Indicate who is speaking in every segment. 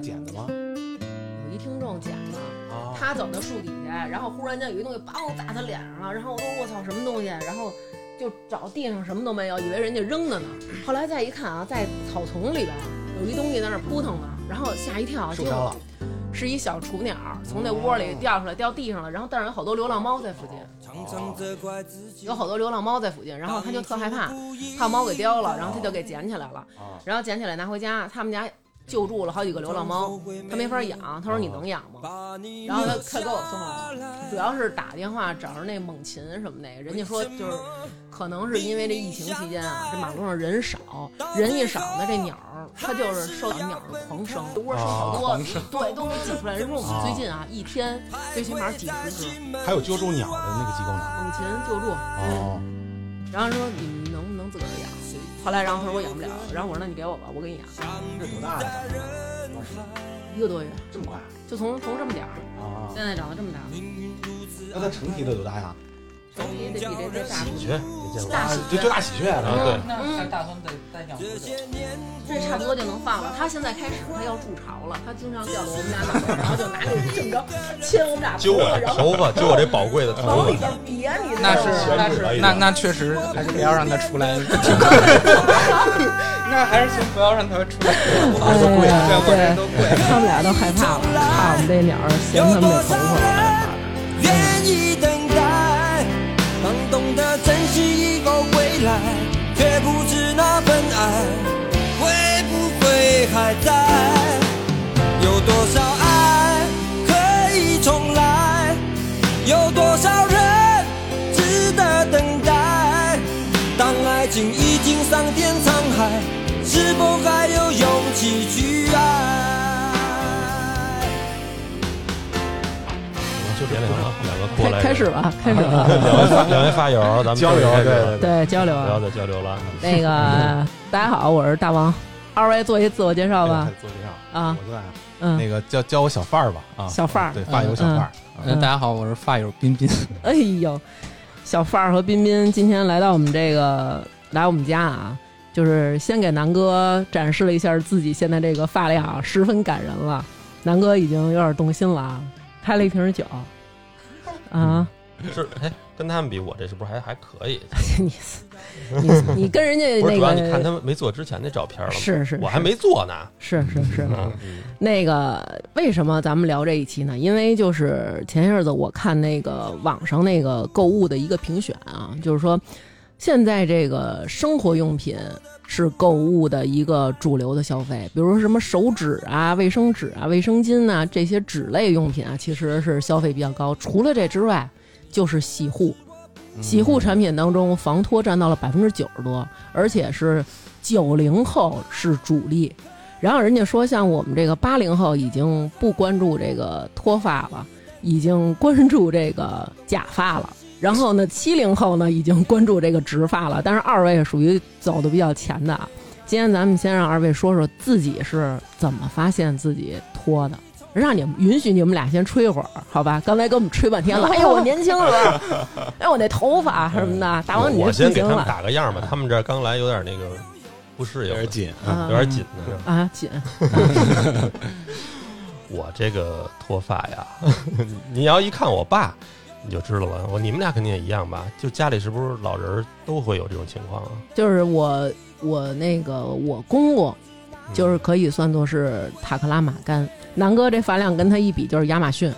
Speaker 1: 捡的吗？
Speaker 2: 有一听众捡的，
Speaker 1: 啊，
Speaker 2: 他走到树底下，然后忽然间有一东西梆砸他脸上了，然后我说我操什么东西，啊然后就找地上什么都没有，以为人家扔的呢。后来再一看啊，在草丛里边有一东西在那儿扑腾呢，然后吓一跳，啊
Speaker 1: 受伤了，哦
Speaker 2: 是一小雏鸟从那窝里掉出来，掉地上了。然后但是有好多流浪猫在附近，有好多流浪猫在附近，然后他就特害怕，怕猫给叼了，然后他就给捡起来了
Speaker 1: 啊，
Speaker 3: 哦
Speaker 2: 然后捡起来拿回家，他们家。救助了好几个流浪猫，他没法养。他说：“你能养吗？”然后他他给我送来了，主要是打电话找着那猛禽什么的，人家说就是可能是因为这疫情期间啊，这马路上人少，人一少呢，这鸟儿它就是受到鸟儿的狂生，窝生好多，
Speaker 1: 啊狂生
Speaker 2: 对，都能挤出来。人说我们最近啊，一天最起码几十只
Speaker 1: 还有救助鸟的那个机构呢。
Speaker 2: 猛禽救助，
Speaker 1: 哦，
Speaker 2: 然后说你们能不能自个儿养？后来然后他说我养不了，然后我说那你给我吧，我给你养，
Speaker 1: 这多大呀？多少
Speaker 2: 一个多月
Speaker 1: 这么快
Speaker 2: 就从从这么点儿，
Speaker 1: 啊？
Speaker 3: 哦
Speaker 2: 现在长到这么大，
Speaker 1: 那它成体的多大呀？
Speaker 2: 你得比这这大嗯不
Speaker 1: 喜
Speaker 2: 少。
Speaker 1: 鹊也见过，
Speaker 2: 大
Speaker 1: 啊
Speaker 2: 喜
Speaker 1: 就
Speaker 2: 鹊
Speaker 1: 就大喜鹊啊，对，
Speaker 3: 那还打算再再养多久？
Speaker 2: 这差不多就能放了。他现在开始他要筑巢了，他经常掉到我们家脑袋，然后就拿那个这么着牵我们俩
Speaker 4: 揪
Speaker 2: 脖
Speaker 4: 我
Speaker 2: 子，
Speaker 4: 的
Speaker 2: 然后
Speaker 4: 头发，揪我这宝贵的头
Speaker 2: 往里
Speaker 4: 发。
Speaker 2: 边别，你知道吗
Speaker 3: 那是那是那那确实还是不要让它出 来， 那还是先不要让它出来，
Speaker 2: 哎
Speaker 3: 对
Speaker 2: 呀
Speaker 3: 我这都贵。
Speaker 2: 他们俩都害怕了，怕我们这鸟儿嫌他们啊这头发。
Speaker 5: 愿意等待，当懂得珍惜一个未来，却不知那份爱会不会还在？有多少爱可以重来？有多少人值得等待？当爱情已经桑田沧海，是否还有勇气去爱？
Speaker 4: 就别聊了，两个过来
Speaker 2: 吧，
Speaker 4: 人
Speaker 2: 开始吧，
Speaker 4: 两位发两位发友，咱们
Speaker 1: 交流
Speaker 4: 开始
Speaker 1: 对
Speaker 4: 了
Speaker 1: 对
Speaker 2: 对，交流啊
Speaker 4: 不要。再交流了。
Speaker 2: 那个大家好，我是大王，二位做一自我介绍吧。
Speaker 1: 做介绍
Speaker 2: 啊
Speaker 1: 我就在
Speaker 2: 嗯，
Speaker 1: 哎那个叫叫我小范儿吧啊，
Speaker 2: 小范儿
Speaker 1: 对，发友小范儿，
Speaker 3: 嗯，大家好，我是发友 彬彬。
Speaker 2: 哎呦，小范儿和彬彬今天来到我们这个来我们家啊，就是先给南哥展示了一下自己现在这个发量，啊十分感人了。南哥已经有点动心了啊，开了一瓶酒啊，
Speaker 4: 是哎，跟他们比，我这是不是还还可以？
Speaker 2: 你你你跟人家
Speaker 4: 不是，
Speaker 2: 那
Speaker 4: 主要你看
Speaker 2: 个
Speaker 4: 他们没做之前那照片了吗？
Speaker 2: 是是
Speaker 4: 我还没做呢。
Speaker 2: 是是是
Speaker 4: 嗯，
Speaker 2: 那个为什么咱们聊这一期呢？因为就是前些日子我看那个网上那个购物的一个评选啊，就是说现在这个生活用品是购物的一个主流的消费，比如说什么手纸啊、卫生纸啊、卫生巾啊这些纸类用品啊，其实是消费比较高。除了这之外，就是洗护，嗯洗护产品当中防脱占到了百分之九十多，而且是九零后是主力。然后人家说，像我们这个八零后已经不关注这个脱发了，已经关注这个假发了。然后呢，七零后呢已经关注这个植发了。但是二位属于走的比较前的啊。今天咱们先让二位说说自己是怎么发现自己脱的，让你们允许你们俩先吹会儿，好吧？刚才给我们吹半天 了，哎呦，我年轻了， 哎，我那头发什么的，大王你
Speaker 4: 嗯我
Speaker 2: 这
Speaker 4: 先
Speaker 2: 不
Speaker 4: 给
Speaker 2: 行
Speaker 4: 他们
Speaker 2: 了，
Speaker 4: 打个样吧，他们这儿刚来有点那个不适
Speaker 1: 有
Speaker 4: 应，
Speaker 1: 点紧啊，
Speaker 2: 啊
Speaker 4: 嗯有点紧呢。
Speaker 2: 啊，紧，
Speaker 4: 我这个脱发呀， 你要一看我爸，你就知道了。我你们俩肯定也一样吧？就家里是不是老人儿都会有这种情况啊？
Speaker 2: 就是我我那个我公公
Speaker 4: 嗯
Speaker 2: 就是可以算作是塔克拉玛干。南哥这发量跟他一比就是亚马逊，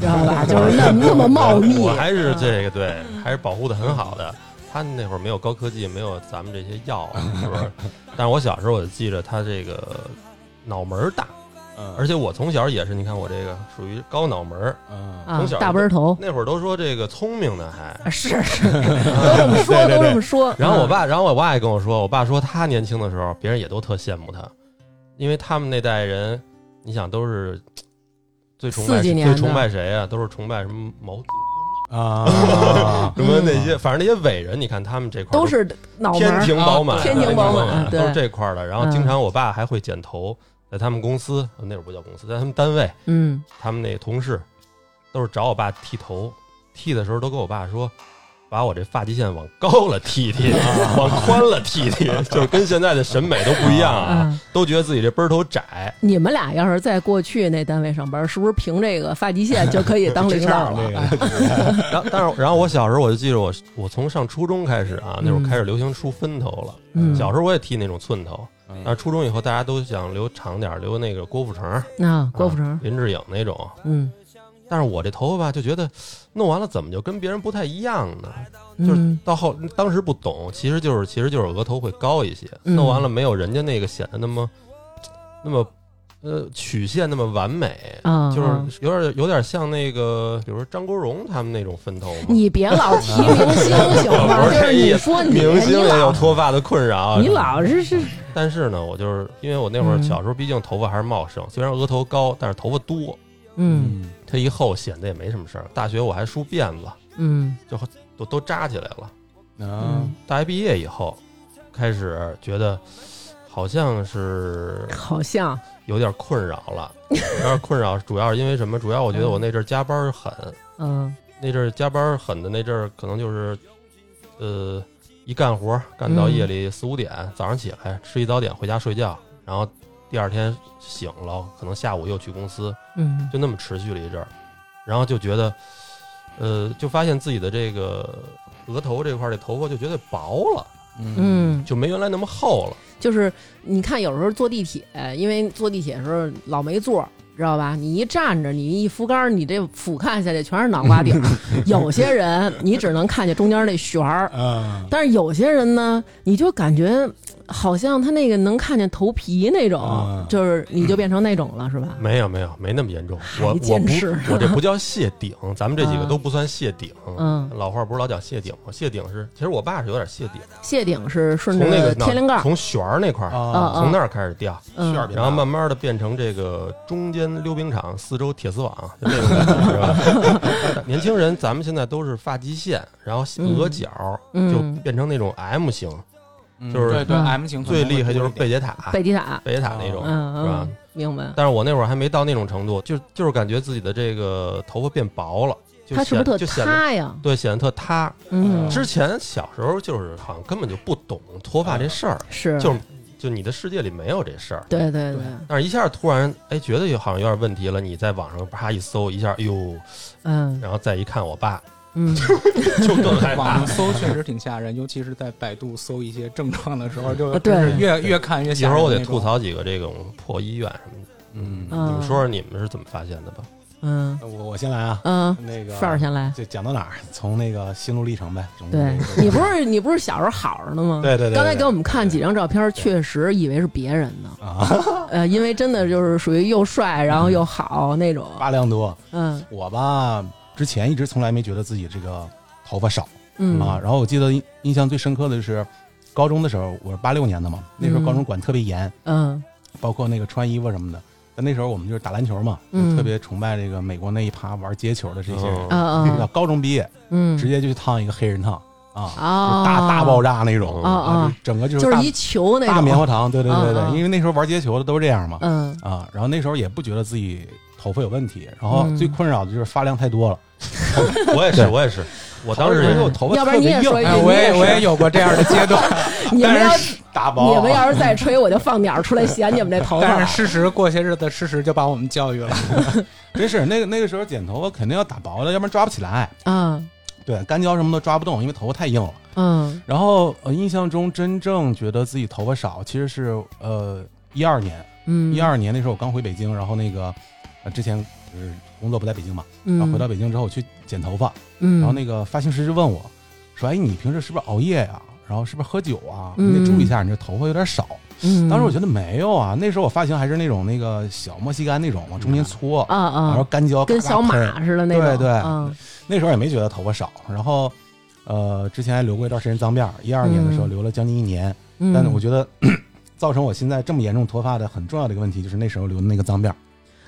Speaker 2: 知道 吧？就是那那 么茂密
Speaker 4: 我。还是这个对，还是保护的很好的。他那会儿没有高科技，没有咱们这些药，啊 是不是？但是我小时候我就记着他这个脑门儿大，
Speaker 1: 嗯
Speaker 4: 而且我从小也是，你看我这个属于高脑门儿。
Speaker 1: 嗯，
Speaker 2: 啊
Speaker 4: 从小，
Speaker 2: 大奔头
Speaker 4: 那会儿都说这个聪明呢还。
Speaker 2: 啊 是 是，都这么说，
Speaker 4: 对对
Speaker 2: 都这
Speaker 4: 对
Speaker 2: 么说。
Speaker 4: 然后我
Speaker 2: 啊，
Speaker 4: 爸，然后我爸也跟我说，我爸说他年轻的时候，别人也都特羡慕他，因为他们那代人，你想都是最崇拜
Speaker 2: 40
Speaker 4: 谁
Speaker 2: 年的
Speaker 4: 最崇拜谁啊？都是崇拜什么毛泽
Speaker 1: 啊，
Speaker 4: 东什么那些，反正那些伟人，你看他们这块儿
Speaker 2: 嗯都是脑门
Speaker 4: 天
Speaker 2: 儿
Speaker 4: 庭饱满，
Speaker 3: 啊
Speaker 2: 天庭饱满
Speaker 4: 都
Speaker 2: 对嗯
Speaker 4: 是这块儿的。然后经常我爸还会剪头，在他们公司那会儿不叫公司，在他们单位，
Speaker 2: 嗯，
Speaker 4: 他们那同事都是找我爸剃头，剃的时候都跟我爸说：“把我这发际线往高了剃一剃，
Speaker 2: 啊
Speaker 4: 往宽了剃一剃，就是跟现在的审美都不一样啊
Speaker 2: 嗯，
Speaker 4: 都觉得自己这背儿头窄。
Speaker 2: 你们俩要是在过去那单位上班，是不是凭这个发际线就可以当领导 了？
Speaker 1: 那个
Speaker 4: 然后，但是，然后我小时候我就记得我，我从上初中开始啊，那会儿开始流行梳分头了。
Speaker 2: 嗯
Speaker 4: 小时候我也剃那种寸头，
Speaker 1: 嗯
Speaker 4: 但是初中以后大家都想留长点儿，留那个郭富城、
Speaker 2: 那郭富城
Speaker 4: 啊，林志颖那种。
Speaker 2: 嗯
Speaker 4: 但是我这头发吧，就觉得弄完了怎么就跟别人不太一样呢？就是
Speaker 2: 嗯，
Speaker 4: 到后当时不懂，其实就是其实就是额头会高一些，
Speaker 2: 嗯
Speaker 4: 弄完了没有人家那个显得那么那么呃曲线那么完美，
Speaker 2: 啊
Speaker 4: 就是有点有点像那个，比如说张国荣他们那种分头嘛。
Speaker 2: 你别老提明星行吗？ 就
Speaker 4: 我不
Speaker 2: 是是
Speaker 4: 这意
Speaker 2: 你
Speaker 4: 思
Speaker 2: 说你，
Speaker 4: 明星
Speaker 2: 你
Speaker 4: 也有
Speaker 2: 老
Speaker 4: 脱发的困扰，
Speaker 2: 你老是是
Speaker 4: 但是呢，我就是因为我那会儿
Speaker 2: 嗯
Speaker 4: 小时候，毕竟头发还是茂盛，虽然额头高，但是头发多，
Speaker 2: 嗯
Speaker 4: 它一厚显得也没什么事儿。大学我还梳辫子，
Speaker 2: 嗯
Speaker 4: 都都扎起来了。
Speaker 2: 啊
Speaker 1: 嗯，
Speaker 4: 大学毕业以后，开始觉得好像是
Speaker 2: 好像
Speaker 4: 有点困扰了，有点困扰，主要是因为什么？主要我觉得我那阵儿加班儿狠，
Speaker 2: 嗯
Speaker 4: 那阵儿加班儿狠的那阵儿，可能就是，呃，一干活儿干到夜里四五点，早上起来吃一早点回家睡觉，然后第二天醒了，可能下午又去公司，
Speaker 2: 嗯
Speaker 4: 就那么持续了一阵儿，然后就觉得，呃，就发现自己的这个额头这块儿这头发就觉得薄了，
Speaker 2: 嗯，
Speaker 4: 就没原来那么厚了。
Speaker 2: 就是你看有时候坐地铁，呃因为坐地铁的时候老没座儿。知道吧？你一站着，你一扶杆儿，你这俯瞰下去全是脑瓜 顶儿。有些人你只能看见中间那旋儿，
Speaker 1: 嗯
Speaker 2: 但是有些人呢，你就感觉好像他那个能看见头皮那种，
Speaker 1: 啊
Speaker 2: 就是你就变成那种了，是吧？
Speaker 4: 没有没有，没那么严重。
Speaker 2: 还
Speaker 4: 我我
Speaker 2: 坚持
Speaker 4: 不 我这不叫谢顶，咱们这几个
Speaker 2: 嗯
Speaker 4: 都不算谢顶。
Speaker 2: 嗯
Speaker 4: 老话不是老讲谢顶吗？谢顶是，其实我爸是有点谢顶，
Speaker 2: 谢顶是顺
Speaker 4: 从那
Speaker 2: 着
Speaker 4: 个脑
Speaker 2: 天灵盖儿，
Speaker 4: 从旋儿那块儿，
Speaker 1: 啊，
Speaker 2: 啊
Speaker 4: 从那儿开始掉，
Speaker 2: 嗯
Speaker 1: 旋儿比较
Speaker 4: 然后慢慢的变成这个中间溜冰场四周铁丝网，就这种感觉是吧？年轻人咱们现在都是发际线，然后
Speaker 2: 嗯
Speaker 4: 额角
Speaker 2: 嗯
Speaker 4: 就变成那种 M 型，
Speaker 1: 嗯
Speaker 4: 就是
Speaker 3: 对对
Speaker 2: 嗯
Speaker 3: ，M 型可能
Speaker 4: 最
Speaker 3: 会
Speaker 4: 厉害就是
Speaker 3: 多一点
Speaker 4: 贝杰塔，
Speaker 2: 贝吉塔，
Speaker 4: 贝杰塔那种，
Speaker 2: 嗯
Speaker 4: 是吧
Speaker 2: 嗯？，明白。
Speaker 4: 但是我那会儿还没到那种程度，就就是感觉自己的这个头发变薄了，就
Speaker 2: 他是不是
Speaker 4: 显
Speaker 2: 特
Speaker 4: 就显得
Speaker 2: 塌呀？
Speaker 4: 对显得特塌。
Speaker 2: 嗯，
Speaker 4: 之前小时候就是好像根本就不懂脱发这事儿，
Speaker 2: 是，
Speaker 4: 就是就你的世界里没有这事儿。
Speaker 2: 对对对，
Speaker 4: 但是一下突然哎觉得有好像有点问题了，你在网上啪一搜一下，哎呦，
Speaker 2: 嗯
Speaker 4: 然后再一看我爸，
Speaker 2: 嗯，
Speaker 4: 就更害
Speaker 3: 网
Speaker 4: 怕
Speaker 3: 上。搜确实挺吓人，尤其是在百度搜一些症状的时 候，就
Speaker 2: 啊对
Speaker 3: 真是越越看越
Speaker 4: 一
Speaker 3: 吓
Speaker 4: 会
Speaker 3: 人。
Speaker 4: 儿我得吐，槽几个这种破医院什么的，
Speaker 1: 嗯，
Speaker 4: 你
Speaker 2: 嗯
Speaker 4: 们说说你们是怎么发现的吧？
Speaker 2: 嗯
Speaker 1: 我我先来啊，
Speaker 2: 嗯，
Speaker 1: 那个
Speaker 2: 范儿先来。
Speaker 1: 就讲到哪儿？从那个心路历程呗。总之
Speaker 2: 对
Speaker 1: 这个
Speaker 2: 你不是你不是小时候好着呢吗？
Speaker 1: 对对对对
Speaker 2: 刚才给我们看几张照片，确实以为是别人的，
Speaker 1: 啊，
Speaker 2: 呃，因为真的就是属于又帅，然后又好那种。
Speaker 1: 八两多。
Speaker 2: 嗯
Speaker 1: 我吧，之前一直从来没觉得自己这个头发少啊。
Speaker 2: 嗯
Speaker 1: 然后我记得印印象最深刻的就是高中的时候，我是八六年的嘛，那时候
Speaker 2: 嗯
Speaker 1: 高中管特别严，
Speaker 2: 嗯
Speaker 1: 包括那个穿衣服什么的。但那时候我们就是打篮球嘛，
Speaker 2: 嗯
Speaker 1: 就特别崇拜这个美国那一趴玩街球的这些人。
Speaker 2: 啊
Speaker 4: 嗯
Speaker 1: 到
Speaker 2: 啊
Speaker 1: 高中毕业，
Speaker 2: 嗯，
Speaker 1: 直接就去烫一个黑人烫啊，
Speaker 2: 啊
Speaker 1: 就大大爆炸那种
Speaker 4: 哦
Speaker 2: 啊啊，，
Speaker 1: 整个就
Speaker 2: 就是
Speaker 1: 大
Speaker 2: 是一球那
Speaker 1: 大
Speaker 2: 种
Speaker 1: 棉花糖，对对对
Speaker 2: 啊啊
Speaker 1: 对，因为那时候玩街球的都这样嘛，
Speaker 2: 嗯
Speaker 1: 啊，然后那时候也不觉得自己头发有问题，然后
Speaker 2: 嗯
Speaker 1: 最困扰的就是发量太多了，
Speaker 4: 我也是，我也是，我当时
Speaker 1: 因
Speaker 4: 也
Speaker 1: 为我
Speaker 4: 是，
Speaker 1: 头发
Speaker 2: 要不
Speaker 1: 特
Speaker 2: 然你
Speaker 1: 别
Speaker 2: 也
Speaker 1: 硬，啊
Speaker 2: 说一
Speaker 3: 哎，
Speaker 2: 句，
Speaker 3: 我也
Speaker 2: 你
Speaker 3: 我
Speaker 2: 是
Speaker 3: 也有过这样的阶 段，
Speaker 2: 你们要
Speaker 3: 但
Speaker 2: 是
Speaker 1: 大包，
Speaker 2: 你们要是再吹，我就放鸟 出来显你们这头发
Speaker 3: 但
Speaker 2: 了
Speaker 3: 是。事实过些日子，事实就把我们教育了。
Speaker 1: 真是那个那个时候剪头发肯定要打薄的，要不然抓不起来，
Speaker 2: 嗯
Speaker 1: 对，干胶什么都抓不动，因为头发太硬了。
Speaker 2: 嗯
Speaker 1: 然后呃，印象中真正觉得自己头发少，其实是呃一二年，
Speaker 2: 嗯，
Speaker 1: 一二年那时候我刚回北京，然后那个呃之前就是工作不在北京嘛，然后
Speaker 2: 嗯，
Speaker 1: 回到北京之后我去剪头发，
Speaker 2: 嗯，
Speaker 1: 然后那个发型师就问我，说：“哎，你平时是不是熬夜呀、然后是不是喝酒啊？你
Speaker 2: 嗯
Speaker 1: 得注意一下，你这头发有点少。”
Speaker 2: 嗯，
Speaker 1: 当时我觉得没有啊，那时候我发型还是那种那个小莫西干那种往中间搓，
Speaker 2: 啊
Speaker 1: 然后
Speaker 2: 啊，
Speaker 1: 干胶
Speaker 2: 跟
Speaker 1: 咔
Speaker 2: 小
Speaker 1: 咔喷
Speaker 2: 马似的那种，
Speaker 1: 对对
Speaker 2: 嗯
Speaker 1: 那时候也没觉得头发少，然后。呃，之前还留过一段时间脏辫儿，一二年的时候
Speaker 2: 嗯
Speaker 1: 留了将近一年，
Speaker 2: 嗯，
Speaker 1: 但是我觉得造成我现在这么严重脱发的很重要的一个问题就是那时候留的那个脏辫儿，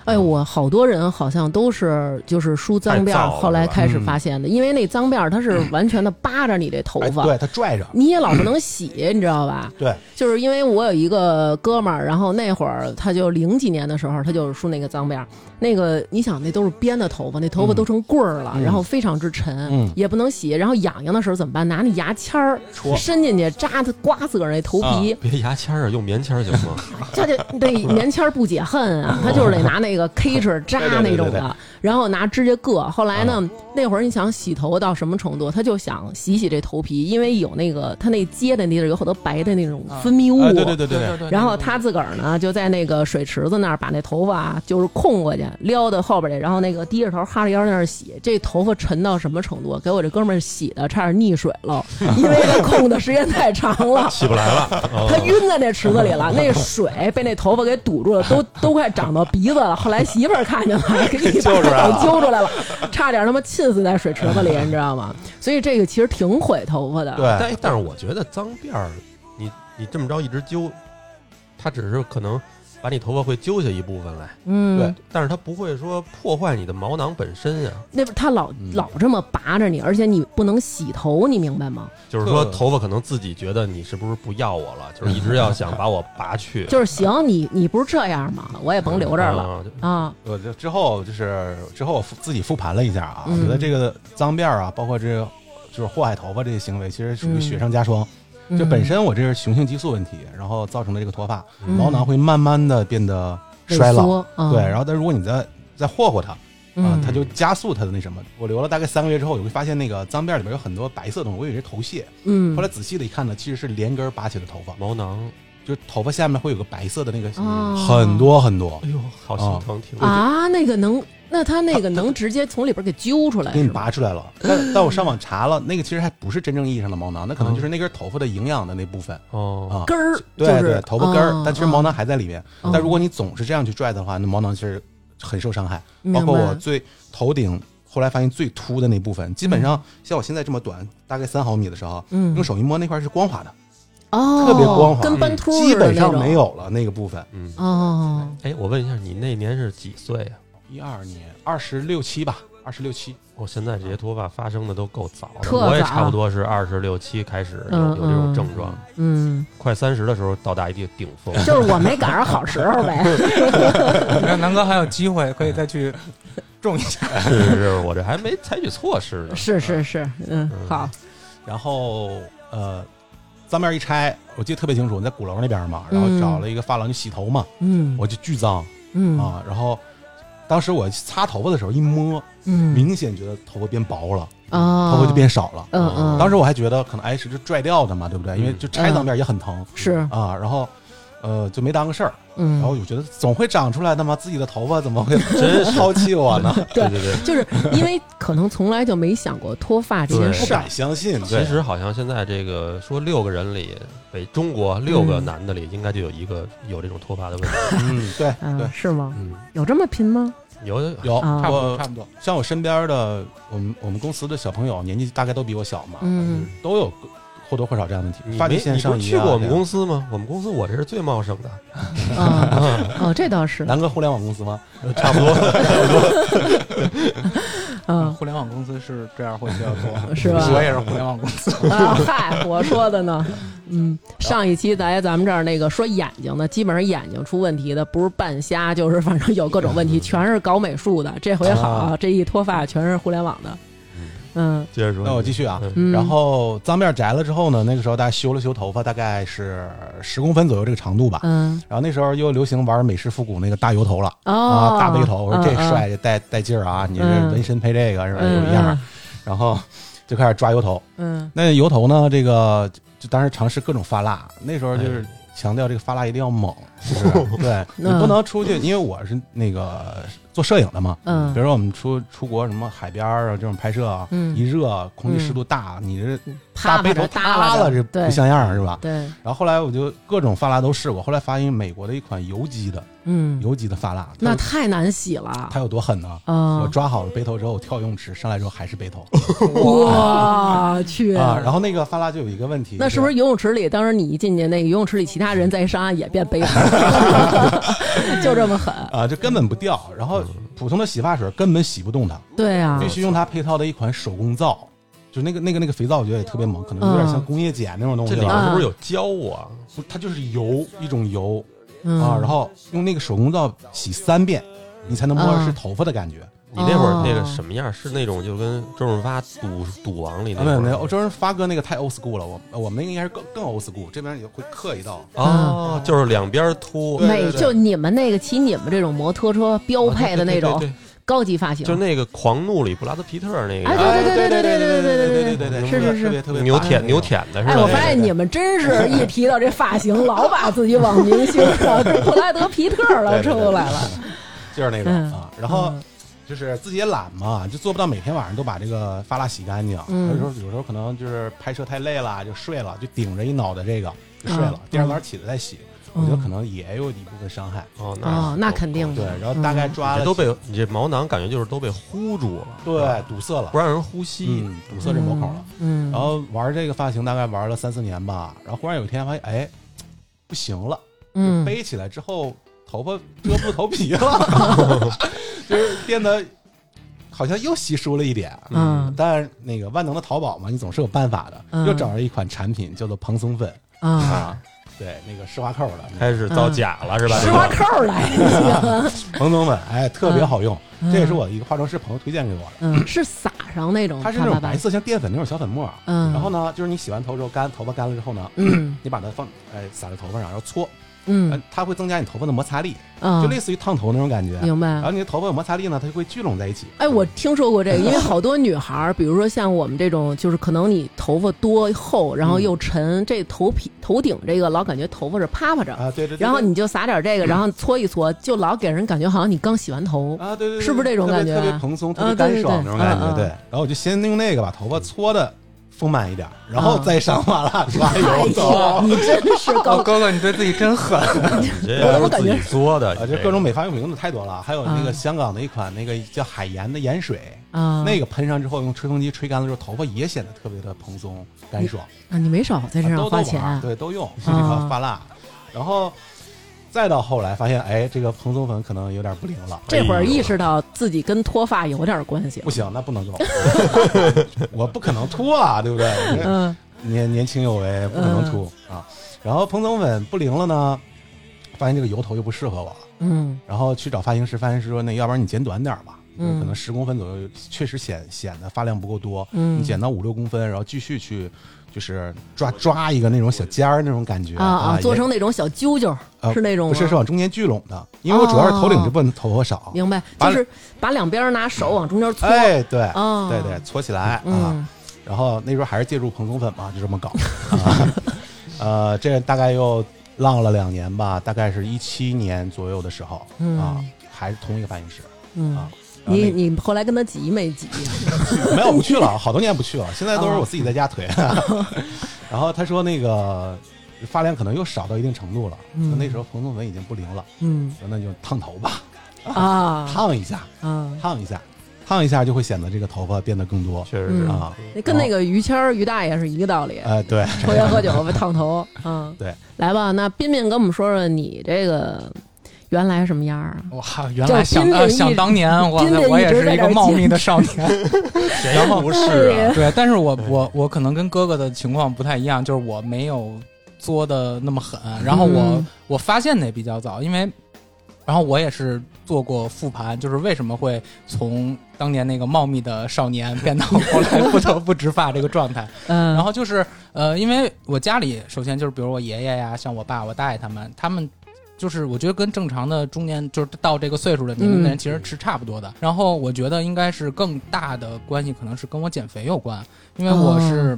Speaker 2: 哎，我好多人好像都是就是梳脏辫
Speaker 4: 太
Speaker 2: 儿，
Speaker 4: 燥了
Speaker 2: 后来
Speaker 4: 是吧
Speaker 2: 开
Speaker 1: 嗯
Speaker 2: 始发现的，因为那脏辫儿它是完全的扒着你这头
Speaker 6: 哎，
Speaker 2: 发，哎
Speaker 6: 对他拽着，
Speaker 2: 你也老不能洗，你知道吧？
Speaker 6: 对，
Speaker 2: 就是因为我有一个哥们儿，然后那会儿他就零几年的时候，他就是梳那个脏辫儿，那个你想那都是编的头发，那头发都成棍儿了，然后非常之沉，
Speaker 1: 嗯
Speaker 2: 也不能洗，然后痒痒的时候怎么办？拿那牙签儿
Speaker 3: 戳
Speaker 2: 伸进去扎他，刮自个儿那头皮，
Speaker 4: 别牙签儿啊，用棉签儿行吗？
Speaker 2: 这 就那棉签儿不解恨啊，他就是得拿那个 K 尺扎那种
Speaker 6: 对对对对啊对
Speaker 2: 的，然后拿指甲割。后来呢，那会儿你想洗头到什么程度，他就想洗洗这头皮，因为有那个他那接的那地儿有好多白的那种
Speaker 6: 啊
Speaker 2: 分泌物。
Speaker 1: 哎对对对对对，
Speaker 3: 对
Speaker 2: 然后他自个儿呢，就在那个水池子那儿把那头发就是空过去，撩到后边去，然后那个低着头哈着腰那儿洗，这头发沉到什么程度？给我这哥们儿洗的差点溺水了，因为他 空的时间太长了。
Speaker 4: 起不来了。哦
Speaker 2: 他晕在那池子里 了，那水被那头发给堵住了，都都快长到鼻子了。后来媳妇儿看见 了，给一把手揪出来了，差点他妈浸死在水池子里，你知道吗？所以这个其实挺毁头发
Speaker 1: 哎
Speaker 2: 的。
Speaker 6: 对，
Speaker 4: 但但是我觉得脏辫儿，你你这么着一直揪，它只是可能把你头发会揪下一部分来，
Speaker 2: 嗯，
Speaker 4: 但是它不会说破坏你的毛囊本身呀、
Speaker 2: 那不他老
Speaker 1: 嗯
Speaker 2: 老这么拔着你，而且你不能洗头，你明白吗？
Speaker 4: 就是说，
Speaker 3: 对
Speaker 4: 头发可能自己觉得你是不是不要我了，就是一直要想把我拔去。
Speaker 2: 就是行，你你不是这样吗？我也甭留这儿了
Speaker 4: 啊
Speaker 2: 啊。
Speaker 1: 我就之后就是之后我复自己复盘了一下啊，
Speaker 2: 嗯
Speaker 1: 觉得这个脏辫儿啊，包括这个就是祸害头发这些行为，其实属于雪上加霜。
Speaker 2: 嗯
Speaker 1: 就本身我这是雄性激素问题，然后造成的这个脱发，
Speaker 2: 嗯
Speaker 1: 毛囊会慢慢的变得
Speaker 2: 萎
Speaker 1: 衰老。
Speaker 2: 缩啊，
Speaker 1: 对，然后但如果你再再霍霍它啊
Speaker 2: 嗯，
Speaker 1: 它就加速它的那什么。我留了大概三个月之后，我会发现那个脏辫儿里边有很多白色的东西，我以为是头屑，
Speaker 2: 嗯
Speaker 1: 后来仔细的一看呢，其实是连根拔起的头发，
Speaker 4: 毛囊，
Speaker 1: 就是头发下面会有个白色的那个，
Speaker 2: 啊
Speaker 1: 很多很多。
Speaker 4: 哎呦，好心疼，听着。
Speaker 2: 啊，那个能，那他那个能直接从里边给揪出来，
Speaker 1: 给你
Speaker 2: 是吧
Speaker 1: 拔出 来了。但但我上网查了，那个其实还不是真正意义上的毛囊，那可能就是那根头发的营养的那部分
Speaker 4: 哦，
Speaker 1: 啊。
Speaker 2: 根儿，
Speaker 1: 对
Speaker 2: 就是
Speaker 1: 对，头发根儿
Speaker 2: 嗯，
Speaker 1: 但其实毛囊还在里面。
Speaker 2: 嗯
Speaker 1: 但如果你总是这样去拽的话，那毛囊其实很受伤害。
Speaker 2: 嗯
Speaker 1: 包括
Speaker 2: 明白
Speaker 1: 我最头顶，后来发现最秃的那部分，基本上像我现在这么短，大概三毫米的时候，
Speaker 2: 嗯
Speaker 1: 用手一摸那块是光滑的，
Speaker 2: 哦，
Speaker 1: 特别光滑嗯
Speaker 2: 跟斑秃
Speaker 1: 基
Speaker 2: 似的
Speaker 1: 本
Speaker 2: 那
Speaker 1: 上
Speaker 2: 种
Speaker 1: 没有了那个部分。
Speaker 4: 嗯，
Speaker 2: 哦，
Speaker 4: 哎，我问一下，你那年是几岁啊？
Speaker 1: 一二年，二十六七吧，二十六七。
Speaker 4: 我、现在这些脱发发生的都够早的，
Speaker 2: 特
Speaker 4: 我也
Speaker 2: 早
Speaker 4: 差不多是二十六七开始有
Speaker 2: 嗯
Speaker 4: 有这种
Speaker 2: 嗯
Speaker 4: 症状，
Speaker 2: 嗯，
Speaker 4: 快三十的时候到达一定顶峰。
Speaker 2: 就是我没赶上好时候呗，
Speaker 3: 你看南哥还有机会可以再去种一下。
Speaker 4: 是是是，我这还没采取措施呢。
Speaker 2: 是是是，嗯，好，
Speaker 1: 然后呃，脏辫儿一拆，我记得特别清楚，我在鼓楼那边嘛，然后
Speaker 2: 嗯
Speaker 1: 找了一个发廊去洗头嘛，
Speaker 2: 嗯，
Speaker 1: 我就巨脏
Speaker 2: 嗯
Speaker 1: 啊。然后当时我擦头发的时候一摸，
Speaker 2: 嗯
Speaker 1: 明显觉得头发变薄了，
Speaker 2: 啊，
Speaker 1: 头发就变少了。
Speaker 2: 嗯嗯，
Speaker 1: 当时我还觉得可能哎是就拽掉的嘛，对不对？因为
Speaker 4: 嗯
Speaker 1: 就拆脏辫儿也很疼
Speaker 2: 是
Speaker 1: 啊。然后呃就没当个事儿，然后
Speaker 2: 嗯，
Speaker 1: 我觉得总会长出来的嘛，自己的头发 怎么会
Speaker 4: 真是
Speaker 1: 抛弃我呢？
Speaker 4: 对对对，
Speaker 2: 就是因为可能从来就没想过脱发这件
Speaker 4: 对
Speaker 1: 不
Speaker 2: 事儿
Speaker 1: 敢，相信。对
Speaker 4: 其实好像现在这个说六个人里，北中国六
Speaker 2: 嗯
Speaker 4: 个男的里应该就有一个有这种脱发的问题。
Speaker 1: 嗯，对
Speaker 2: 嗯，
Speaker 1: 对，
Speaker 2: 是吗？
Speaker 4: 嗯，
Speaker 2: 有这么拼吗？
Speaker 4: 有有
Speaker 1: 有
Speaker 2: 啊
Speaker 1: 我
Speaker 3: 差不多，
Speaker 1: 像我身边的我们我们公司的小朋友，年纪大概都比我小嘛，
Speaker 2: 嗯，
Speaker 1: 都有或多或少这样的问题。
Speaker 4: 你
Speaker 1: 发
Speaker 4: 没
Speaker 1: 际线
Speaker 4: 你不
Speaker 1: 上
Speaker 4: 是
Speaker 1: 移
Speaker 4: 去
Speaker 1: 啊
Speaker 4: 过我们
Speaker 1: 这样
Speaker 4: 公司吗？我们公司我这是最茂盛的，
Speaker 2: 啊，哦，这倒是，
Speaker 1: 南哥互联网公司吗？
Speaker 4: 呃差不多。
Speaker 2: 嗯，
Speaker 3: 互联网公司是这样会比较多，
Speaker 2: 是吧
Speaker 3: 我也是互联网公司，
Speaker 2: 啊，嗨，我说的呢。嗯，上一期来咱们这儿那个说眼睛的，基本上眼睛出问题的，不是半瞎，就是反正有各种问题，全是搞美术的。这回好，
Speaker 1: 啊
Speaker 2: 这一脱发全是互联网的。嗯
Speaker 4: 接着说，
Speaker 1: 那我继续啊
Speaker 4: 嗯
Speaker 2: 嗯，
Speaker 1: 然后脏辫儿摘了之后呢，那个时候大家修了修头发，大概是十公分左右这个长度吧。
Speaker 2: 嗯
Speaker 1: 然后那时候又流行玩美式复古那个大油头了、
Speaker 2: 哦
Speaker 1: 啊，大背头，我说这
Speaker 2: 嗯
Speaker 1: 帅，这带带劲儿啊！你这
Speaker 2: 嗯
Speaker 1: 纹身配这个是吧？有
Speaker 2: 嗯
Speaker 1: 一样儿。然后就开始抓油头。
Speaker 2: 嗯
Speaker 1: 那油头呢，这个就就当时尝试各种发蜡，那时候就 是
Speaker 2: 嗯
Speaker 1: 强调这个发蜡一定要猛，就是对你不能出去，因为我是那个做摄影的嘛，
Speaker 2: 嗯
Speaker 1: 比如说我们出出国什么海边儿啊这种拍摄啊，
Speaker 2: 嗯
Speaker 1: 一热空气湿度大，你这
Speaker 2: 啪
Speaker 1: 大
Speaker 2: 啪
Speaker 1: 背
Speaker 2: 着
Speaker 1: 头
Speaker 2: 耷
Speaker 1: 耷
Speaker 2: 拉着
Speaker 1: 拉这
Speaker 2: 对
Speaker 1: 不像样儿是吧？
Speaker 2: 对，
Speaker 1: 然后后来我就各种发蜡都试过，后来发现美国的一款油基的
Speaker 2: 嗯，
Speaker 1: 油基的发蜡，它
Speaker 2: 那
Speaker 1: 有
Speaker 2: 太难洗了
Speaker 1: 它有多狠呢？我
Speaker 2: 啊！
Speaker 1: 抓好了背头之后，我跳游泳池上来之后还是背头
Speaker 2: 我去
Speaker 1: 啊。然后那个发蜡就有一个问题，
Speaker 2: 那是不是游泳池里？当时你一进去，那个游泳池里其他人在沙也变背了， 就这么狠。
Speaker 1: 啊？就根本不掉。然后普通的洗发水根本洗不动它，
Speaker 2: 对啊
Speaker 1: 必，须用它配套的一款手工皂，就那个那个那个肥皂，我觉得也特别猛，可能有点像工业碱那种东
Speaker 4: 这
Speaker 1: 西
Speaker 4: 里
Speaker 1: 吧，
Speaker 4: 面是不是有胶啊？
Speaker 1: 不它就是油一种油
Speaker 2: 嗯
Speaker 1: 啊。然后用那个手工皂洗三遍，你才能摸着是
Speaker 2: 嗯
Speaker 1: 头发的感觉。
Speaker 4: 你那会儿那个
Speaker 2: 哦
Speaker 4: 什么样？是那种就跟周润发赌赌王里那
Speaker 1: 啊，没有没有，
Speaker 4: 种
Speaker 1: 欧洲人发哥那个太 old school 了，我我们那个应该是更更 old school，这边也会刻一道。
Speaker 4: 哦，就是两边秃，
Speaker 1: 对
Speaker 2: 美就你们那个骑你们这种摩托车标配的那
Speaker 4: 啊
Speaker 2: 种
Speaker 4: 对对对对
Speaker 2: 高级发型，
Speaker 4: 就那个《狂怒》里布拉德皮特那
Speaker 2: 哎
Speaker 4: 个
Speaker 2: 对对对
Speaker 1: 对
Speaker 2: 对对对对
Speaker 1: 对
Speaker 2: 对
Speaker 1: 对
Speaker 2: 对
Speaker 1: 对，
Speaker 2: 是是是
Speaker 1: 特别特别
Speaker 4: 牛
Speaker 1: 棒
Speaker 4: 舔牛。舔的是吧？
Speaker 2: 哎，我发现你们真是一提到这发型，老把自己往明星 了，布拉德皮特了
Speaker 1: 对对
Speaker 2: 抽
Speaker 1: 对
Speaker 2: 出来了。
Speaker 1: 就是那种
Speaker 2: 嗯
Speaker 1: 啊，然后就是自己也懒嘛，就做不到每天晚上都把这个发蜡洗干净。
Speaker 2: 嗯
Speaker 1: 有时候有时候可能就是拍摄太累了，就睡了，就顶着一脑袋这个就睡了
Speaker 2: 嗯，
Speaker 1: 第二天早上起来再洗，我觉得可能也有一部分伤害。
Speaker 4: 哦，
Speaker 2: 哦，那肯定
Speaker 1: 啊对
Speaker 2: 的，。
Speaker 1: 然后大
Speaker 2: 嗯
Speaker 1: 概抓了
Speaker 4: 你这都被你这毛囊感觉就是都被呼住了，
Speaker 1: 对堵塞了
Speaker 4: 不，让人呼吸。
Speaker 1: 嗯，堵塞这毛孔了。
Speaker 2: 嗯，
Speaker 1: 然后玩这个发型大概玩了三四年吧，然后忽然有一天发现，哎，不行了，
Speaker 2: 嗯
Speaker 1: 背起来之后头发遮不住头皮 了，就是变得好像又稀疏了一点。
Speaker 2: 嗯
Speaker 1: 但是那个万能的淘宝嘛，你总是有办法
Speaker 2: 嗯
Speaker 1: 的，又找着一款产品叫做蓬松粉
Speaker 2: 啊，
Speaker 1: 啊，对，那个施华蔻的
Speaker 2: 哎
Speaker 4: 开始
Speaker 2: 嗯
Speaker 4: 造假 了是吧？
Speaker 2: 施华蔻来的，
Speaker 1: 蓬松粉，哎，特别好用，
Speaker 2: 嗯
Speaker 1: 这也是我一个化妆师朋友推荐给我的。
Speaker 2: 嗯，是撒上那种，
Speaker 1: 它是那种
Speaker 2: 啪
Speaker 1: 白，色像淀粉那种小粉末，
Speaker 2: 嗯
Speaker 1: 然后呢，就是你洗完头之后干，头发干了之后呢，
Speaker 2: 嗯
Speaker 1: 你把它放哎撒在头发上，然后搓，
Speaker 2: 嗯
Speaker 1: 呃，它会增加你头发的摩擦力，
Speaker 2: 啊
Speaker 1: 呃就，类似于烫头那种感觉。
Speaker 2: 明
Speaker 1: 然
Speaker 2: 白
Speaker 1: 后。你的头发有摩擦力呢，它就会聚拢在一起。
Speaker 2: 嗯哎，我听说 过这个，因为好多女孩儿，比如说像我们这种，就是可能你头发多厚，然后又沉，这头皮头顶这个老感觉头发是趴趴着，
Speaker 1: 啊，对对对对。
Speaker 2: 然后你就撒点这个，然后搓一搓，就老给人感觉好像你刚洗完头。
Speaker 1: 啊，对对，对
Speaker 2: 是不是这种
Speaker 1: 特别
Speaker 2: 感觉
Speaker 1: 特别蓬松，特
Speaker 2: 啊
Speaker 1: 别
Speaker 2: 对
Speaker 1: 干
Speaker 2: 对
Speaker 1: 爽
Speaker 2: 对
Speaker 1: 那种感
Speaker 2: 嗯嗯
Speaker 1: 觉。对，然后我就先用那个把头发搓的丰满一点，然后再上发蜡抓
Speaker 2: 太
Speaker 1: 油
Speaker 2: 了，
Speaker 1: 走。
Speaker 2: 你真是
Speaker 3: 哦，
Speaker 2: 高，
Speaker 3: 哥哥，你对自己真狠，
Speaker 4: 你这都是自己做的，
Speaker 1: 啊，
Speaker 4: 你
Speaker 1: 就
Speaker 4: 这
Speaker 1: 各种美发用品用的太多了，还有那
Speaker 2: 啊
Speaker 1: 个香港的一款那个叫海盐的盐水，
Speaker 2: 啊，
Speaker 1: 那个喷上之后用吹风机吹干了之后，头发也显得特别的蓬松干爽。
Speaker 2: 啊，你没少在身上
Speaker 1: 啊都
Speaker 2: 花
Speaker 1: 都
Speaker 2: 钱嗯
Speaker 1: 玩儿对，都用这个发蜡，然后再到后来发现，哎，这个蓬松粉可能有点不灵了，
Speaker 2: 这会儿意识到自己跟脱发有点关系
Speaker 1: 不。行，那不能用， 我不可能秃啊，对不对？我
Speaker 2: 嗯
Speaker 1: 这年年轻有为，不可能秃啊。然后蓬松粉不灵了呢，发现这个油头又不适合我了，
Speaker 2: 嗯
Speaker 1: 然后去找发型师，发型师说，那要不然你剪短点儿吧。
Speaker 2: 嗯
Speaker 1: 可能十公分左右，确实显显得发量不够多。
Speaker 2: 嗯
Speaker 1: 你剪到五六公分，然后继续去，就是抓抓一个那种小尖儿那种感觉
Speaker 2: 啊啊，
Speaker 1: 也
Speaker 2: 做成那种小揪揪
Speaker 1: 呃
Speaker 2: 是那种吗哦
Speaker 1: 不是是往中间聚拢的，因为我主要是头顶这部分头发少。
Speaker 2: 明白，
Speaker 1: 把
Speaker 2: 就是把两边拿手往中间搓。
Speaker 1: 哎，对，
Speaker 2: 哦
Speaker 1: 对对，搓起来啊。
Speaker 2: 嗯
Speaker 1: 然后那时候还是借助蓬松粉嘛，就这么搞。 啊呃，这大概又浪了两年吧，大概是一七年左右的时候啊
Speaker 2: 嗯，
Speaker 1: 还是同一个发型师
Speaker 2: 嗯
Speaker 1: 啊，。然后
Speaker 2: 你
Speaker 1: 那
Speaker 2: 你后来跟他急没急呀？
Speaker 1: 没有不去了，好多年不去了，现在都是我自己在 家推。然后他说那个发量可能又少到一定程度了，
Speaker 2: 嗯
Speaker 1: 那时候蓬松粉已经不灵了，
Speaker 2: 嗯
Speaker 1: 那就烫头吧，
Speaker 2: 啊
Speaker 1: 烫一下。
Speaker 2: 啊，
Speaker 1: 烫一下，烫一下就会显得这个头发变得更多
Speaker 4: 确实是
Speaker 2: 嗯
Speaker 1: 啊。
Speaker 2: 那跟那个于谦儿于大爷是一个道理。
Speaker 3: 啊
Speaker 1: 呃， 对，
Speaker 2: 抽烟喝酒被烫 头，嗯，
Speaker 1: 对，
Speaker 2: 来吧，那彬彬跟我们说说你这个原来什么样啊？
Speaker 3: 哇！原来
Speaker 2: 就
Speaker 3: 想
Speaker 2: 彬彬
Speaker 3: 呃
Speaker 2: 一
Speaker 3: 想当年，哇
Speaker 2: 彬彬一直，
Speaker 3: 我也是一
Speaker 2: 在这
Speaker 3: 个
Speaker 2: 儿
Speaker 3: 茂密的少年。
Speaker 4: 谁不是
Speaker 2: 哎
Speaker 4: 啊？
Speaker 3: 对，但是我我我可能跟哥哥的情况不太一样，就是我没有作的那么狠，然后我、
Speaker 2: 嗯
Speaker 3: 我发现的也比较早，因为，然后我也是做过复盘，就是为什么会从当年那个茂密的少年变到后来不得不植发这个状态。
Speaker 2: 嗯，
Speaker 3: 然后就是呃，因为我家里首先就是比如我爷爷呀，像我爸、我大爷他们，他们就是我觉得跟正常的中年就是到这个岁数的
Speaker 2: 嗯
Speaker 3: 年龄的人其实是差不多的。然后我觉得应该是更大的关系可能是跟我减肥有关，因为
Speaker 2: 哦
Speaker 3: 我是、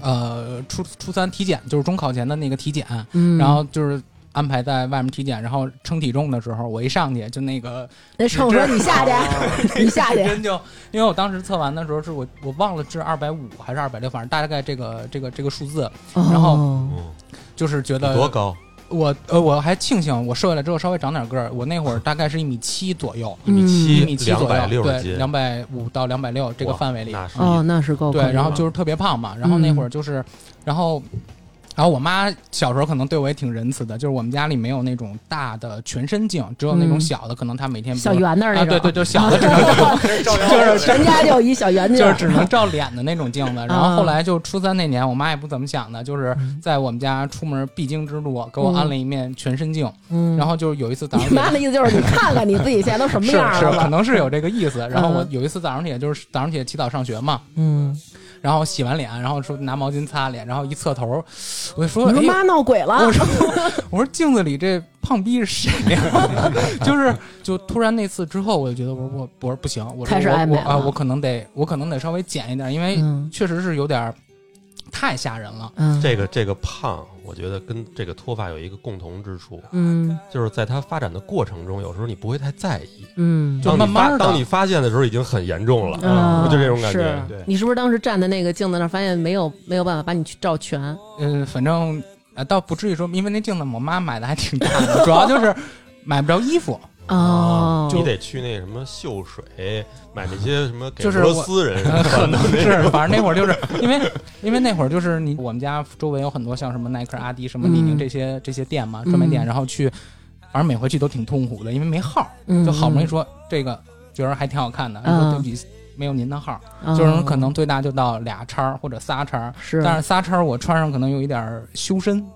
Speaker 3: 呃初初三体检，就是中考前的那个体检，
Speaker 2: 嗯
Speaker 3: 然后就是。安排在外面体检，然后称体重的时候，我一上去就那个
Speaker 2: 那秤说你下 去，你下去，
Speaker 3: 真就因为我当时测完的时候是我我忘了是二百五还是二百六，反正大概这个这个这个数字，然后
Speaker 2: 哦
Speaker 4: 嗯，
Speaker 3: 就是觉
Speaker 4: 你多
Speaker 3: 得
Speaker 4: 高？
Speaker 3: 我呃我还庆幸我瘦下来之后稍微长点个儿，我那会儿大概是一米七左右，
Speaker 4: 一米
Speaker 2: 嗯
Speaker 4: 七，
Speaker 3: 一米七
Speaker 4: 两
Speaker 3: 左
Speaker 4: 百
Speaker 3: 右，
Speaker 4: 六十
Speaker 3: 对，
Speaker 4: 斤，
Speaker 3: 两百五到两百六这个范围里，
Speaker 4: 那是
Speaker 2: 哦，那是够可以
Speaker 3: 对，
Speaker 2: 了
Speaker 3: 然后就是特别胖嘛，然后那会儿就是，然后，然后我妈小时候可能对我也挺仁慈的，就是我们家里没有那种大的全身镜，只有那种
Speaker 2: 嗯
Speaker 3: 小的，可能她每天比如
Speaker 2: 小圆的那
Speaker 3: 啊，
Speaker 2: 种，
Speaker 3: 对对，就小的只能就是
Speaker 2: 全家就一小圆镜，
Speaker 3: 就是只能照脸的那种镜子。 然后
Speaker 2: 啊
Speaker 3: 后来就初三那年，我妈也不怎么想的，就是
Speaker 2: 嗯
Speaker 3: 在我们家出门必经之路，给我安了一面全身镜。
Speaker 2: 嗯，
Speaker 3: 然后就是有一次早上
Speaker 2: 你
Speaker 3: 起来。
Speaker 2: 妈的意思就是你看看你自己现在都什么
Speaker 3: 是
Speaker 2: 样
Speaker 3: 是
Speaker 2: 了，吧
Speaker 3: 可能是有这个意思。然后我
Speaker 2: 嗯
Speaker 3: 有一次早上起来，就是早上起来起早上学嘛，
Speaker 2: 嗯，
Speaker 3: 然后洗完脸，然后说拿毛巾擦脸，然后一侧头，我就说，
Speaker 2: 你说
Speaker 3: 哎，
Speaker 2: 妈闹鬼了
Speaker 3: 我，说，我说镜子里这胖逼是谁呀？ 就是，就突然那次之后，我就觉得，我说我我说不行，我说
Speaker 2: 开始
Speaker 3: 我
Speaker 2: 爱美
Speaker 3: 我啊，
Speaker 2: 了
Speaker 3: 我可能得我可能得稍微减一点，因为
Speaker 2: 嗯
Speaker 3: 确实是有点儿太吓人了。
Speaker 2: 嗯，
Speaker 4: 这个这个胖，我觉得跟这个脱发有一个共同之处，
Speaker 2: 嗯
Speaker 4: 就是在它发展的过程中，有时候你不会太在意，
Speaker 2: 嗯
Speaker 3: 就
Speaker 4: 当你
Speaker 3: 慢
Speaker 4: 发
Speaker 3: 慢地嗯
Speaker 4: 当你发现的时候，已经很严重了。
Speaker 2: 啊
Speaker 4: 我就这种感觉
Speaker 2: 是
Speaker 1: 对
Speaker 2: 你是不是当时站在那个镜子那儿，发现没有没有办法把你去照全？
Speaker 3: 嗯、反正啊，倒不至于说，因为那镜子我妈买的还挺大的，主要就是买不着衣 服。
Speaker 2: 哦，
Speaker 4: 你得去那什么秀水买那些什么给
Speaker 3: 就
Speaker 4: 俄
Speaker 3: 是
Speaker 4: 罗斯 人
Speaker 3: 可
Speaker 4: 穿的
Speaker 3: 能
Speaker 4: 那
Speaker 3: 是，反正那会儿就是因为因为那会儿就是你我们家周围有很多像什么耐克、阿迪、什么李宁
Speaker 2: 嗯
Speaker 3: 这些这些店嘛，专卖店，
Speaker 2: 嗯
Speaker 3: 然后去，反正每回去都挺痛苦的，因为没号儿，
Speaker 2: 嗯
Speaker 3: 就好不容易说这个觉得还挺好看的，
Speaker 2: 嗯
Speaker 3: 说对不起，没有您的号儿，
Speaker 2: 嗯
Speaker 3: 就是可能最大就到俩叉儿或者仨叉儿。
Speaker 2: 是，
Speaker 3: 但是仨叉儿我穿上可能有一点儿修身，
Speaker 2: 嗯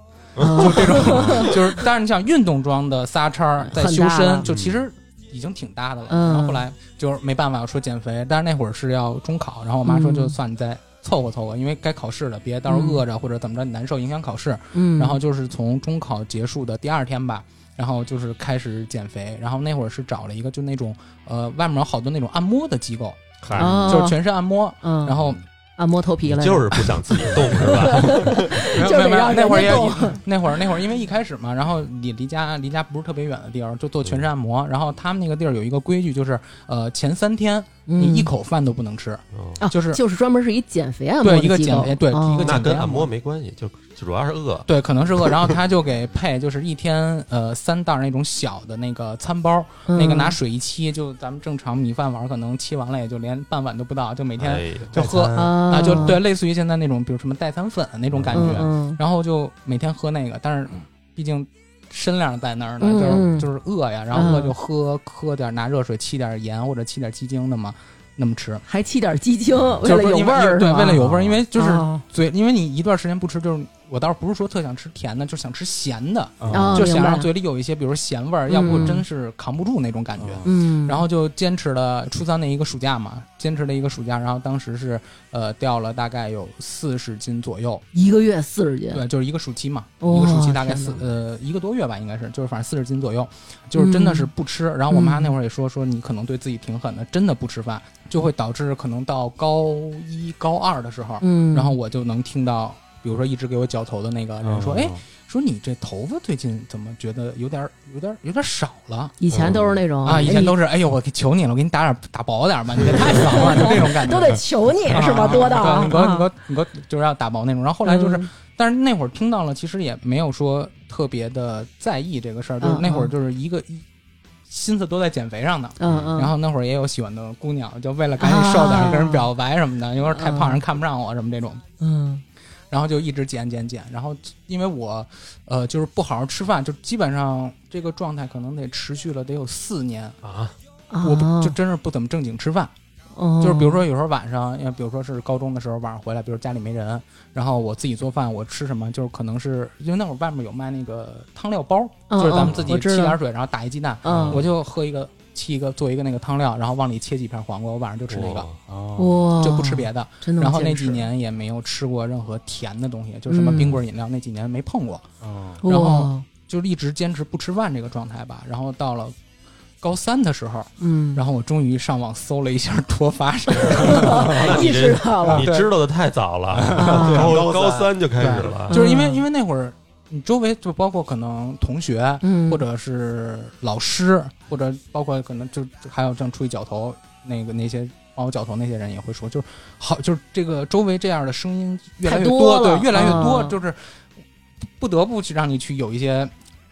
Speaker 3: 这种就是，但是你想运动装的仨叉儿在
Speaker 2: 很
Speaker 3: 修
Speaker 2: 大
Speaker 3: 身
Speaker 2: 了，
Speaker 3: 就其实已经挺大的了。
Speaker 2: 嗯
Speaker 3: 然后后来就是没办法，我说减肥，但是那会儿是要中考，然后我妈说
Speaker 2: 嗯
Speaker 3: 就算你再凑合凑合，因为该考试了，别到时候饿着或者怎么着你难受影响考试。
Speaker 2: 嗯，
Speaker 3: 然后就是从中考结束的第二天吧。然后就是开始减肥，然后那会儿是找了一个就那种呃外面有好多那种按摩的机构，
Speaker 4: 嗨，
Speaker 2: 哦
Speaker 3: 就是全身按摩。
Speaker 2: 嗯，
Speaker 3: 然后
Speaker 2: 按摩头皮了，
Speaker 4: 就是不想自己动是吧？
Speaker 3: 没有
Speaker 2: 就是
Speaker 3: 没有没有
Speaker 2: 让
Speaker 3: 那会儿
Speaker 2: 人家动
Speaker 3: 也那会儿那会儿，因为一开始嘛，然后你离家离家不是特别远的地儿，就做全身按摩。然后他们那个地儿有一个规矩，就是呃前三天你
Speaker 2: 嗯
Speaker 3: 一口饭都不能吃，
Speaker 4: 嗯
Speaker 2: 啊
Speaker 3: 就是
Speaker 2: 就是专门是一减肥按摩
Speaker 3: 对
Speaker 2: 的
Speaker 3: 一个
Speaker 2: 机
Speaker 3: 减
Speaker 2: 构
Speaker 3: 肥，对
Speaker 2: 哦
Speaker 3: 一个
Speaker 4: 那
Speaker 3: 减肥
Speaker 4: 跟按
Speaker 3: 按
Speaker 4: 摩。没关系，就主要是饿。
Speaker 3: 对，可能是饿，然后他就给配就是一天呃三袋儿那种小的那个餐包，那个
Speaker 2: 嗯
Speaker 3: 拿水一沏，就咱们正常米饭碗儿可能沏完了也就连半碗都不到，就每天
Speaker 4: 哎呀，
Speaker 3: 就喝
Speaker 1: 代餐
Speaker 2: 啊
Speaker 3: 啊就对，类似于现在那种比如什么代餐粉那种感觉，
Speaker 2: 嗯
Speaker 3: 然后就每天喝那个，但是毕竟身量在那儿呢，
Speaker 2: 嗯嗯
Speaker 3: 就是就是饿呀，然后饿就喝、喝点拿热水沏点盐或者沏点鸡精的嘛，那么吃，
Speaker 2: 还沏点鸡精，为
Speaker 3: 就
Speaker 2: 了
Speaker 3: 是
Speaker 2: 有
Speaker 3: 因
Speaker 2: 味儿，
Speaker 3: 对，
Speaker 2: 是吧
Speaker 3: 为了有味儿，因为就是
Speaker 2: 哦
Speaker 3: 嘴，因为你一段时间不吃，就是我倒是不是说特想吃甜的，就想吃咸的，
Speaker 2: 哦
Speaker 3: 就想
Speaker 2: 明白
Speaker 3: 让嘴里有一些，比如咸味儿，
Speaker 2: 嗯
Speaker 3: 要不真是扛不住那种感觉。
Speaker 2: 嗯，
Speaker 1: 嗯
Speaker 3: 然后就坚持了初三的一个暑假嘛，坚持了一个暑假，然后当时是呃掉了大概有四十斤左右，
Speaker 2: 一个月四十斤，
Speaker 3: 对，就是一个暑期嘛，
Speaker 2: 哇
Speaker 3: 一个暑期大概
Speaker 2: 天
Speaker 3: 四
Speaker 2: 哪
Speaker 3: 呃一个多月吧，应该是，就是反正四十斤左右，就是真的是不
Speaker 2: 嗯
Speaker 3: 吃。然后我妈那会儿也说说你可能对自己挺狠的，真的不吃饭，就会导致可能到高一高二的时候，
Speaker 2: 嗯，
Speaker 3: 然后我就能听到，比如说一直给我绞头的那个
Speaker 1: 嗯
Speaker 3: 人
Speaker 2: 嗯
Speaker 3: 说，哎、说你这头发最近怎么觉得有点儿有点儿有点儿少了？
Speaker 2: 以前都是那种
Speaker 3: 啊，以前都
Speaker 2: 是
Speaker 3: 是，哎呦，我求你了，我给你打点儿打薄点儿吧，你这太少了，就这种感觉，
Speaker 2: 都 得求你是吧？
Speaker 3: 啊
Speaker 2: 多到
Speaker 3: 对
Speaker 2: 啊嗯
Speaker 3: 你给我你给我你给我就是要打薄那种。然后后来就是，但是那会儿听到了，其实也没有说特别的在意这个事儿，就是
Speaker 2: 嗯
Speaker 3: 那会儿就是一个一心思都在减肥上的。
Speaker 2: 嗯嗯，
Speaker 3: 然后那会儿也有喜欢的姑娘，就为了赶紧瘦点儿，
Speaker 2: 啊
Speaker 3: 跟人表白什么的，因为太
Speaker 2: 嗯
Speaker 3: 胖人看不上我什么这种。
Speaker 2: 嗯
Speaker 3: 然后就一直减减减，然后因为我，呃，就是不好好吃饭，就基本上这个状态可能得持续了得有四年，
Speaker 4: 啊，
Speaker 3: 我不就真是不怎么正经吃饭。
Speaker 2: 哦
Speaker 3: 就是比如说有时候晚上，因为比如说是高中的时候晚上回来，比如家里没人，然后我自己做饭，我吃什么就是可能是因为那会儿外面有卖那个汤料包，
Speaker 2: 嗯
Speaker 3: 就是咱们自
Speaker 2: 嗯
Speaker 3: 己
Speaker 2: 我知
Speaker 3: 沏
Speaker 2: 道
Speaker 3: 点水，然后打一鸡蛋，
Speaker 2: 嗯
Speaker 3: 我就喝一个沏一个做一个那个汤料，然后往里切几片黄瓜，我晚上就吃那个，
Speaker 1: 哦，
Speaker 2: 哇
Speaker 3: 就不吃别的。
Speaker 2: 真的，
Speaker 3: 然后那几年也没有吃过任何甜的东西，就什么
Speaker 2: 嗯
Speaker 3: 冰棍饮料那几年没碰过，
Speaker 1: 嗯
Speaker 2: 哇，
Speaker 3: 然后就一直坚持不吃饭这个状态吧。然后到了高三的时候，
Speaker 2: 嗯，
Speaker 3: 然后我终于上网搜了一下 脱发什么的。
Speaker 4: 那
Speaker 2: 意
Speaker 4: 你
Speaker 2: 识
Speaker 4: 这
Speaker 3: 啊
Speaker 2: 到了
Speaker 4: 你知道的太早了，
Speaker 2: 啊
Speaker 4: 高
Speaker 1: 高三
Speaker 4: 三就开始了
Speaker 3: 就是因为
Speaker 2: 嗯
Speaker 3: 因为那会儿你周围就包括可能同学，
Speaker 2: 嗯，
Speaker 3: 或者是老师，或者包括可能就就还有正出去绞头那个那些帮我绞头那些人也会说，就是好，就是这个周围这样的声音越来越
Speaker 2: 太多了
Speaker 3: 对，越来越多，
Speaker 2: 嗯
Speaker 3: 就是不得不去让你去有一些，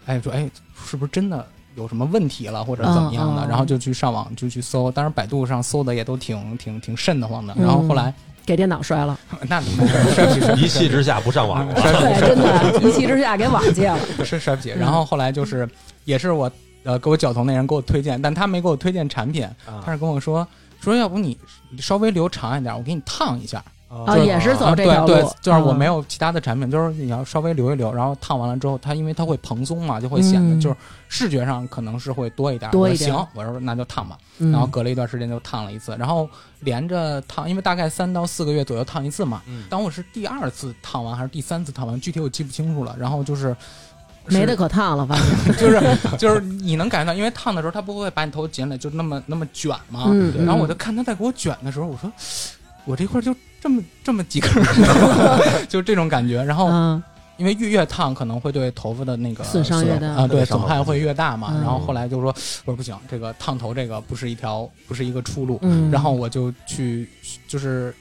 Speaker 3: 哎，说哎，是不是真的？有什么问题了，或者怎么样的，
Speaker 2: 嗯嗯
Speaker 3: 然后就去上网就去搜，当然百度上搜的也都挺挺挺瘆得慌的。然后后来，
Speaker 2: 给电脑摔 了，
Speaker 3: 那没有摔不起，摔不
Speaker 4: 一
Speaker 3: 起
Speaker 4: 气之下不 上网了。
Speaker 3: 摔不起
Speaker 2: 对，
Speaker 3: 摔
Speaker 2: 真
Speaker 3: 不起
Speaker 2: 的，一气之下给网戒了。
Speaker 3: 是摔不起。
Speaker 2: 嗯
Speaker 3: 然后后来就是，也是我呃给我绞头那人给我推荐，但他没给我推荐产品，
Speaker 1: 啊
Speaker 3: 他是跟我说说要不你稍微留长一点，我给你烫一下。
Speaker 2: 啊，
Speaker 1: 就是
Speaker 2: 也是走
Speaker 3: 啊
Speaker 2: 这条路，
Speaker 3: 对对，就是我
Speaker 2: 嗯
Speaker 3: 没有其他的产品，就是你要稍微留一留，然后烫完了之后，它因为它会蓬松嘛，就会显得
Speaker 2: 嗯
Speaker 3: 就是视觉上可能是会多一点。
Speaker 2: 多一
Speaker 3: 我说
Speaker 2: 点
Speaker 3: 行，我说那就烫吧。
Speaker 2: 嗯
Speaker 3: 然后隔了一段时间就烫了一次，然后连着烫，因为大概三到四个月左右烫一次嘛。
Speaker 4: 嗯
Speaker 3: 当我是第二次烫完还是第三次烫完，具体我记不清楚了。然后就是
Speaker 2: 没
Speaker 3: 是
Speaker 2: 得可烫了，反正，
Speaker 3: 就是就是你能感觉到，因为烫的时候它不会把你头剪了，就那么那么卷嘛。
Speaker 2: 嗯，嗯
Speaker 3: 啊然后我就看他在给我卷的时候，我说我这块就这么这么几根儿， 就这种感觉。然后
Speaker 2: 嗯，
Speaker 3: 因为越越烫可能会对头发的那个
Speaker 2: 损伤越大
Speaker 3: 啊，对
Speaker 1: 对伤
Speaker 3: 损
Speaker 1: 害
Speaker 3: 害会越大嘛。
Speaker 2: 嗯
Speaker 3: 然后后来就说我说不行，这个烫头这个不是一条不是一个出路。
Speaker 2: 嗯，
Speaker 3: 然后我就去就是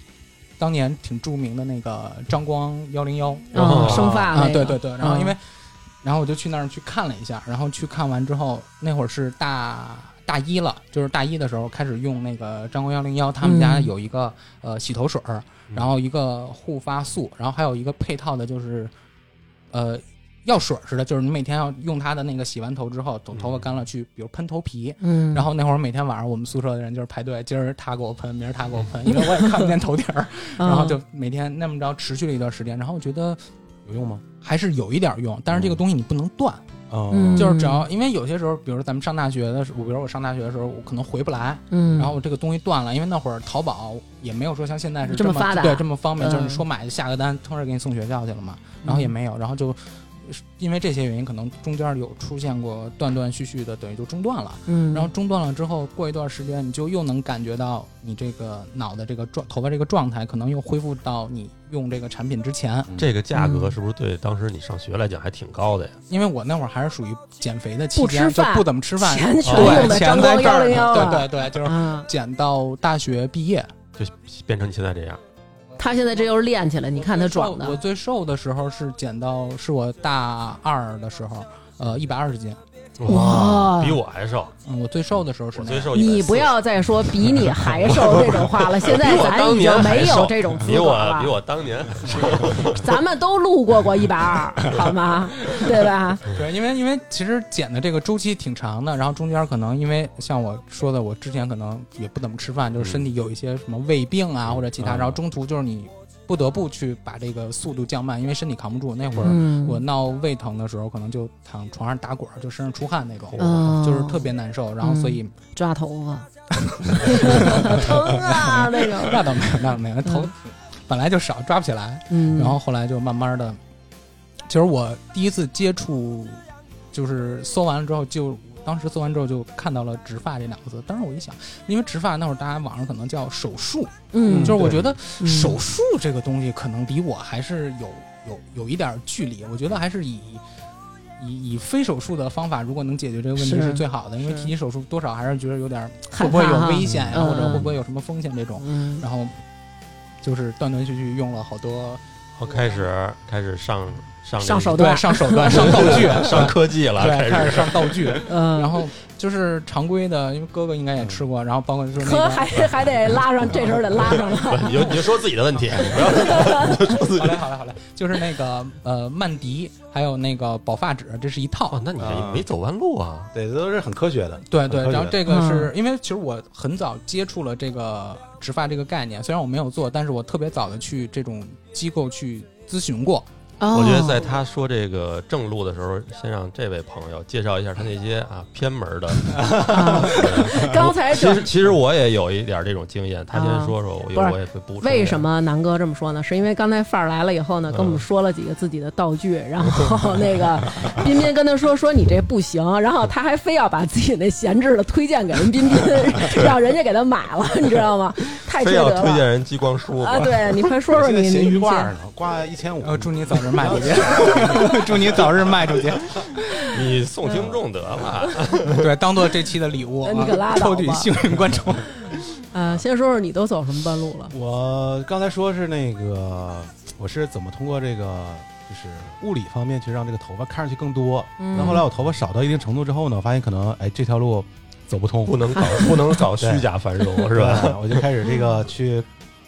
Speaker 3: 当年挺著名的那个张光幺零幺，
Speaker 2: 嗯
Speaker 4: 哦
Speaker 2: 生发
Speaker 3: 啊，
Speaker 2: 那
Speaker 3: 对
Speaker 2: 个
Speaker 3: 对对，然后因为，
Speaker 2: 嗯
Speaker 3: 然后我就去那儿去看了一下，然后去看完之后，那会儿是大大一了，就是大一的时候开始用那个张光幺零幺，他们家
Speaker 2: 嗯
Speaker 3: 有一个、呃洗头水儿，
Speaker 4: 嗯
Speaker 3: 然后一个护发素，然后还有一个配套的就是呃药水儿似的，就是你每天要用它的那个洗完头之后，头头发干了去，比如喷头皮。
Speaker 2: 嗯，
Speaker 3: 然后那会儿每天晚上我们宿舍的人就是排队，今儿他给我喷，明儿他给我 喷，因为我也看不见头顶儿，
Speaker 2: 嗯
Speaker 3: 然后就每天那么着持续了一段时间，然后我觉得
Speaker 1: 有用吗？
Speaker 3: 还是有一点用，但是这个东西你不能断，
Speaker 1: 哦
Speaker 2: 嗯，
Speaker 3: 就是只要因为有些时候，比如咱们上大学的时候，比如我上大学的时候，我可能回不来，
Speaker 2: 嗯，
Speaker 3: 然后这个东西断了，因为那会儿淘宝也没有说像现在是
Speaker 2: 这
Speaker 3: 么
Speaker 2: 么发达
Speaker 3: 对，这么方便，
Speaker 2: 嗯
Speaker 3: 就是你说买就下个单，腾着给你送学校去了嘛，然后也没有，然后就。
Speaker 2: 嗯
Speaker 3: 因为这些原因，可能中间有出现过断断续续的，等于就中断了。
Speaker 2: 嗯，
Speaker 3: 然后中断了之后，过一段时间，你就又能感觉到你这个脑的这个状头发这个状态，可能又恢复到你用这个产品之前。
Speaker 4: 这个价格是不是对当时你上学来讲还挺高的呀？
Speaker 3: 因为我那会儿还是属于减肥的期
Speaker 2: 不
Speaker 3: 间，
Speaker 2: 吃
Speaker 3: 就
Speaker 2: 饭
Speaker 3: 不怎么吃饭，哦
Speaker 2: 钱全
Speaker 4: 对
Speaker 2: 用的
Speaker 3: 钱
Speaker 2: 张
Speaker 3: 在
Speaker 2: 光
Speaker 3: 这
Speaker 2: 幺
Speaker 3: 儿
Speaker 2: 零幺
Speaker 3: 呢，
Speaker 2: 了，
Speaker 3: 对对对，就是
Speaker 2: 啊，
Speaker 3: 减到大学毕业。
Speaker 4: 就变成你现在这样，
Speaker 2: 他现在这又是练起来，你看他壮
Speaker 3: 我
Speaker 2: 的，
Speaker 3: 最瘦的时候是减到是我大二的时候，呃，一百二十斤。
Speaker 2: 哇
Speaker 4: 比我还瘦，
Speaker 3: 嗯，我最瘦的时候是
Speaker 4: 我
Speaker 3: 那
Speaker 4: 最
Speaker 3: 样。
Speaker 4: 瘦140。
Speaker 2: 啊你不要再说比你还瘦这种 话了，现在
Speaker 4: 比我
Speaker 2: 咱
Speaker 4: 当
Speaker 2: 已经
Speaker 4: 年还
Speaker 2: 没有
Speaker 4: 瘦，
Speaker 2: 这种资
Speaker 4: 比
Speaker 2: 格
Speaker 4: 我比
Speaker 2: 了，
Speaker 4: 我当年
Speaker 2: 咱们都路过过一百二，好 吗？对吧？
Speaker 3: 对，因为因为其实减的这个周期挺长的，然后中间可能因为像我说的，我之前可能也不怎么吃饭，就是身体有一些什么胃病啊或者其他，
Speaker 4: 嗯
Speaker 3: 然后中途就是你不得不去把这个速度降慢，因为身体扛不住。那会儿
Speaker 2: 嗯，
Speaker 3: 我闹胃疼的时候，可能就躺床上打滚儿，就身上出汗那种，
Speaker 2: 嗯
Speaker 3: 就是特别难受。然后所以
Speaker 2: 抓头 发，疼啊那种，
Speaker 3: 那倒没有，那倒没有，头
Speaker 2: 嗯
Speaker 3: 本来就少，抓不起来。
Speaker 2: 嗯，
Speaker 3: 然后后来就慢慢的，其实我第一次接触，就是搜完了之后就。当时搜完之后就看到了“植发”这两个字，当时我一想，因为植发那会儿大家网上可能叫手术，
Speaker 2: 嗯，
Speaker 3: 就是我觉得
Speaker 2: 嗯
Speaker 3: 手术这个东西可能离我还是有有有一点距离，我觉得还是以以以非手术的方法，如果能解决这个问题
Speaker 2: 是
Speaker 3: 是最好的，因为
Speaker 2: 是
Speaker 3: 提起手术多少还是觉得有点儿
Speaker 2: 害怕
Speaker 3: 会不会有
Speaker 2: 哈
Speaker 3: 危险呀、
Speaker 2: 嗯
Speaker 3: 或者
Speaker 2: 嗯
Speaker 3: 会不会有什么风险这种，
Speaker 2: 嗯
Speaker 3: 然后就是断断续续用了好多
Speaker 4: 我开始开始上上
Speaker 2: 上手
Speaker 4: 手
Speaker 2: 段
Speaker 3: 对上手段上道具
Speaker 4: 上科技了，
Speaker 3: 对开
Speaker 4: 开
Speaker 3: 始
Speaker 4: 始
Speaker 3: 上道 具，
Speaker 2: 嗯，
Speaker 3: 然后就是常规的，因为哥哥应该也吃过，然后包括就是
Speaker 2: 可
Speaker 3: 那
Speaker 2: 还
Speaker 3: 个。
Speaker 2: 还得拉上，这时候得拉上 了。
Speaker 4: 你就你就说自己的问 题，不要
Speaker 3: 好嘞，好嘞，好嘞，就是那个呃，曼迪，还有那个保发纸，这是一套
Speaker 4: 哦，。那你
Speaker 2: 嗯
Speaker 4: 这没走弯路啊？
Speaker 1: 对，都是很科学的。
Speaker 3: 对
Speaker 1: 很
Speaker 3: 对，
Speaker 1: 科学
Speaker 3: 然后这
Speaker 2: 嗯
Speaker 3: 个是因为其实我很早接触了这个植发这个概念，虽然我没有做，但是我特别早的去这种机构去咨询过。
Speaker 4: 我
Speaker 2: 我
Speaker 4: 觉得在他说这个正路的时候，先让这位朋友介绍一下他那些啊偏门 的。
Speaker 2: 哦 刚才
Speaker 4: 其
Speaker 2: 就
Speaker 4: 实其实我也有一点这种经验，他先
Speaker 2: 啊
Speaker 4: 说说，我
Speaker 2: 不是
Speaker 4: 我也会补充。
Speaker 2: 为什？么南哥这么说呢？是因为刚才范儿来了以后呢，
Speaker 4: 嗯
Speaker 2: 跟我们说了几个自己的道具，然 后那个彬彬跟他说说你这不行，然后他还 非要把自己那闲置的推荐给人彬彬，让人家给他买了，你知道吗？太缺
Speaker 4: 非
Speaker 2: 德
Speaker 4: 要
Speaker 2: 了
Speaker 4: 推荐人激光梳
Speaker 2: 啊！
Speaker 4: 吧？
Speaker 2: 对你快说说
Speaker 1: 现在
Speaker 2: 你
Speaker 1: 闲
Speaker 2: 你
Speaker 1: 鱼
Speaker 2: 你
Speaker 1: 挂着
Speaker 2: 先
Speaker 1: 呢，挂一千五。
Speaker 3: 呃，祝你早日卖出 去，祝你早日卖出 去。
Speaker 4: 你送听众得了，
Speaker 3: 对，当做这期的礼物啊，
Speaker 2: 哎你可拉倒吧
Speaker 3: 抽取幸运观众。
Speaker 2: 呃，先说说你都走什么弯路了？
Speaker 1: 我刚才说是那个，我是怎么通过这个就是物理方面去让这个头发看上去更多。
Speaker 2: 嗯
Speaker 1: 那、后来我头发少到一定程度之后呢，我发现可能哎这条路走不通，
Speaker 4: 不能搞不能搞虚假繁荣是吧？
Speaker 1: 对？我就开始这个去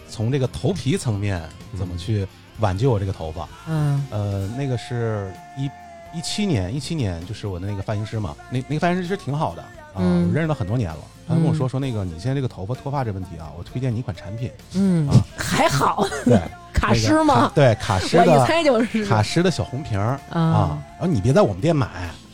Speaker 1: 从这个头皮层面怎么去挽救我这个头发。
Speaker 2: 嗯
Speaker 1: 呃，那个是一一七年，一七年就是我的那个发型师嘛，那那个发型师其实挺好的啊，
Speaker 2: 嗯
Speaker 1: 我认识了很多年了。他跟我说
Speaker 2: 嗯
Speaker 1: 说那个你现在这个头发脱发这问题啊，我推荐你一款产品，
Speaker 2: 嗯
Speaker 1: 啊，
Speaker 2: 还好
Speaker 1: 对，
Speaker 2: 卡诗
Speaker 1: 那个
Speaker 2: 吗
Speaker 1: 卡？对，卡诗
Speaker 2: 我一
Speaker 1: 的
Speaker 2: 猜就是
Speaker 1: 卡诗的小红瓶儿啊
Speaker 2: 啊，，
Speaker 1: 然后你别在我们店买，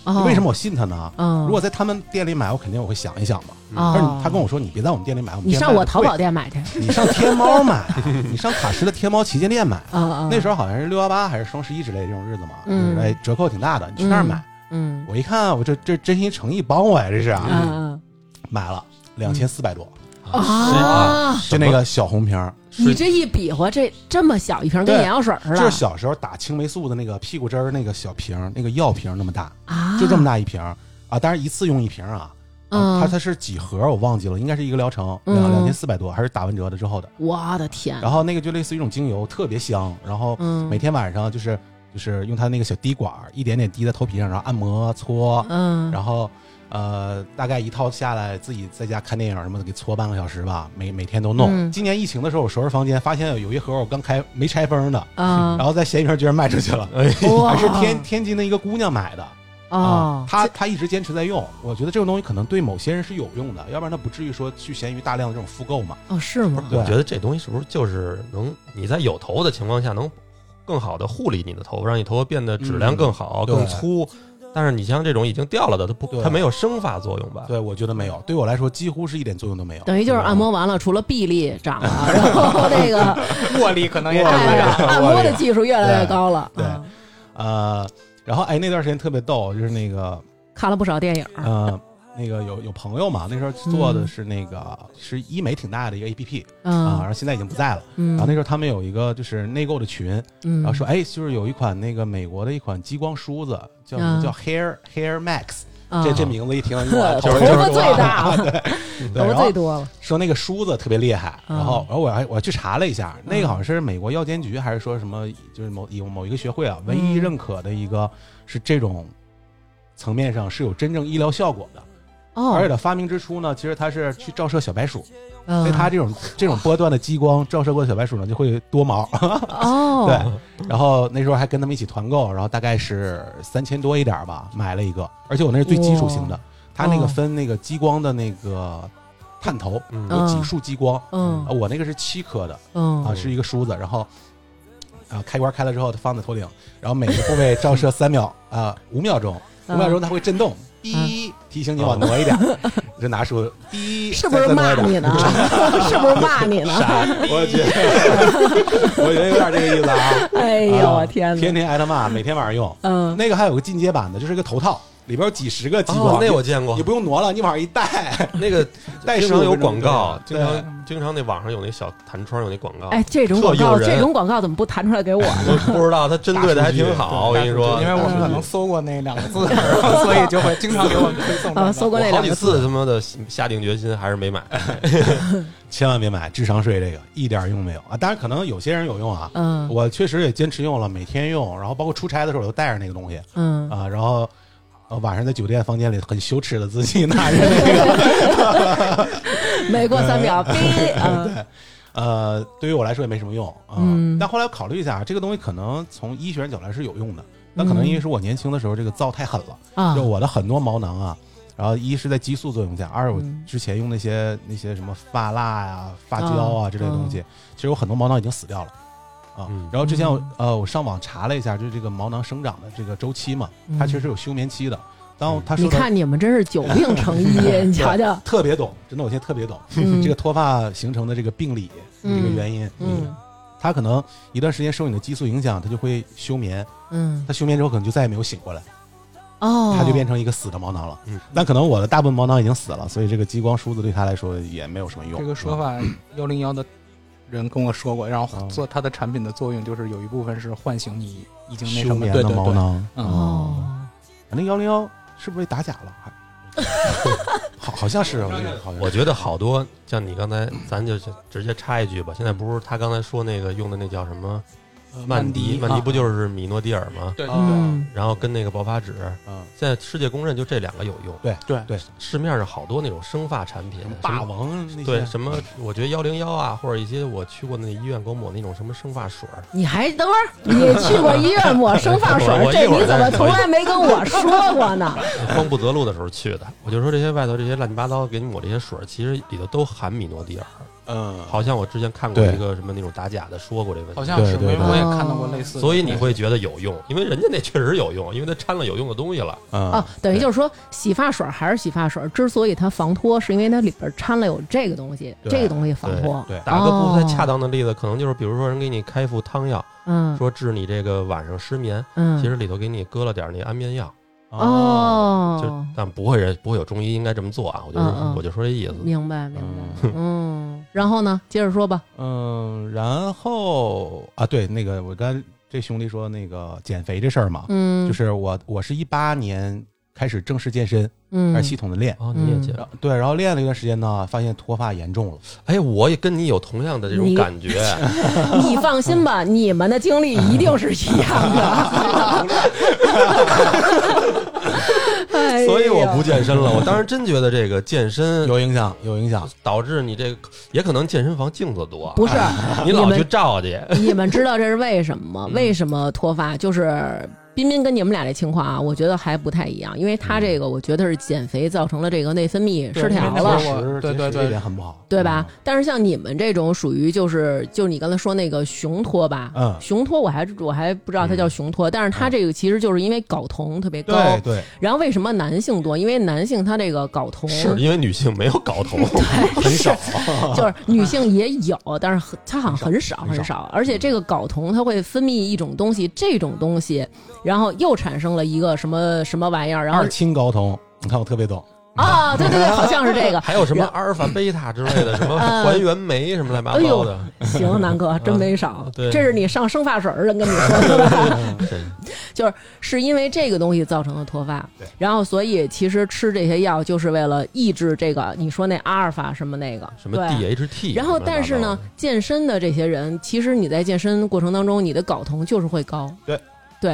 Speaker 2: 哦
Speaker 1: 为什么？我信他呢？
Speaker 2: 嗯，
Speaker 1: 如果在他们店里买，我肯定我会想一想嘛。
Speaker 2: 哦
Speaker 1: 但是你他跟我说，你别在我们店里买，我们
Speaker 2: 你
Speaker 1: 店
Speaker 2: 上
Speaker 1: 卖
Speaker 2: 我
Speaker 1: 的
Speaker 2: 淘
Speaker 1: 贵
Speaker 2: 宝，店买去
Speaker 1: 你上天 猫买，你上卡诗的天猫旗舰店买。
Speaker 2: 啊啊！
Speaker 1: 那时候好像是六幺八还是双十一之类的这种日子嘛，
Speaker 2: 嗯
Speaker 1: 哎，折扣挺大的，你去那儿买。
Speaker 2: 嗯
Speaker 1: 我一看，我这这真心诚意帮我呀，这是啊，
Speaker 2: 嗯
Speaker 1: 买了两千四百多，
Speaker 2: 啊啊！
Speaker 1: 就那个小红瓶儿，
Speaker 2: 你这一比划，这这么小一瓶，跟
Speaker 1: 对
Speaker 2: 眼药水似的，
Speaker 1: 就是小时候打青霉素的那个屁股汁儿那个小瓶儿，那个药瓶儿那么大，
Speaker 2: 啊，
Speaker 1: 就这么大一瓶儿啊，当然一次用一瓶儿啊。啊
Speaker 2: 嗯
Speaker 1: 它它是几盒我忘记了，应该是一个疗程，
Speaker 2: 嗯
Speaker 1: 两两千四百多，还是打完折的之后的。
Speaker 2: 我的天！
Speaker 1: 然后那个就类似于一种精油，特别香。然后
Speaker 2: 嗯
Speaker 1: 每天晚上就是就是用它那个小滴管儿一点点滴在头皮上，然后按摩搓，
Speaker 2: 嗯，
Speaker 1: 然后呃，大概一套下来，自己在家看电影什么的，给搓半个小时吧，每每天都弄。
Speaker 2: 嗯
Speaker 1: 今年疫情的时候，我收拾房间，发现有有一盒我刚开没拆封的，
Speaker 2: 啊
Speaker 1: 然后在闲鱼上居然卖出去了，
Speaker 2: 哇
Speaker 1: 还是天天津的一个姑娘买的。
Speaker 2: 哦
Speaker 1: 啊，，她她一直坚持在用，我觉得这种东西可能对某些人是有用的，要不然她不至于说去闲鱼大量的这种复购嘛。
Speaker 2: 哦是吗？
Speaker 1: 对
Speaker 4: 我觉得这东西是不是就是能你在有头发的情况下能更好的护理你的头发，让你头发变得质量更好、
Speaker 1: 嗯对
Speaker 4: 更粗？但是你像这种已经掉了的，它不
Speaker 1: 对
Speaker 4: 它没有生发作用吧？
Speaker 1: 对，我觉得没有，对我来说几乎是一点作用都没有。
Speaker 2: 啊
Speaker 1: 嗯
Speaker 2: 等于就是按摩完了，除了臂力长了， 然后那个
Speaker 3: 握力可能也
Speaker 1: 握力
Speaker 2: 哎
Speaker 3: 啊
Speaker 2: 按摩的技术越来越
Speaker 1: 对
Speaker 2: 高了，
Speaker 1: 对
Speaker 2: 啊
Speaker 1: 呃，然后哎，那段时间特别逗，就是那个
Speaker 2: 看了不少电影儿，
Speaker 1: 呃，那个有有朋友嘛，那时候
Speaker 2: 嗯
Speaker 1: 做的是那个、是医美挺大的一个 APP 啊，然
Speaker 2: 嗯
Speaker 1: 后现在已经不在了。
Speaker 2: 嗯，
Speaker 1: 然后那时候他们有一个就是内购的群，
Speaker 2: 嗯，
Speaker 1: 然后说哎，就是有一款那个美国的一款激光梳子，叫、
Speaker 2: 嗯
Speaker 1: 叫 Hair Hair Max，、
Speaker 2: 啊
Speaker 1: 这 这名字一听
Speaker 2: 头
Speaker 1: 哇头
Speaker 4: 是
Speaker 1: 就
Speaker 4: 头
Speaker 2: 发
Speaker 1: 是啊
Speaker 2: 最大，
Speaker 1: 对，
Speaker 2: 头
Speaker 1: 然
Speaker 2: 发最
Speaker 1: 后
Speaker 2: 多了，
Speaker 1: 说那个梳子特别厉害，
Speaker 2: 嗯
Speaker 1: 然后然后我还我还去查了一下，那个好像是美国药监局还是说什么就是某有某一个学会啊，唯一
Speaker 2: 嗯
Speaker 1: 认可的一个是这种层面上是有真正医疗效果的。而且
Speaker 2: 哦，
Speaker 1: 它发明之初呢，其实它是去照射小白鼠，所
Speaker 2: 所
Speaker 1: 以它这种这种波段的激光照射过的小白鼠呢，就会多毛。
Speaker 2: 哦，
Speaker 1: 对，然后那时候还跟他们一起团购，然后大概是三千多一点儿吧，买了一个，而且我那是最基础型的
Speaker 2: 哇，
Speaker 1: 它那
Speaker 2: 哦
Speaker 1: 个分那个激光的那个探头
Speaker 4: 嗯
Speaker 1: 有几束激光，啊
Speaker 2: 嗯
Speaker 1: 我那个是七颗的
Speaker 2: 嗯
Speaker 1: 啊，是一个梳子，然后。啊，开关开了之后，它放在头顶，然后每个部位照射三秒啊，五秒钟，五秒
Speaker 2: 嗯
Speaker 1: 钟它会震动，滴，提醒你往挪一点， 就拿梳，滴，
Speaker 2: 哦是不是骂你 呢？是不是骂你呢？
Speaker 1: 傻，我觉得，我觉得有点这个意思啊。
Speaker 2: 哎
Speaker 1: 哎
Speaker 2: 呦，我天
Speaker 1: 天
Speaker 2: 哪！
Speaker 1: 天挨他骂，每天晚上用。
Speaker 2: 嗯，
Speaker 1: 那个还有个进阶版的，就是一个头套，里边有几十个激
Speaker 4: 哦
Speaker 1: 光，，
Speaker 4: 那我见过
Speaker 1: 你，不用挪了，你往上一 戴，
Speaker 4: 那个
Speaker 1: 戴
Speaker 4: 经
Speaker 1: 上
Speaker 4: 常有广告，经
Speaker 1: 对
Speaker 4: 常经常那网上有那小弹窗有那广告，
Speaker 2: 哎，这种广
Speaker 4: 特
Speaker 2: 告，
Speaker 4: 诱人
Speaker 2: 这种广告怎么不弹出来给我啊 呢？
Speaker 4: 我不知道它针对的还挺好，我
Speaker 1: 大
Speaker 4: 跟你说，
Speaker 3: 因为我们可能搜过那两个 字，然后所以就会经常给我们推送这个。
Speaker 2: 啊，搜过那
Speaker 4: 我好
Speaker 2: 两
Speaker 4: 几
Speaker 2: 个字，
Speaker 4: 次他妈的下定决心还是没 买，
Speaker 1: 千万别买智商税这个，一点用没有啊！当然，可能有些人有用啊。
Speaker 2: 嗯
Speaker 1: 我确实也坚持用了，每天用，然后包括出差的时候我都带着那个东西
Speaker 2: 嗯，
Speaker 1: 啊，然后。呃晚上在酒店房间里很羞耻的自己 拿着那个，
Speaker 2: 没过三 秒，哔，嗯
Speaker 1: 呃，对于我来说也没什么用啊。
Speaker 2: 嗯
Speaker 1: 但后来考虑一下，这个东西可能从医学角度来是有用的，那可
Speaker 2: 嗯
Speaker 1: 能因为是我年轻的时候这个造太狠了，
Speaker 2: 啊
Speaker 1: 就，我的很多毛囊啊，然后一是在激素作用下，二我
Speaker 2: 嗯
Speaker 1: 之前用那些那些什么发蜡呀、发胶啊
Speaker 2: 哦
Speaker 1: 之类的东西，其实有很多毛囊已经死掉了啊
Speaker 4: 嗯。
Speaker 1: 然后之前我呃我上网查了一下，就是这个毛囊生长的这个周期嘛，它
Speaker 2: 嗯
Speaker 1: 其实是有休眠期的。当它
Speaker 2: 你
Speaker 1: 说到
Speaker 2: 看你们真是久病成 医，你瞧瞧，
Speaker 1: 特别懂，真的我现在特别懂
Speaker 2: 嗯
Speaker 1: 这个脱发形成的这个病理这
Speaker 2: 嗯
Speaker 1: 个原因，
Speaker 2: 嗯
Speaker 1: 它可能一段时间受你的激素影响，它就会休眠，
Speaker 2: 嗯
Speaker 1: 它休眠之后可能就再也没有醒过来。
Speaker 2: 哦，
Speaker 1: 它就变成一个死的毛囊了。
Speaker 4: 嗯，
Speaker 1: 但可能我的大部分毛囊已经死了，所以这个激光梳子对他来说也没有什么用。嗯
Speaker 3: 这个说法，幺零幺的人跟我说过，然后
Speaker 1: 哦
Speaker 3: 做它的产品的作用就是有一部分是唤醒你已经
Speaker 1: 嗯
Speaker 3: 那
Speaker 1: 休
Speaker 3: 什么，
Speaker 1: 眠
Speaker 3: 对
Speaker 1: 的
Speaker 3: 对
Speaker 1: 毛
Speaker 3: 对，
Speaker 1: 囊。
Speaker 3: 嗯
Speaker 1: 哦，
Speaker 2: 哦，
Speaker 1: 那幺零幺是不是被打假了？还 好，好像是，我觉得好像是
Speaker 4: 我觉得好多像你刚才，咱就直接插一句吧。现在不是他刚才说那个用的那叫什么
Speaker 3: 呃
Speaker 4: 曼迪，曼迪不
Speaker 3: 是
Speaker 4: 就是米诺地尔吗？
Speaker 3: 对对对
Speaker 2: 嗯，
Speaker 4: 然后跟那个爆发脂，
Speaker 1: 嗯，
Speaker 4: 现在世界公认就这两个有用。
Speaker 3: 对
Speaker 1: 对
Speaker 4: 市面上好多那种生发产品，
Speaker 1: 霸王那些
Speaker 4: 对什么，我觉得幺零幺啊，或者一些我去过那医院给我抹那种什么生发水儿，
Speaker 2: 你还等会儿， 你去过医院抹生发水
Speaker 4: 我，我
Speaker 2: 这
Speaker 4: 一会儿
Speaker 2: 你怎么
Speaker 4: 再
Speaker 2: 从来没跟 我说过呢？
Speaker 4: 慌不择路的时候去的。我就说这些外头这些乱七八糟给你抹这些水儿，其实里头都含米诺地尔。
Speaker 1: 嗯，
Speaker 4: 好像我之前看过
Speaker 1: 对
Speaker 4: 一个什么那种打假的说过这个问题，
Speaker 3: 好像是，
Speaker 1: 对对
Speaker 3: 因为
Speaker 1: 对
Speaker 3: 我也看到过类似的，
Speaker 4: 所以你会觉得有用，因为人家那确实有用，因为它掺了有用的东西了。
Speaker 1: 嗯
Speaker 2: 哦，等于就是说，洗发水还是洗发水，之所以它防脱，是因为它里边掺了有这个东西，
Speaker 1: 对
Speaker 2: 这个东西防脱。哦
Speaker 1: 对对
Speaker 4: 打个不太恰当的例子，可能就是比如说人给你开副汤药，
Speaker 2: 嗯
Speaker 4: 说治你这个晚上失眠，
Speaker 2: 嗯，
Speaker 4: 其实里头给你搁了点那安眠药，就
Speaker 2: 哦，
Speaker 4: 但不会人不会有中医应该这么做啊，我就说
Speaker 2: 嗯嗯
Speaker 4: 我就说这意思。
Speaker 2: 明白明白，嗯，然后呢，接着说吧，
Speaker 1: 嗯，然后啊，对，那个我刚这兄弟说那个减肥这事儿嘛，
Speaker 2: 嗯，
Speaker 1: 就是我我是一八年开始正式健身，
Speaker 2: 嗯
Speaker 1: 开始系统的练，
Speaker 4: 哦，你也
Speaker 2: 嗯
Speaker 4: 解
Speaker 1: 然后对，然后练了一段时间呢，发现脱发严重了，
Speaker 4: 哎，我也跟你有同样的这种
Speaker 2: 你
Speaker 4: 感觉，
Speaker 2: 你放心吧，你们的经历一定是一样的。 哎呦
Speaker 4: 所以我不健身
Speaker 2: 哎
Speaker 4: 了。我当时真觉得这个健
Speaker 2: 嗯
Speaker 4: 身
Speaker 1: 有影响，有影响。
Speaker 4: 导致你这个，也可能健身房镜子多，
Speaker 2: 不是
Speaker 4: 你老去
Speaker 2: 们
Speaker 4: 照去。
Speaker 2: 你们知道这是为什么吗？为什么脱发？就是彬彬跟你们俩这情况啊，我觉得还不太一样，因为他这个我觉得是减肥造成了这个嗯内分泌失调
Speaker 3: 对因为那会
Speaker 2: 了
Speaker 3: 儿。
Speaker 1: 节食
Speaker 3: 我对
Speaker 1: 节食
Speaker 3: 对对
Speaker 1: 这点很不好，嗯
Speaker 2: 对吧？但是像你们这种属于就是就是你刚才说那个雄脱吧，
Speaker 1: 嗯
Speaker 2: 雄脱我还我还不知道它叫雄脱，但是它这个其实就是因为睾酮特别
Speaker 1: 嗯？
Speaker 2: 高，
Speaker 1: 对对，
Speaker 2: 然后为什么男性多？因为男性他这个睾酮
Speaker 4: 是因为女性没有睾酮，
Speaker 1: 很少，
Speaker 2: 就是女性也有，但是很它好像很少
Speaker 1: 很少嗯
Speaker 2: 很少，而且这个睾酮它会分泌一种东西，这种东西，然后又产生了一个什么什么玩意儿，然后
Speaker 1: 二氢睾酮，你看我特别懂，
Speaker 2: 啊， 对对对，好像是 这个。
Speaker 4: 还有什么阿尔法、贝塔之类的，什么
Speaker 2: 嗯哎
Speaker 4: 还原酶什么乱七八糟的。
Speaker 2: 行，南哥真没少
Speaker 1: 嗯
Speaker 4: 啊，对
Speaker 2: 这是你上生发水儿人跟你说的吧？
Speaker 4: 这
Speaker 2: 是因为这个东西造成的脱发
Speaker 1: 对，
Speaker 2: 然后所以其实吃这些药就是为了抑制这个你说那阿尔法什么那个
Speaker 4: 什么
Speaker 2: 对
Speaker 4: DHT，
Speaker 2: 然后，但是呢，健身的这些人，其实你在健身过程当中，你的睾酮就是会高。
Speaker 1: 对。
Speaker 2: 对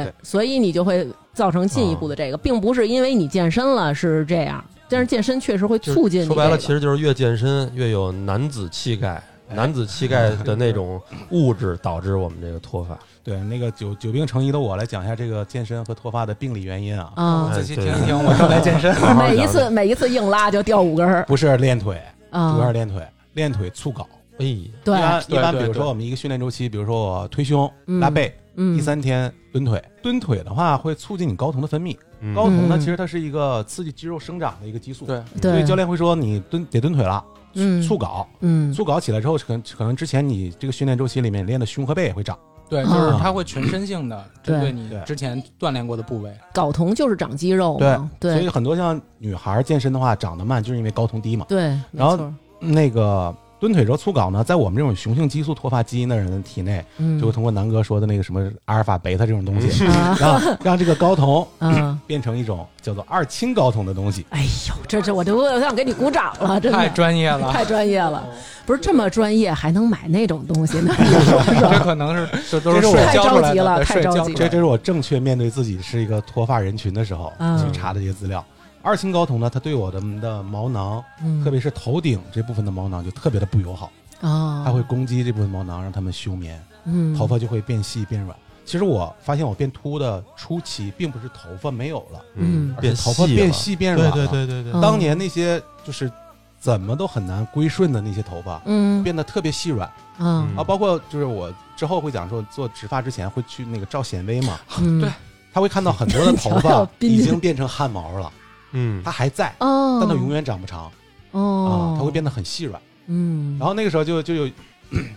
Speaker 1: 对，
Speaker 2: 所以你就会造成进一步的这个，并不是因为你健身了是这样，但是健身确实会
Speaker 4: 就是
Speaker 2: 促进你、这
Speaker 4: 说
Speaker 2: 个。哎
Speaker 4: 白了，其实就是越健身越有男子气概，男子气概的那种物质导致我们这个脱发。
Speaker 1: 对，那个久久病成医的我来讲一下这个健身和脱发的病理原因啊，
Speaker 2: 啊，
Speaker 3: 仔细听
Speaker 4: 哎嗯对
Speaker 3: 一听，我正在健身，
Speaker 4: 好 好
Speaker 2: 每一
Speaker 4: 讲
Speaker 2: 次每一次硬拉就掉五根儿
Speaker 1: 不是练腿，主要
Speaker 2: 啊
Speaker 1: 是，练腿，练腿促睾。
Speaker 4: 哎，
Speaker 2: 对
Speaker 1: 一，般一
Speaker 3: 对
Speaker 1: 般，
Speaker 3: 对
Speaker 1: 比如
Speaker 3: 对
Speaker 1: 说我们一个训练周期，比如说我推胸、
Speaker 2: 嗯
Speaker 1: 拉背，
Speaker 2: 嗯，
Speaker 1: 第三天蹲腿。蹲腿的话，会促进你睾酮的分泌。
Speaker 4: 嗯
Speaker 1: 睾酮呢，
Speaker 2: 嗯
Speaker 1: 其实它是一个刺激肌肉生长的一个激素。，
Speaker 3: 对，
Speaker 1: 所
Speaker 2: 对
Speaker 1: 以教练会说你蹲得蹲腿了，
Speaker 2: 嗯
Speaker 1: 促睾。
Speaker 2: 嗯
Speaker 1: 促睾起来之后，可能可能之前你这个训练周期里面练的胸和背也会长。
Speaker 3: 对，就是它会全身性的针对你
Speaker 1: 对对
Speaker 3: 之前锻炼过的部位。
Speaker 2: 睾酮就是长肌肉嘛，
Speaker 1: 所以
Speaker 2: 哦对
Speaker 1: 很多像女孩健身的话，长得慢就是因为睾酮低嘛。
Speaker 2: 对，没
Speaker 1: 然后
Speaker 2: 错
Speaker 1: 那个蹲腿之后促睾呢，在我们这种雄性激素脱发基因的人的体内，
Speaker 2: 嗯
Speaker 1: 就会通过南哥说的那个什么阿尔法、贝塔这种东西，
Speaker 2: 啊
Speaker 1: 让让这个睾酮
Speaker 2: 啊，
Speaker 1: 变成一种叫做二氢睾酮的东西。
Speaker 2: 哎呦， 这这我都我想给你鼓掌了，真的
Speaker 3: 太专业了，
Speaker 2: 太专业了，不是这么专业还能买那种东西呢？
Speaker 3: 这可能是这都
Speaker 1: 这
Speaker 3: 是
Speaker 1: 是我
Speaker 3: 睡觉出来
Speaker 2: 太着急了
Speaker 3: 的，对
Speaker 2: 太着
Speaker 3: 睡觉
Speaker 2: 急
Speaker 3: 出
Speaker 2: 了
Speaker 1: 这
Speaker 3: 来
Speaker 1: 这
Speaker 3: 的。
Speaker 1: 是我正确面对自己是一个脱发人群的时候
Speaker 2: 嗯
Speaker 1: 去查的这些资料。二氢睾酮呢，它对我的的毛囊，
Speaker 2: 嗯
Speaker 1: 特别是头顶这部分的毛囊就特别的不友好，
Speaker 2: 哦，
Speaker 1: 它会攻击这部分毛囊，让它们休眠，
Speaker 2: 嗯
Speaker 1: 头发就会变细变软。其实我发现我变秃的初期，并不是头发没有了，
Speaker 2: 嗯
Speaker 1: 而
Speaker 4: 变
Speaker 1: 是头发
Speaker 4: 细
Speaker 1: 变
Speaker 4: 了，
Speaker 1: 细变
Speaker 4: 对
Speaker 1: 软了。啊
Speaker 4: 对对对对
Speaker 2: 嗯，
Speaker 1: 当年那些就是怎么都很难归顺的那些头发，
Speaker 2: 嗯
Speaker 1: 变得特别细软
Speaker 2: 嗯
Speaker 1: 啊。包括就是我之后会讲说，做植发之前会去那个照显微 嘛，
Speaker 2: 嗯
Speaker 3: 对
Speaker 1: 他会看到很多的头
Speaker 2: 瞧瞧
Speaker 1: 发
Speaker 2: 彬彬
Speaker 1: 已经变成汗毛了，
Speaker 4: 嗯
Speaker 1: 它，还在，
Speaker 2: 哦，
Speaker 1: 但它永远长不长
Speaker 2: 哦
Speaker 1: 啊，，它会变得很细软。
Speaker 2: 嗯，
Speaker 1: 然后那个时候就就有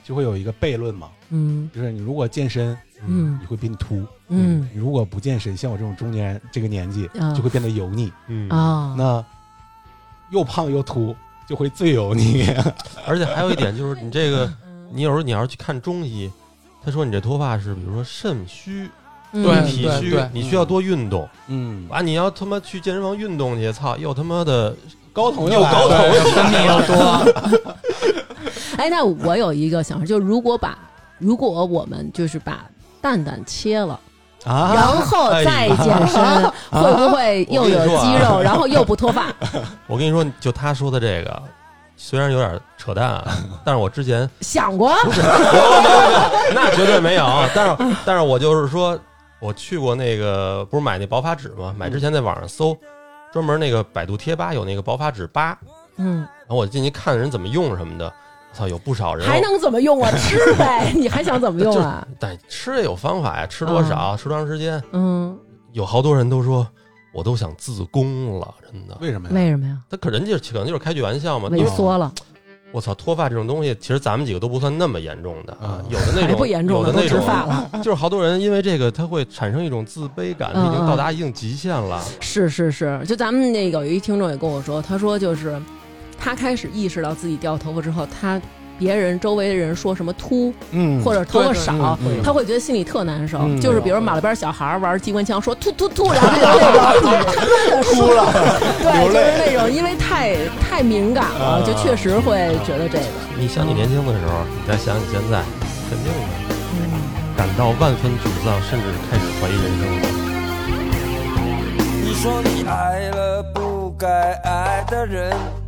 Speaker 1: 就会有一个悖论嘛，
Speaker 2: 嗯
Speaker 1: 就是你如果健身，
Speaker 2: 嗯
Speaker 1: 你会变秃。
Speaker 2: 嗯
Speaker 1: 你如果不健身，像我这种中年人这个年纪，
Speaker 2: 啊
Speaker 1: 就会变得油腻。
Speaker 4: 嗯，
Speaker 2: 啊，
Speaker 1: 那又胖又秃，就会最油腻。
Speaker 4: 而且还有一点就是，你这个，
Speaker 2: 嗯
Speaker 4: 你有时候你要是去看中医，他说你这脱发是比如说肾虚、
Speaker 2: 嗯
Speaker 3: 对
Speaker 4: 体虚
Speaker 3: 对，
Speaker 4: 你需要多运动
Speaker 1: 嗯，
Speaker 4: 啊！你要他妈去健身房运动去，操，又他妈的
Speaker 1: 高筒
Speaker 4: 又
Speaker 1: 又
Speaker 4: 高
Speaker 1: 筒，
Speaker 4: 头又
Speaker 3: 分泌又多，
Speaker 2: 哎，那我有一个想法，就如果把如果我们就是把蛋蛋切了，然
Speaker 1: 啊，
Speaker 2: 后再健身，会不会又有肌肉，然后又不脱发？
Speaker 4: 我跟你说，就他说的这个，虽然有点扯淡啊，但是我之前
Speaker 2: 想过？
Speaker 4: 那绝对没有，啊但是但是我就是说，我去过那个不是买那保发纸吗？买之前在网上搜，专门那个百度贴吧有那个保发纸吧，
Speaker 2: 嗯，
Speaker 4: 然后我进去看人怎么用什么的，我操，有不少人
Speaker 2: 还能怎么用啊？吃呗，你还想怎么用啊？
Speaker 4: 但吃也有方法呀，吃多少，吃多长时间，
Speaker 2: 嗯，
Speaker 4: 有好多人都说我都想自宫了，真的。
Speaker 1: 为什么呀？
Speaker 2: 为什么呀？
Speaker 4: 他可人家可能就是开句玩笑嘛，
Speaker 2: 萎缩了，
Speaker 4: 我操，脱发这种东西，其实咱们几个都不算那么严重的啊
Speaker 1: 嗯，
Speaker 4: 有的那
Speaker 2: 还
Speaker 4: 种
Speaker 2: 不严重
Speaker 4: 有
Speaker 2: 呢，
Speaker 4: 的
Speaker 2: 都
Speaker 4: 那
Speaker 2: 植发
Speaker 4: 种啊
Speaker 2: 了。
Speaker 4: 就是好多人因为这个，他会产生一种自卑感，
Speaker 2: 嗯
Speaker 4: 他已经到达一定极限了。
Speaker 2: 是是是，就咱们那有一听众也跟我说，他说就是他开始意识到自己掉头发之后，他别人周围的人说什么秃
Speaker 1: 嗯
Speaker 2: 或者头发
Speaker 3: 对对
Speaker 2: 少，
Speaker 1: 嗯嗯
Speaker 2: 他会觉得心里特难受。
Speaker 1: 嗯
Speaker 2: 就是比如马路边小孩儿玩机关枪，说突突突，然后就那种他妈的哭了，对，
Speaker 1: 流
Speaker 2: 就是
Speaker 1: 泪
Speaker 2: 那种因为太太敏感了，
Speaker 1: 啊
Speaker 2: 就确实会觉得这个。
Speaker 4: 你想你年轻的时候，你再想你现在，肯定的，
Speaker 2: 嗯
Speaker 4: 感到万分沮丧，甚至开始怀疑人生了。
Speaker 5: 你说你爱了不该爱的人，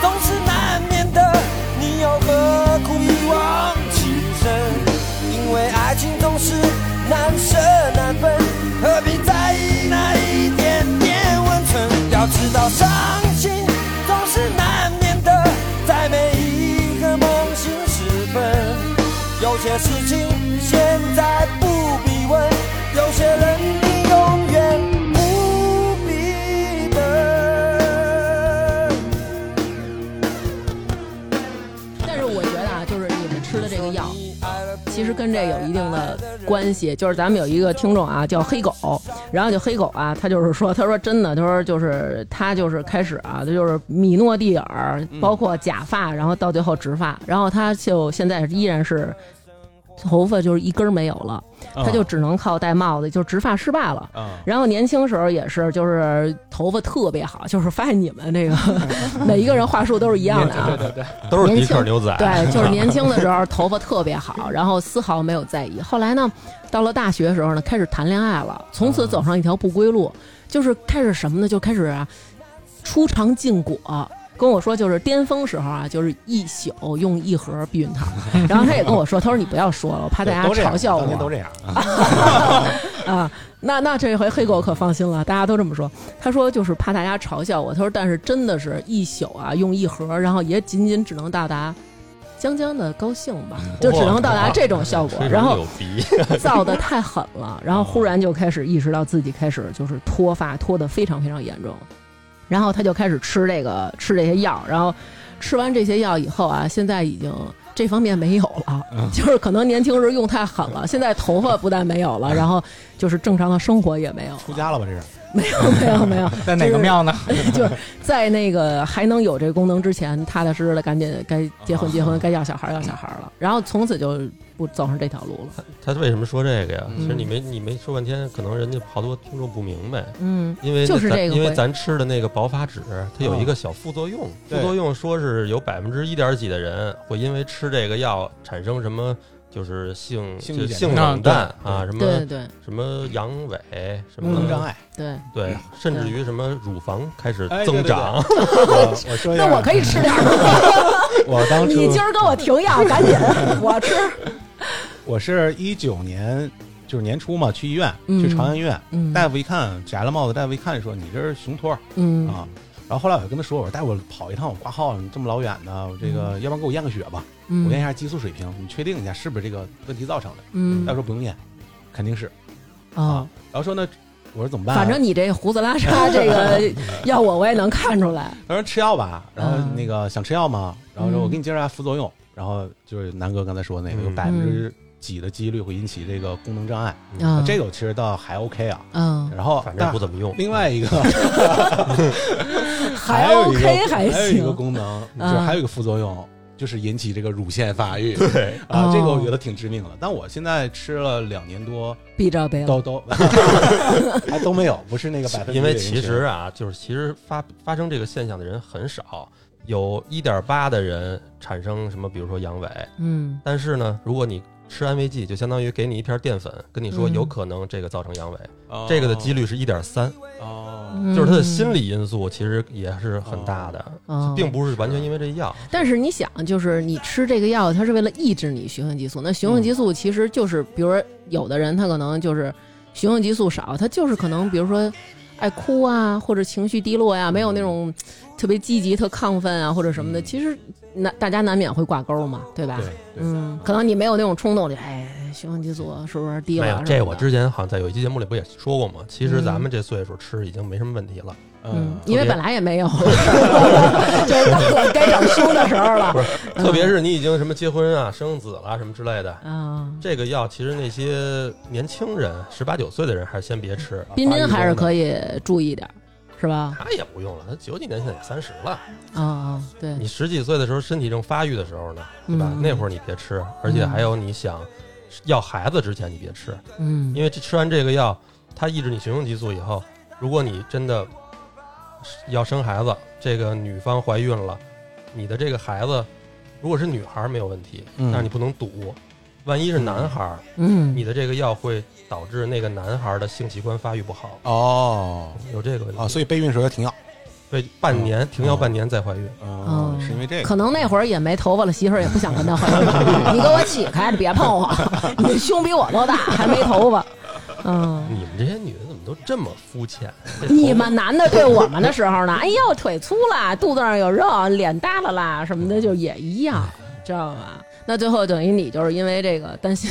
Speaker 5: 总是难免的，你又何苦一往情深？因为爱情总是难舍难分，何必在意那一点点温存？要知道伤心总是难免的，在每一个梦醒时分。有些事情现在不必问，有些人你永远不必等。
Speaker 2: 但是我觉得啊，就是你们吃的这个药，其实跟这有一定的关系。就是咱们有一个听众啊，叫黑狗，然后就黑狗啊，他就是说，他说真的，他说就是他就是开始啊，他就是米诺地尔，包括假发，然后到最后植发，然后他就现在依然是头发就是一根儿没有了，
Speaker 3: 嗯
Speaker 2: 他就只能靠戴帽子，就植发失败了。
Speaker 1: 啊
Speaker 2: 然后年轻时候也是，就是头发特别好，就是发现你们这 个每一个人话术都是一样的啊，
Speaker 3: 对对对，
Speaker 4: 都是迪克牛仔，
Speaker 1: 啊
Speaker 2: 对，就是年轻的时候头发特别好，然后丝毫没有在意。后来呢，到了大学的时候呢，开始谈恋爱了，从此走上一条不归路，就是开始什么呢？就开始啊，初尝禁果。跟我说，就是巅峰时候啊，就是一宿用一盒避孕 套。然后他也跟我说，他说你不要说了，我怕大
Speaker 1: 对
Speaker 2: 家
Speaker 1: 都这样
Speaker 2: 嘲笑
Speaker 1: 当年
Speaker 2: 我
Speaker 1: 都这样 啊。
Speaker 2: 啊。那那这回黑狗可放心了，大家都这么说。他说就是怕大家嘲笑我，他说但是真的是一宿啊用一盒，然后也仅仅只能到达将将的高兴吧，就只能到达这种效果
Speaker 4: 嗯非。常
Speaker 2: 然后
Speaker 4: 有鼻，
Speaker 2: 造的太狠了，然后忽然就开始意识到自己开始就是脱发，脱的非常非常严重，然后他就开始吃这个吃这些药，然后吃完这些药以后啊，现在已经。这方面没有了，就是可能年轻时候用太狠了，现在头发不但没有了，然后就是正常的生活也没有
Speaker 1: 出
Speaker 2: 了，
Speaker 1: 家了吧？这是
Speaker 2: 没有没有没有，
Speaker 3: 在哪个庙呢？
Speaker 2: 就是在那个还能有这功能之前，踏踏实实的赶紧该结婚结婚，该要小孩要小孩了，然后从此就不走上这条路了。
Speaker 4: 他为什么说这个呀？
Speaker 3: 嗯
Speaker 4: 其实你没你没说半天，可能人家好多听众不明白，
Speaker 2: 嗯，
Speaker 4: 因为那
Speaker 2: 就是
Speaker 4: 咱
Speaker 2: 这个嗯
Speaker 4: 因为
Speaker 2: 会
Speaker 4: 咱吃的那个保发纸，它有一个小副作用，
Speaker 1: 对
Speaker 4: 副作用说是有百分之一点几的人会因为吃这个药产生什么。就是性
Speaker 1: 性
Speaker 4: 就
Speaker 1: 欲减
Speaker 4: 性
Speaker 3: 少
Speaker 4: 冷淡
Speaker 1: 对
Speaker 4: 啊，什
Speaker 2: 对
Speaker 4: 么
Speaker 2: 对
Speaker 4: 什么阳痿，什
Speaker 2: 嗯
Speaker 1: 功能
Speaker 4: 么
Speaker 1: 障碍。
Speaker 2: 对。
Speaker 4: 对，甚
Speaker 2: 嗯
Speaker 4: 至于什么乳房开始
Speaker 1: 哎
Speaker 4: 增长，
Speaker 1: 我我说 一
Speaker 2: 那
Speaker 1: 下
Speaker 2: 我可以吃点儿，
Speaker 1: 我当初
Speaker 2: 你今儿给我停药，赶紧我吃。
Speaker 1: 我是一九年就是年初嘛，去医院，
Speaker 2: 嗯
Speaker 1: 去朝阳医院，
Speaker 2: 嗯
Speaker 1: 大夫一看摘了帽子，大夫一看说你这是熊托儿
Speaker 2: 嗯
Speaker 1: 啊。然后后来我就跟他说，我说大夫，我跑一趟，我挂号，你这么老远的，我这个要不然给我验个血吧，
Speaker 2: 嗯
Speaker 1: 我验一下激素水平，你确定一下是不是这个问题造成的。
Speaker 2: 嗯
Speaker 1: 大夫说不用验，肯定是
Speaker 2: 啊，
Speaker 1: 然后说那我说怎么办啊、
Speaker 2: 反正你这胡子拉碴，这 个要我我也能看出来。
Speaker 1: 他说吃药吧，然后
Speaker 2: 嗯
Speaker 1: 那个想吃药吗？然后说
Speaker 2: 嗯
Speaker 1: 我给你介绍一下副作用，然后就是南哥刚才说的那个，有
Speaker 4: 嗯
Speaker 1: 百分之几的几率会引起这个功能障碍，
Speaker 2: 啊，
Speaker 1: 这个我其实倒还 OK 啊。
Speaker 2: 嗯，
Speaker 1: 然后
Speaker 4: 反正
Speaker 1: 但
Speaker 4: 不怎么用。
Speaker 1: 另外一个
Speaker 2: 还
Speaker 1: 有一个
Speaker 2: OK 还
Speaker 1: 有一个
Speaker 2: 行。
Speaker 1: 功能，就
Speaker 2: 嗯
Speaker 1: 是还有一个副作用。就是引起这个乳腺发育，对啊
Speaker 2: 哦，
Speaker 1: 这个我觉得挺致命的。但我现在吃了两年多，
Speaker 2: B 罩杯了，
Speaker 1: 都 都还都没有，不是那个百分之
Speaker 4: 因
Speaker 1: 的
Speaker 4: 为
Speaker 1: 人
Speaker 4: 其
Speaker 1: 群
Speaker 4: 实啊，就是其实发发生这个现象的人很少，有一点八的人产生什么，比如说阳痿。
Speaker 2: 嗯
Speaker 4: 但是呢，如果你吃安慰剂，就相当于给你一片淀粉，跟你说
Speaker 2: 嗯
Speaker 4: 有可能这个造成阳痿，这个的几率是一点三，
Speaker 1: 哦，
Speaker 2: 嗯
Speaker 4: 就是它的心理因素其实也是很大的，
Speaker 2: 哦
Speaker 4: 并不是完全因为这药。
Speaker 2: 但是你想，就是你吃这个药，它是为了抑制你雄性激素。那雄性激素其实就是，比如说有的人他可能就是雄性激素少，他就是可能比如说爱哭啊，或者情绪低落呀、没有那种特别积极、特亢奋啊，或者什
Speaker 4: 嗯
Speaker 2: 么的。其实难大家难免会挂钩嘛，对吧？
Speaker 1: 对对，
Speaker 2: 嗯，可能你没有那种冲动，就哎，雄性激素是不是低了
Speaker 4: 没
Speaker 2: 什
Speaker 4: 有
Speaker 2: 么，的？
Speaker 4: 这我之前好像在有一期节目里不也说过吗？其实咱们这岁数吃已经没什么问题了，
Speaker 2: 嗯
Speaker 1: 嗯，，
Speaker 2: 因为
Speaker 4: 特别
Speaker 2: 本来也没 有， 就是到了该长胸的时候了。嗯
Speaker 4: 不是，特别是你已经什么结婚啊、生子啦、什么之类的，
Speaker 2: 啊，
Speaker 4: 这个药其实那些年轻人十八九岁的人还是先别吃，
Speaker 2: 彬彬还是可
Speaker 4: 以。
Speaker 2: 以注意点儿，是吧？
Speaker 4: 他也不用了，他九几年现在也三十了。
Speaker 2: 啊、啊，对，
Speaker 4: 你十几岁的时候，身体正发育的时候呢，对吧？
Speaker 2: 嗯
Speaker 4: 那会儿你别吃，而且还有你想要孩子之前你别吃，
Speaker 2: 嗯，
Speaker 4: 因为这吃完这个药，它抑制你雄性激素以后，如果你真的要生孩子，这个女方怀孕了，你的这个孩子如果是女孩儿没有问题，
Speaker 1: 嗯
Speaker 4: 但是你不能赌，万一是男孩儿，
Speaker 2: 嗯，
Speaker 4: 你的这个药会导致那个男孩儿的性器官发育不好，
Speaker 1: 哦
Speaker 4: 有这个问题
Speaker 1: 啊，所以备孕时候要停药，
Speaker 4: 所以
Speaker 2: 哦
Speaker 4: 半年停药半年再怀孕。
Speaker 1: 哦是因为这个
Speaker 2: 可能那会儿也没头发了，媳妇儿也不想跟他混 了。你给我起开，别碰我，你的胸比我都大，还没头发。嗯，
Speaker 4: 你们这些女的怎么都这么肤浅？啊这头发
Speaker 2: 你们男的对我们的时候呢，哎呦腿粗啦，肚子上有肉，脸大了啦什么的，就也一样，知道吧？那最后等于你就是因为这个担心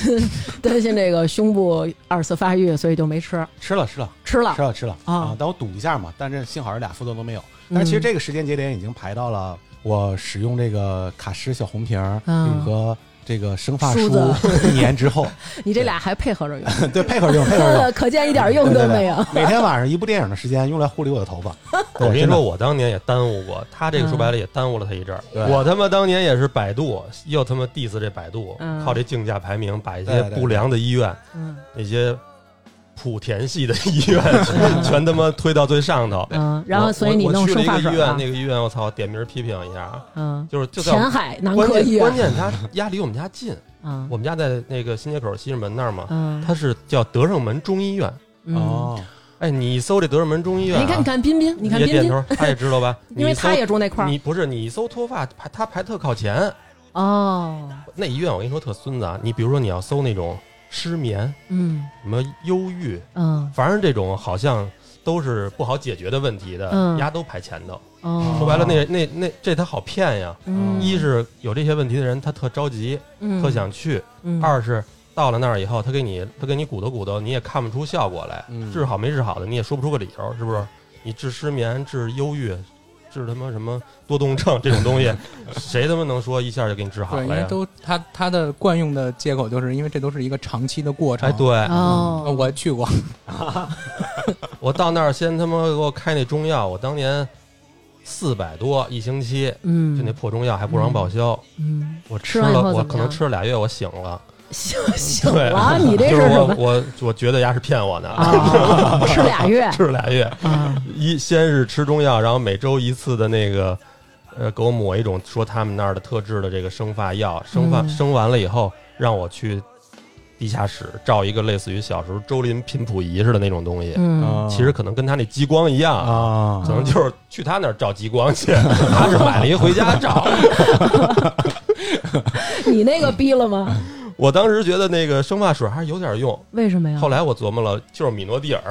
Speaker 2: 担心这个胸部二次发育，所以就没吃
Speaker 1: 吃了吃了
Speaker 2: 吃了
Speaker 1: 吃。了吃了
Speaker 2: 啊
Speaker 1: 啊，但我赌一下嘛，但是幸好是俩副作用都没有。
Speaker 2: 嗯
Speaker 1: 但是其实这个时间节点已经排到了我使用这个卡诗小红瓶儿
Speaker 2: 嗯
Speaker 1: 和这个生发
Speaker 2: 梳
Speaker 1: 梳
Speaker 2: 子
Speaker 1: 一年 之后，
Speaker 2: 你这俩还配合着用，。
Speaker 1: 对，配合用配合 用
Speaker 2: 可见一点用都没有。
Speaker 1: 对对对每天晚上一部电影的时间用来护理我的头发。
Speaker 4: 我跟你
Speaker 1: 真的
Speaker 4: 说，我当年也耽误过他
Speaker 2: 嗯
Speaker 4: 这个，说白了也耽误了他一阵儿。
Speaker 1: 对
Speaker 4: 我他妈当年也是百度，又他妈 diss 这百度
Speaker 2: 嗯，
Speaker 4: 靠这竞价排名把一
Speaker 1: 对
Speaker 4: 些
Speaker 1: 对对
Speaker 4: 不良的医院、
Speaker 2: 嗯
Speaker 4: 那些莆田系的医院全全他妈推到最上头。
Speaker 2: 嗯，然后
Speaker 4: 我
Speaker 2: 所以你
Speaker 4: 我
Speaker 2: 弄
Speaker 4: 我去
Speaker 2: 生
Speaker 4: 了
Speaker 2: 发
Speaker 4: 一
Speaker 2: 水
Speaker 4: 个医院，
Speaker 2: 了
Speaker 4: 那。个医院我操，点名批评一下，啊
Speaker 2: 嗯，
Speaker 4: 就是就在我
Speaker 2: 前
Speaker 4: 们
Speaker 2: 海南
Speaker 4: 关
Speaker 2: 科医
Speaker 4: 键关
Speaker 2: 院。
Speaker 4: 键他家离我们家近，
Speaker 2: 嗯
Speaker 4: 我们家在那个新街口西直门那儿嘛，
Speaker 2: 嗯，
Speaker 4: 他是叫德胜门中医院。
Speaker 2: 嗯，
Speaker 1: 哦，
Speaker 4: 哎，你搜这德胜门中医院啊，
Speaker 2: 你看你看彬彬，你看
Speaker 4: 也
Speaker 2: 彬
Speaker 4: 点
Speaker 2: 彬，
Speaker 4: 头，他也知道吧？
Speaker 2: 因为他
Speaker 4: 你搜
Speaker 2: 也住那块儿。
Speaker 4: 你不是你一搜脱发排他排特靠前，
Speaker 2: 哦，
Speaker 4: 那医院我跟你说特孙子啊！你比如说你要搜那种失眠、
Speaker 2: 嗯
Speaker 4: 什么忧郁，
Speaker 2: 嗯
Speaker 4: 反正这种好像都是不好解决的问题的，
Speaker 2: 嗯
Speaker 4: 丫、都排前头。
Speaker 2: 哦，
Speaker 4: 说白了，那那那这他好骗呀！
Speaker 2: 嗯
Speaker 4: 一是有这些问题的人他特着急，
Speaker 2: 嗯
Speaker 4: 特想去；
Speaker 2: 嗯
Speaker 4: 二是到了那儿以后，他给你他给你鼓捣鼓捣，你也看不出效果来，
Speaker 1: 嗯
Speaker 4: 治好没治好的你也说不出个理由，是不是？你治失眠、治忧郁、治他妈什么多动症这种东 西，谁他妈能说一下就给你治好
Speaker 3: 对，因
Speaker 4: 了
Speaker 3: 为
Speaker 4: 呀？
Speaker 3: 都他他的惯用的借口就是因为这都是一个长期的过程。
Speaker 4: 哎，对，
Speaker 3: 呃，
Speaker 2: 哦，
Speaker 3: 我去过，
Speaker 4: 我到那儿先他妈给我开那中药，我当年四百多一星期，
Speaker 2: 嗯
Speaker 4: 就那破中药还不让报销，
Speaker 2: 嗯，
Speaker 4: 我吃
Speaker 2: 吃完以
Speaker 4: 了
Speaker 2: 后
Speaker 4: 我
Speaker 2: 怎么
Speaker 4: 可
Speaker 2: 样
Speaker 4: 能吃了俩月，我醒了，
Speaker 2: 醒醒
Speaker 4: 对
Speaker 2: 了，啊你这
Speaker 4: 就是
Speaker 2: 什
Speaker 4: 我
Speaker 2: 么？
Speaker 4: 我我觉得丫是骗我呢，
Speaker 2: 啊，吃俩 月
Speaker 4: 吃了俩月，
Speaker 2: 啊，
Speaker 4: 一先是吃中药，然后每周一次的那个，呃，给我抹一种说他们那儿的特制的这个生发药，生发、
Speaker 2: 嗯
Speaker 4: 生完了以后，让我去地下室照一个类似于小时候周林频谱仪似的那种东西，
Speaker 2: 嗯
Speaker 4: 其实可能跟他那激光一样。
Speaker 1: 啊
Speaker 4: 可能就是去他那儿照激光去， 他是买了一回家照。
Speaker 2: 你那个逼了吗？
Speaker 4: 我当时觉得那个生发水还是有点用，
Speaker 2: 为什么呀？
Speaker 4: 后来我琢磨了，就是米诺地尔，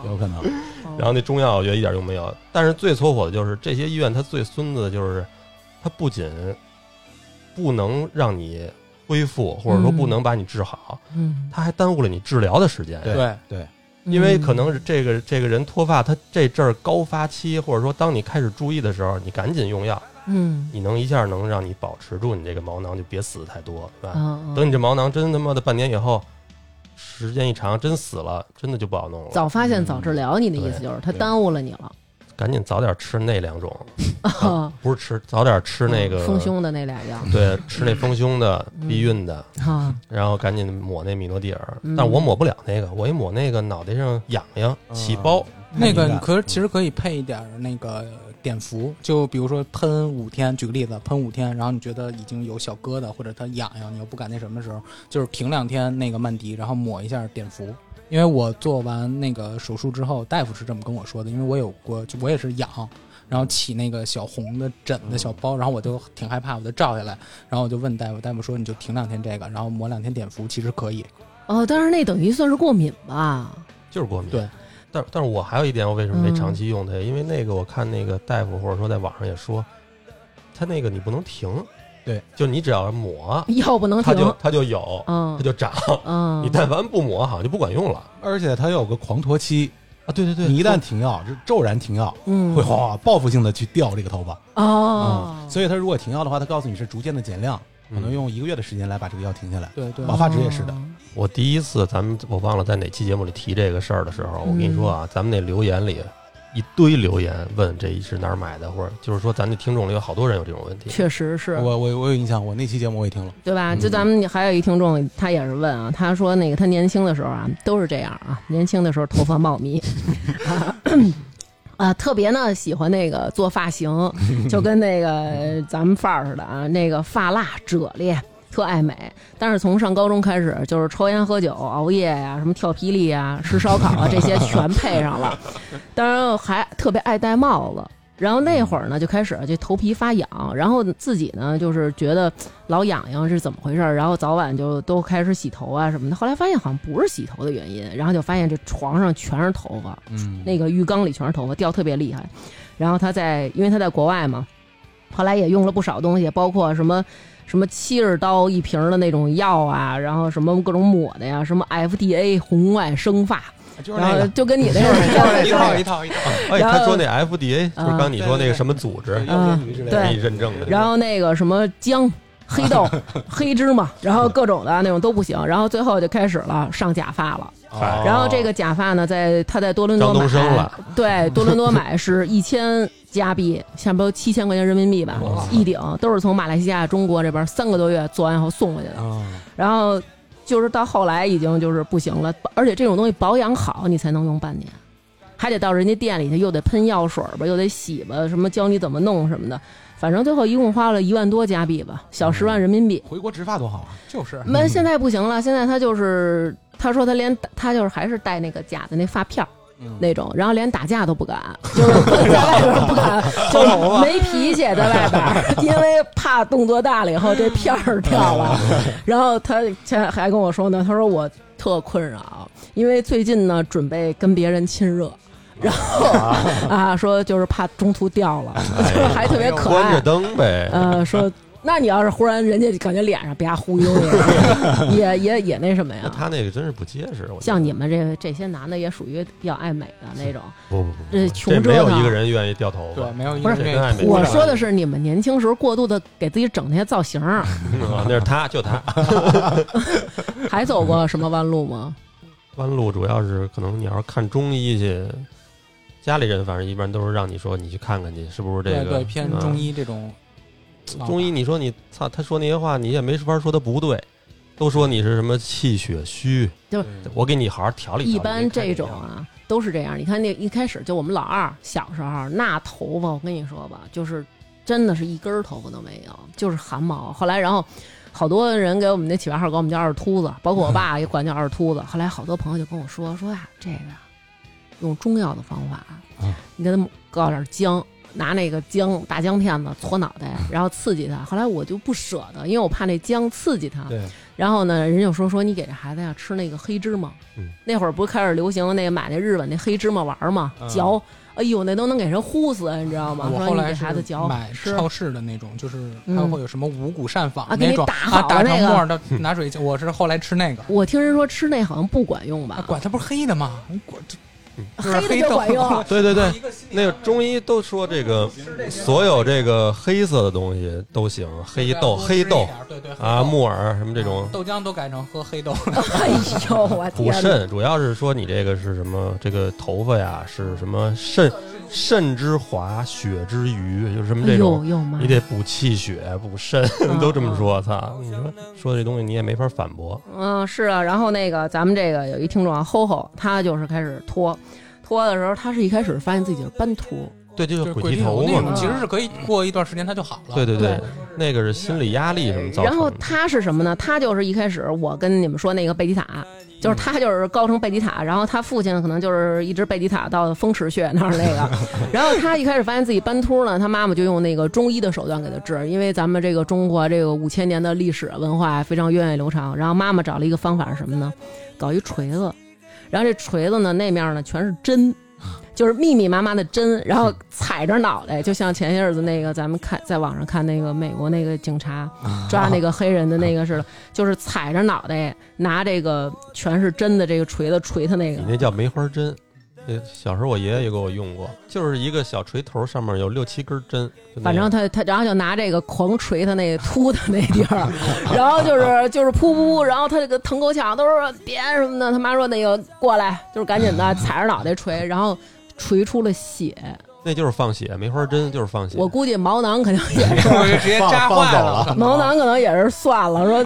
Speaker 2: 哦，
Speaker 1: 有可能。
Speaker 2: 哦
Speaker 4: 然后那中药我觉得一点用没有。但是最搓火的就是这些医院，它最孙子的就是，它不仅不能让你恢复，或者说不能把你治好，
Speaker 2: 嗯，
Speaker 4: 它还耽误了你治疗的时间。
Speaker 1: 对
Speaker 3: 对，
Speaker 1: 对，
Speaker 4: 因为可
Speaker 2: 嗯
Speaker 4: 能是这个这个人脱发，他这阵儿高发期，或者说当你开始注意的时候，你赶紧用药，
Speaker 2: 嗯，
Speaker 4: 你能一下能让你保持住你这个毛囊，就别死太多，对吧？
Speaker 2: 嗯，
Speaker 4: 啊等你这毛囊真他妈的半年以后，时间一长，真死了，真的就不好弄了。
Speaker 2: 早发现早治疗，你的意思就是它
Speaker 4: 对
Speaker 2: 耽误了你了，
Speaker 4: 赶紧早点吃那两种，
Speaker 2: 啊
Speaker 4: 不是吃，早点吃那个
Speaker 2: 嗯丰，胸的那俩药
Speaker 4: 对，吃那丰胸的、
Speaker 2: 嗯
Speaker 4: 避孕的，
Speaker 2: 啊，
Speaker 4: 然后赶紧抹那米诺地尔。
Speaker 2: 嗯
Speaker 4: 但我抹不了那个，我一抹那个脑袋上痒痒
Speaker 1: 嗯
Speaker 4: 起包，
Speaker 3: 那个
Speaker 1: 敏
Speaker 3: 你
Speaker 1: 感
Speaker 3: 可其实可以配一点儿那个碘伏，就比如说喷五天，举个例子，喷五天，然后你觉得已经有小疙瘩或者它痒痒，你又不敢那什么的时候，就是停两天那个曼迪，然后抹一下碘伏。因为我做完那个手术之后，大夫是这么跟我说的，因为我有过，就我也是痒，然后起那个小红的疹
Speaker 2: 嗯
Speaker 3: 子、小包，然后我就挺害怕，我就照下来，然后我就问大夫，大夫说你就停两天这个，然后抹两天碘伏，其实可以。
Speaker 2: 哦，但是那等于算是过敏吧？
Speaker 4: 就是过敏。
Speaker 3: 对。
Speaker 4: 但但是我还有一点，我为什
Speaker 2: 嗯
Speaker 4: 么没长期用它？因为那个我看那个大夫或者说在网上也说，它那个你不能停，
Speaker 1: 对，
Speaker 4: 就你只要抹，
Speaker 2: 药不能
Speaker 4: 它就
Speaker 2: 停，
Speaker 4: 它就有，
Speaker 2: 嗯
Speaker 4: 它就长。
Speaker 2: 嗯，
Speaker 4: 你但凡不抹，好像就不管用了
Speaker 1: 而且它有个狂脱期，
Speaker 4: 啊！对对对
Speaker 1: 你一旦停药，就骤然停药，
Speaker 2: 嗯
Speaker 1: 会哗报复性的去掉这个头发。嗯
Speaker 2: 哦，
Speaker 1: 所以它如果停药的话，它告诉你是逐渐的减量，可能
Speaker 4: 嗯
Speaker 1: 用一个月的时间来把这个药停下来。
Speaker 3: 对对
Speaker 1: 保发质也是的
Speaker 2: 嗯
Speaker 4: 我第一次，咱们我忘了在哪期节目里提这个事儿的时候，我跟你说
Speaker 2: 嗯
Speaker 4: 啊，咱们那留言里一堆留言问这是哪儿买的，或者就是说咱这听众里有好多人有这种问题。
Speaker 2: 确实是
Speaker 1: 我我我有印象，我那期节目我也听了。
Speaker 2: 对吧？
Speaker 4: 嗯
Speaker 2: 就咱们还有一听众，他也是问啊，他说那个他年轻的时候啊，都是这样啊，年轻的时候头发茂密，啊咳啊，特别呢喜欢那个做发型，就跟那个呃咱们范儿似的啊，那个发蜡褶裂。特爱美，但是从上高中开始，就是抽烟、喝酒、熬夜呀、什么跳霹雳呀、吃烧烤啊，这些全配上了。当然还特别爱戴帽子。然后那会儿呢，就开始这头皮发痒，然后自己呢就是觉得老痒痒是怎么回事儿，然后早晚就都开始洗头啊什么的。后来发现好像不是洗头的原因，然后就发现这床上全是头发，
Speaker 1: 嗯，
Speaker 2: 那个浴缸里全是头发，掉特别厉害。然后他在，因为他在国外嘛，后来也用了不少东西，包括什么 什么七十刀一瓶的那种药啊，然后什么各种抹的呀，什么 FDA 红外生发，
Speaker 1: 就是
Speaker 2: 然
Speaker 1: 那
Speaker 2: 后
Speaker 1: 个
Speaker 2: 就跟你那个
Speaker 3: 一套一套一套，
Speaker 4: 哎，
Speaker 2: 然后
Speaker 4: 他说那 FDA 就是刚你说那个什么组织
Speaker 1: 对腰间鱼之类
Speaker 2: 嗯
Speaker 1: 的
Speaker 2: 对
Speaker 4: 给嗯你认证的，
Speaker 2: 然后那个什么姜、黑豆、 黑芝麻，然后各种的那种都不行，然后最后就开始了上假发了。
Speaker 1: 啊
Speaker 4: 哦
Speaker 2: 然后这个假发呢，在他在多伦多
Speaker 4: 张
Speaker 2: 买
Speaker 4: 东升了，
Speaker 2: 对，多伦多买 是一千加币，差不多七千块钱人民币吧
Speaker 4: 哇，
Speaker 2: 一顶都是从马来西亚、中国这边三个多月做完以后送过去的。
Speaker 1: 啊，
Speaker 4: 哦
Speaker 2: 然后就是到后来已经就是不行了，而且这种东西保养好你才能用半年，还得到人家店里去，又得喷药水吧，又得洗吧，什么教你怎么弄什么的，反正最后一共花了一万多加币吧，小十万人民币。
Speaker 1: 回国植发多好啊！
Speaker 3: 就是
Speaker 2: 那现在不行了，现在他就是他说他连他就是还是带那个假的那发票。
Speaker 4: 嗯
Speaker 2: 那种，然后连打架都不敢，就是在外边不 敢，
Speaker 4: 啊
Speaker 2: 就是没脾气在外边，因为怕动作大了以后这片儿掉了。
Speaker 4: 嗯
Speaker 2: 然后他前还跟我说呢，他说我特困扰，因为最近呢准备跟别人亲热。然后啊，说就是怕中途掉了，
Speaker 4: 哎
Speaker 2: 就是还特别可
Speaker 4: 关着
Speaker 2: 爱。
Speaker 4: 灯呗。
Speaker 2: 呃，说那你要是忽然人家感觉脸上啪忽悠你，也也也那什么
Speaker 4: 那
Speaker 2: 呀？
Speaker 4: 他那个真是不结实，我觉得
Speaker 2: 像你们这这些男的也属于比较爱美的那种，
Speaker 4: 不不不不，
Speaker 2: 这穷
Speaker 4: 这没有
Speaker 2: 折腾啊
Speaker 4: 一个人愿意掉头发
Speaker 3: 对，，没有一
Speaker 2: 不
Speaker 3: 个
Speaker 2: 是
Speaker 3: 人
Speaker 4: 这
Speaker 3: 愿
Speaker 4: 跟
Speaker 3: 意
Speaker 4: 爱美
Speaker 2: 我
Speaker 4: 一样
Speaker 2: 说的是你们年轻时候过度的给自己整那些造型儿，
Speaker 4: 啊那是他，就他。
Speaker 2: 还走过什么弯路吗？
Speaker 4: 弯路主要是可能你要是看中医去，家里人反正一般都是让你说你去看看去，是不是这
Speaker 3: 对
Speaker 4: 个啊
Speaker 3: 对偏中
Speaker 4: 医、
Speaker 3: 医这种
Speaker 4: 嗯中医，你说你操，他说那些话你也没法说他不对，都说你是什么气血虚，
Speaker 2: 就是
Speaker 4: 我给你好好调理调理。
Speaker 2: 一般这种
Speaker 4: 啊，
Speaker 2: 啊都是这样。你看那一开始就我们老二小时候那头发，我跟你说吧，就是真的是一根儿头发都没有，就是汗毛。后来然后。好多人给我们那起外号，管我们叫二秃子，包括我爸也管叫二秃子。后来好多朋友就跟我说说呀、这个用中药的方法，你给他们搞点姜，拿那个姜大姜片子搓脑袋，然后刺激他。后来我就不舍得，因为我怕那姜刺激他。
Speaker 1: 对，
Speaker 2: 然后呢，人就说说你给这孩子呀吃那个黑芝麻，
Speaker 4: 嗯
Speaker 2: 那会儿不是开始流行那个买那日本那黑芝麻丸儿嘛，
Speaker 1: 嗯
Speaker 2: 嚼，哎呦那都能给人呼死，你知道吗？
Speaker 3: 啊我
Speaker 2: 说
Speaker 3: 后
Speaker 2: 你
Speaker 3: 来
Speaker 2: 给
Speaker 3: 是
Speaker 2: 孩子嚼
Speaker 3: 买
Speaker 2: 吃，
Speaker 3: 超市的那种，就是
Speaker 2: 嗯
Speaker 3: 它会有什么五谷膳坊
Speaker 2: 啊给
Speaker 3: 那
Speaker 2: 你
Speaker 3: 种
Speaker 2: 打
Speaker 3: 啊，
Speaker 2: 好
Speaker 3: 打
Speaker 2: 的那
Speaker 3: 成
Speaker 2: 个
Speaker 3: 沫儿的拿水晶，我是后来吃那个。
Speaker 2: 我听人说吃那好像不管用
Speaker 3: 啊
Speaker 2: 吧，？
Speaker 3: 管它不是黑的吗？你管这
Speaker 2: 黑的就管用。
Speaker 4: 对对对，那个中医都说这个所有这个黑色的东西都行，黑豆、黑豆，
Speaker 3: 对对
Speaker 4: 啊、木耳什么这
Speaker 2: 啊
Speaker 4: 种
Speaker 3: 豆浆都改成喝黑豆了。
Speaker 2: 哎呦我
Speaker 4: 补
Speaker 2: 天哪！
Speaker 4: 肾，主要是说你这个是什么？这个头发呀是什么肾？肾之华，血之余，就是什么
Speaker 2: 哎
Speaker 4: 这
Speaker 2: 呦
Speaker 4: 种，
Speaker 2: 呦嗯妈
Speaker 4: 你！得补气血、补肾， 都这么说。操，你说说这东西你也没法反驳。
Speaker 2: 嗯，是啊。然后那个咱们这个有一听众啊，吼吼，他就是开始脱，脱的时候，他是一开始发现自己是斑秃，
Speaker 4: 对，就
Speaker 3: 就是是
Speaker 4: 鬼
Speaker 3: 鬼
Speaker 4: 剃
Speaker 3: 剃
Speaker 4: 头
Speaker 3: 那
Speaker 4: 嘛嗯
Speaker 3: 种，。其实是可以过一段时间它就好了。
Speaker 4: 对对对
Speaker 2: 对，
Speaker 4: 那个是心理压力什么造
Speaker 2: 然后
Speaker 4: 成的。
Speaker 2: 他是什么呢？他就是一开始我跟你们说那个贝吉塔，就是他就是高成贝吉塔，然后他父亲可能就是一直贝吉塔到风池穴那儿那个，然后他一开始发现自己斑秃呢，他妈妈就用那个中医的手段给他治，因为咱们这个中国这个五千年的历史文化非常源远流长，然后妈妈找了一个方法是什么呢？搞一锤子，然后这锤子呢那面呢全是针。就是密密麻麻的针，然后踩着脑袋，就像前些日子那个咱们看在网上看那个美国那个警察，抓
Speaker 1: 啊
Speaker 2: 那个黑人的那个似的，就是踩着脑袋拿这个全是针的这个锤子锤他那个
Speaker 4: 你，那叫梅花针。呃小时候我爷爷也给我用过，就是一个小锤头，上面有六七根针。就那
Speaker 2: 反正
Speaker 4: 样
Speaker 2: 他他然后就拿这个狂锤他那秃的那地儿，然后就是就是噗噗噗，然后他这个疼够呛，都说别什么的，他妈说那个过来，就是赶紧的踩着脑袋锤，然后锤出了血，
Speaker 4: 那就是放血，梅花针就是放血。
Speaker 2: 我估计毛囊肯定也是。
Speaker 3: 我就直接扎
Speaker 1: 放放
Speaker 3: 坏
Speaker 1: 走
Speaker 3: 了。
Speaker 1: 了，
Speaker 2: 毛囊可能也是算了，说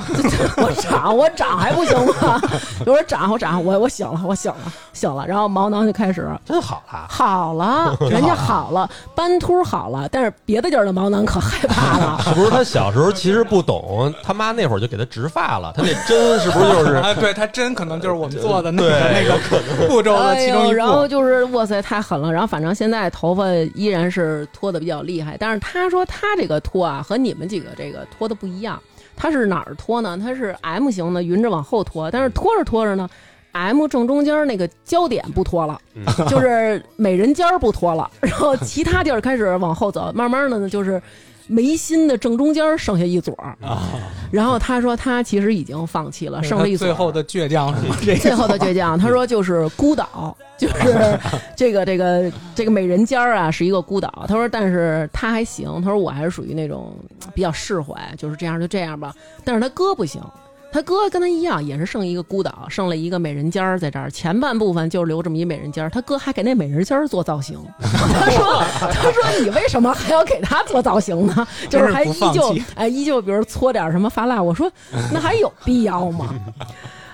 Speaker 2: 我长我长还不行吗？ 我说长我长我我醒了我醒了醒了，然后毛囊就开始
Speaker 4: 真好啦，
Speaker 2: 好 了，人家好了，斑秃好了，但是别的地儿的毛囊可害怕了。
Speaker 4: 是不是他小时候其实不懂，他妈那会儿就给他植发了，他那针是不是 就是
Speaker 3: 啊，对，它真可能就是我们做的那个
Speaker 4: 对
Speaker 3: 那个步骤的
Speaker 2: 哎
Speaker 3: 其中
Speaker 2: 呦，
Speaker 3: 一
Speaker 2: 然后
Speaker 3: 步。
Speaker 2: 就是哇塞，太狠了。然后反正现在头发依然是脱的比较厉害，但是他说他这个脱啊和你们几个这个脱的不一样，他是哪儿脱呢？他是 M 型的，匀着往后脱，但是脱着脱着呢，M 正中间那个焦点不脱了，
Speaker 4: 嗯
Speaker 2: 就是美人尖儿不脱了，然后其他地儿开始往后走，慢慢的呢就是眉心的正中间儿剩下一撮儿。
Speaker 3: 啊
Speaker 2: 然后他说他其实已经放弃了，剩了一
Speaker 3: 它
Speaker 2: 撮
Speaker 3: 嗯最后的倔强是这
Speaker 2: 最后的倔强，他说就是孤岛，就是这个这个这个美人尖儿啊是一个孤岛。他说，但是他还行，他说我还是属于那种比较释怀，就是这样就这样吧。但是他哥不行，他哥跟他一样也是剩一个孤岛，剩了一个美人尖儿在这儿，前半部分就留这么一美人尖儿。他哥还给那美人尖儿做造型， 他说他说你为什么还要给他做造型呢？就是还
Speaker 3: 真是不
Speaker 2: 依
Speaker 3: 放
Speaker 2: 旧
Speaker 3: 弃
Speaker 2: 哎依旧，比如搓点儿什么发蜡， 我说那还有必要吗？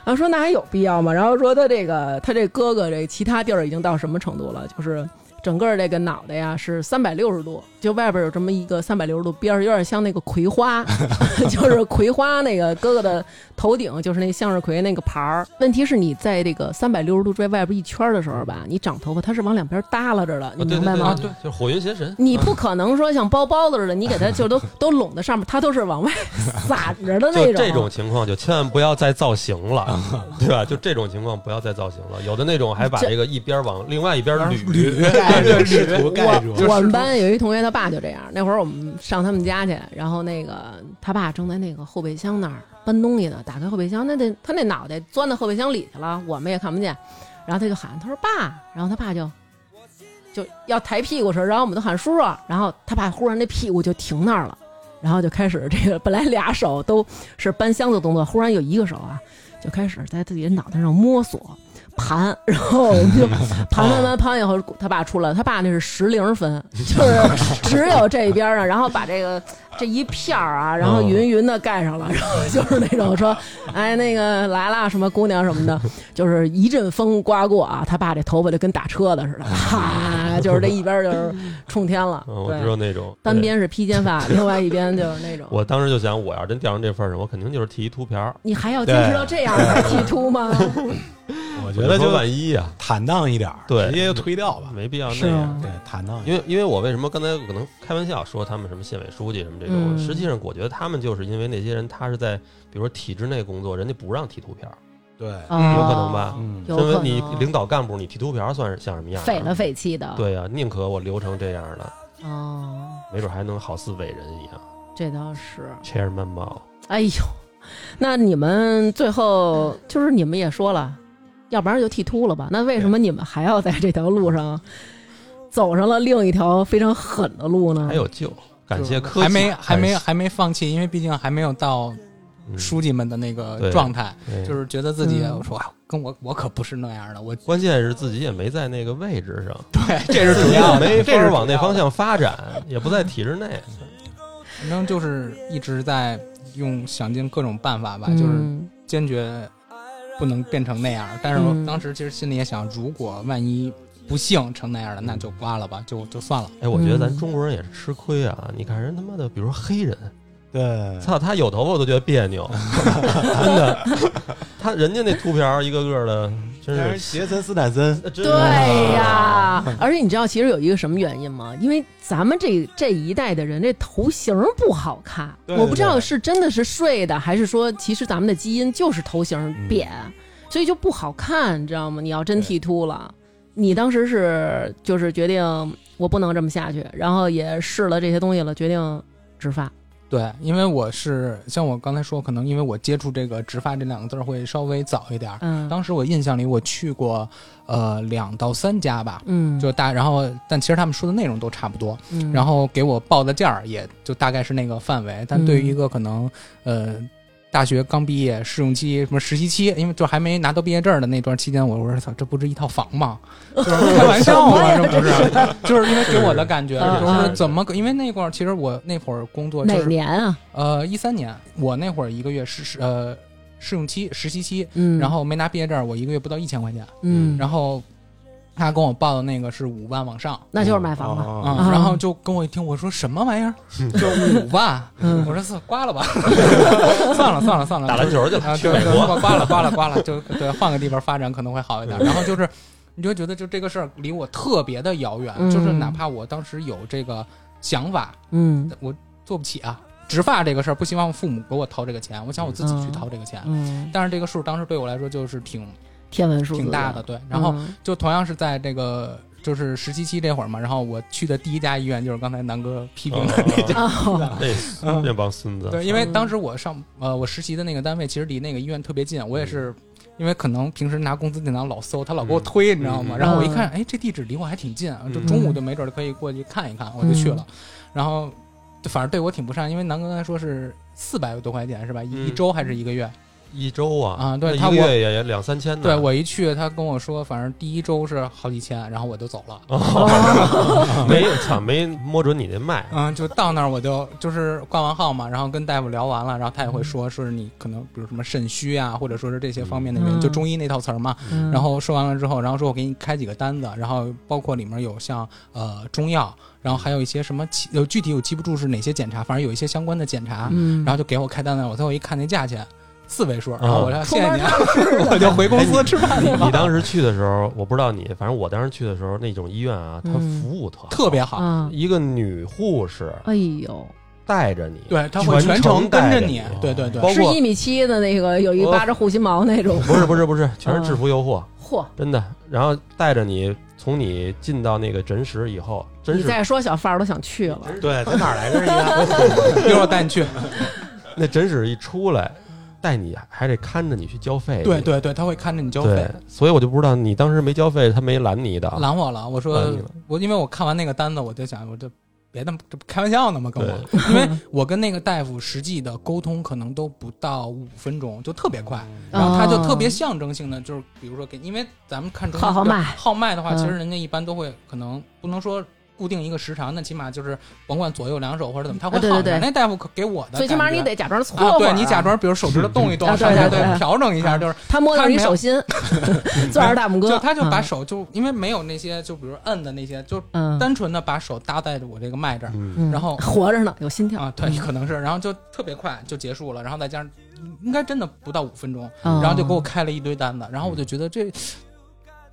Speaker 2: 然后说那还有必要吗？然后说他这个他这哥哥这其他地儿已经到什么程度了？就是整个这个脑袋呀是三百六十度，就外边有这么一个三百六十度边儿，有点像那个葵花， 就是葵花那个哥哥的头顶就是那向日葵那个牌儿。问题是你在这个三百六十度追外边一圈儿的时候吧，你长头发它是往两边耷拉着的，你
Speaker 4: 对
Speaker 2: 明
Speaker 4: 对
Speaker 2: 白
Speaker 4: 对
Speaker 2: 吗？
Speaker 4: 啊，对，就是火云邪神。
Speaker 2: 你不可能说像包包子似的，你给它就都都拢在上面，它都是往外 散着的那
Speaker 4: 就
Speaker 2: 种。
Speaker 4: 这种情况，就千万不要再造型了， 对吧？就这种情况不要再造型了。有的那种还把这个一边往另外一边捋，
Speaker 1: 盖住试图盖住，
Speaker 2: 我们班有一同学他爸就这样，那会儿我们上他们家去，然后那个他爸正在那个后备箱那儿搬东西呢，打开后备箱，那得他那脑袋钻到后备箱里去了，我们也看不见，然后他就喊，他说爸，然后他爸就就要抬屁股时候，然后我们都喊叔叔，然后他爸忽然那屁股就停那儿了，然后就开始这个本来俩手都是搬箱子动作，忽然有一个手啊就开始在自己的脑袋上摸索。盘，然后我 们就
Speaker 4: 啊
Speaker 2: 盘盘盘盘以后，他爸出来，他爸那是十零分， 就是只有这一边儿啊，然后把这个这一片儿啊，然
Speaker 4: 嗯
Speaker 2: 后匀匀的盖上了，然后就是那种说，哎，那个来啦，什么姑娘什么的，就是一阵风刮过啊，他爸这头发就跟打车的似的，哈，就是这一边儿就是冲天了，
Speaker 4: 嗯，我知道
Speaker 2: 对，
Speaker 4: 那种
Speaker 2: 单。边是披肩发，另外一边就是
Speaker 1: 啊
Speaker 2: 那种
Speaker 4: 对。我当时就想，我要真掉成这份儿上，我肯定就是剃一秃瓢儿。
Speaker 2: 你还要坚持到这样儿才剃秃吗？
Speaker 1: 我我觉得
Speaker 4: 说
Speaker 1: 就
Speaker 4: 万一呀，
Speaker 1: 坦荡一点儿，
Speaker 4: 对
Speaker 1: 直接就推掉吧。
Speaker 4: 没必要
Speaker 2: 是
Speaker 4: 那样。
Speaker 2: 啊
Speaker 1: 对，坦荡一点
Speaker 4: 因为因为我为什么刚才可能开玩笑说他们什么县委书记什么这种，
Speaker 2: 嗯
Speaker 4: 实际上我觉得他们就是因为那些人他是在比如说体制内工作，人家不让提图片儿，
Speaker 1: 对，
Speaker 4: 有可能吧
Speaker 1: 嗯
Speaker 2: 啊有
Speaker 4: 身为你
Speaker 2: 可能
Speaker 4: 领导干部，你提图片儿算是像什么样？
Speaker 2: 匪了。匪气的，
Speaker 4: 对呀、啊宁可我留成这样的，
Speaker 2: 哦，
Speaker 4: 没准还能好似伟人一样。
Speaker 2: 这倒是，
Speaker 4: Chairman 猫，
Speaker 2: 哎呦，那你们最后就是你们也说了，要不然就剃秃了吧？那为什么你们还要在这条路上走上了另一条非常狠的路呢？
Speaker 4: 还有救，感谢科技，
Speaker 3: 还没还没
Speaker 4: 感
Speaker 3: 还没放弃，因为毕竟还没有到
Speaker 4: 嗯
Speaker 3: 书记们的那个
Speaker 4: 对
Speaker 3: 状态，
Speaker 4: 对
Speaker 3: 就是觉得自己，
Speaker 2: 嗯
Speaker 3: 我说哇跟我我可不是那样 的，我
Speaker 4: 关键是自己也没在那个位置上，
Speaker 3: 对，这是 主
Speaker 4: 也
Speaker 3: 要的，
Speaker 4: 没
Speaker 3: 这
Speaker 4: 法
Speaker 3: 是
Speaker 4: 往那
Speaker 3: 主要
Speaker 4: 方
Speaker 3: 的，
Speaker 4: 向发展，也不在体制内。
Speaker 3: 反正就是一直在用想尽各种办法吧，
Speaker 2: 嗯
Speaker 3: 就是坚决不能变成那样。但是我
Speaker 2: 嗯
Speaker 3: 当时其实心里也想，如果万一不幸成那样
Speaker 4: 嗯
Speaker 3: 了，那就刮了吧，就就算了。
Speaker 4: 哎，我觉得
Speaker 2: 嗯
Speaker 4: 咱中国人也是吃亏啊！你看人他妈的，比如说黑人，
Speaker 1: 对，
Speaker 4: 操他有头发我都觉得别扭， 真的。他人家那秃瓢儿一个个的，
Speaker 1: 但
Speaker 4: 真
Speaker 1: 是
Speaker 4: 是
Speaker 1: 杰森斯坦森，
Speaker 4: 真是
Speaker 2: 对呀，而且你知道其实有一个什么原因吗？因为咱们这这一代的人这头型不好看，
Speaker 1: 对
Speaker 2: 我不知道
Speaker 1: 对
Speaker 2: 是真的是睡的，还是说其实咱们的基因就是头型扁，
Speaker 3: 嗯
Speaker 2: 所以就不好看，你知道吗？你要真剃秃了，你当时是就是决定我不能这么下去，然后也试了这些东西了，决定植发。
Speaker 3: 对，因为我是像我刚才说，可能因为我接触这个植发这两个字儿会稍微早一点儿。
Speaker 2: 嗯，
Speaker 3: 当时我印象里，我去过呃两到三家吧，
Speaker 2: 嗯，
Speaker 3: 就大，然后但其实他们说的内容都差不多。
Speaker 2: 嗯
Speaker 3: 然后给我报的价儿也就大概是那个范围。但对于一个可能呃大学刚毕业试用期什么实习期，因为就还没拿到毕业证的那段期间，我我说操，这不是一套房吗？就是开玩笑吗？这不是，就是因为给我的感觉
Speaker 2: 是
Speaker 3: 就是
Speaker 4: 是
Speaker 3: 怎么可，因为那会儿其实我那会儿工
Speaker 2: 嗯
Speaker 3: 作
Speaker 2: 哪
Speaker 3: 就是
Speaker 2: 年啊？
Speaker 3: 呃一三年，我那会儿一个月试试呃试用期实习期，
Speaker 2: 嗯，
Speaker 3: 然后没拿毕业证，我一个月不到一千块钱，
Speaker 2: 嗯，
Speaker 3: 然后他跟我报的那个是五万往上。
Speaker 2: 那就是买房了。
Speaker 1: 了
Speaker 3: 啊、然后就跟我一听，我说什么玩意儿，就五万，
Speaker 2: 嗯
Speaker 3: 我说算 刮了吧，算了算了算了，
Speaker 4: 打篮球去了，
Speaker 3: 啊，
Speaker 4: 去
Speaker 3: 对
Speaker 4: 美
Speaker 3: 对，
Speaker 4: 国。
Speaker 3: 刮刮了刮了刮了，就对，换个地方发展可能会好一点。
Speaker 2: 嗯
Speaker 3: 然后就是，你就觉得就这个事儿离我特别的遥远，
Speaker 2: 嗯
Speaker 3: 就是哪怕我当时有这个想法，
Speaker 2: 嗯
Speaker 3: 我做不起啊。植发这个事儿，不希望父母给我掏这个钱，我想我自己去掏这个钱。
Speaker 2: 嗯，
Speaker 3: 但是这个数当时对我来说就是挺
Speaker 2: 天文数字
Speaker 3: 挺大的，对。然后
Speaker 2: 嗯
Speaker 3: 就同样是在这个就是实习期这会儿嘛，然后我去的第一家医院就是刚才南哥批评的那家，嗯
Speaker 2: 哦，
Speaker 4: 哎那那帮孙子，
Speaker 3: 对，因为当时我上呃我实习的那个单位其实离那个医院特别近，我也是因为可能平时拿工资电脑老搜，他老给我推，你知道吗？
Speaker 4: 嗯
Speaker 3: 然后我一看，哎，这地址离我还挺近，啊，就中午
Speaker 2: 嗯
Speaker 3: 就没准儿可以过去看一看，我就去
Speaker 4: 嗯
Speaker 3: 了。然后反正对我挺不善，因为南哥刚才说是四百多块钱是吧？一
Speaker 4: 嗯
Speaker 3: 一周还是一个月？
Speaker 4: 一周啊
Speaker 3: 啊对
Speaker 4: 那
Speaker 3: 他
Speaker 4: 一个
Speaker 3: 我
Speaker 4: 月也也两三千呢。
Speaker 3: 对我一去，他跟我说，反正第一周是好几千，然后我就走了。
Speaker 4: 没操没摸准你那 脉，
Speaker 3: 嗯，就到那儿我就就是挂完号嘛，然后跟大夫聊完了，然后他
Speaker 4: 嗯
Speaker 3: 也会说，说是你可能比如什么肾虚啊，或者说是这些方面的原因，
Speaker 2: 嗯
Speaker 3: 就中医那套词儿嘛。
Speaker 2: 嗯
Speaker 3: 然后说完了之后，然后说我给你开几个单子，然后包括里面有像呃中药，然后还有一些什么其呃具体我记不住是哪些检查，反正有一些相关的检查，
Speaker 2: 嗯，
Speaker 3: 然后就给我开单子，我最后一看那价钱四位数，然后我说谢谢
Speaker 2: 出门
Speaker 3: 您， 我就回公司吃饭去
Speaker 4: 啊哎你
Speaker 3: 了，
Speaker 4: 当时去的时候，我不知道你，反正我当时去的时候，那种医院啊，它
Speaker 2: 嗯
Speaker 4: 服务特好
Speaker 3: 特别好，
Speaker 2: 啊，
Speaker 4: 一个女护士
Speaker 2: 哎呦，
Speaker 4: 带着你，
Speaker 3: 对，他会
Speaker 4: 全
Speaker 3: 全程跟
Speaker 4: 带
Speaker 3: 着
Speaker 4: 着哦
Speaker 3: 你，对对对，
Speaker 4: 包
Speaker 2: 是
Speaker 4: 括
Speaker 2: 一米七的那个，有一扒着护心毛那种，
Speaker 4: 不是不是不是，全
Speaker 2: 嗯
Speaker 4: 是制服诱惑，
Speaker 2: 嚯！
Speaker 4: 真的。然后带着你从你进到那个诊室以后，真
Speaker 2: 你
Speaker 4: 是
Speaker 2: 再说小范儿都想去了，
Speaker 1: 对，在哪儿 来着？一个
Speaker 3: 一会儿我带你
Speaker 4: 哎
Speaker 3: 去，
Speaker 4: 那诊室一出来，带你还得看着你去交费，
Speaker 3: 对对对，他会看着你交费
Speaker 4: 对。，所以我就不知道你当时没交费，他没拦你的啊，
Speaker 3: 拦我了，我说
Speaker 4: 拦你了
Speaker 3: 我因为我看完那个单子，我就想我这别那么这不开玩笑呢吗？跟我，
Speaker 4: 对
Speaker 3: 因为
Speaker 2: 嗯
Speaker 3: 我跟那个大夫实际的沟通可能都不到五分钟，就特别快，
Speaker 2: 嗯
Speaker 3: 然后他就特别象征性的就是比如说给，因为咱们看中
Speaker 2: 号号脉
Speaker 3: 号脉的话，
Speaker 2: 嗯
Speaker 3: 其实人家一般都会可能不能说。固定一个时长，那起码就是甭管左右两手或者怎么，他会
Speaker 2: 啊对
Speaker 3: 好
Speaker 2: 对
Speaker 3: 点。
Speaker 2: 对
Speaker 3: 那大夫可给我的感觉，
Speaker 2: 最起码你得假装搓会儿
Speaker 3: 啊，
Speaker 2: 啊，
Speaker 3: 对你假装，比如手指头动一动，
Speaker 2: 啊对
Speaker 3: 上下
Speaker 2: 对对
Speaker 3: 调整一下，就是
Speaker 2: 他摸到你手 心，攥着大拇哥，
Speaker 3: 就他就把
Speaker 2: 嗯
Speaker 3: 手就因为没有那些就比如摁的那些，就
Speaker 2: 嗯
Speaker 3: 单纯的把手搭在我这个脉这儿啊
Speaker 4: 嗯，
Speaker 2: 嗯
Speaker 3: 然后
Speaker 2: 活着呢，有心跳
Speaker 3: 啊，对，可能是，然后就特别快就结束了，然后再加上应该真的不到五分钟，
Speaker 2: 嗯
Speaker 3: 然后就给我开了一堆单子，然后我就觉得这。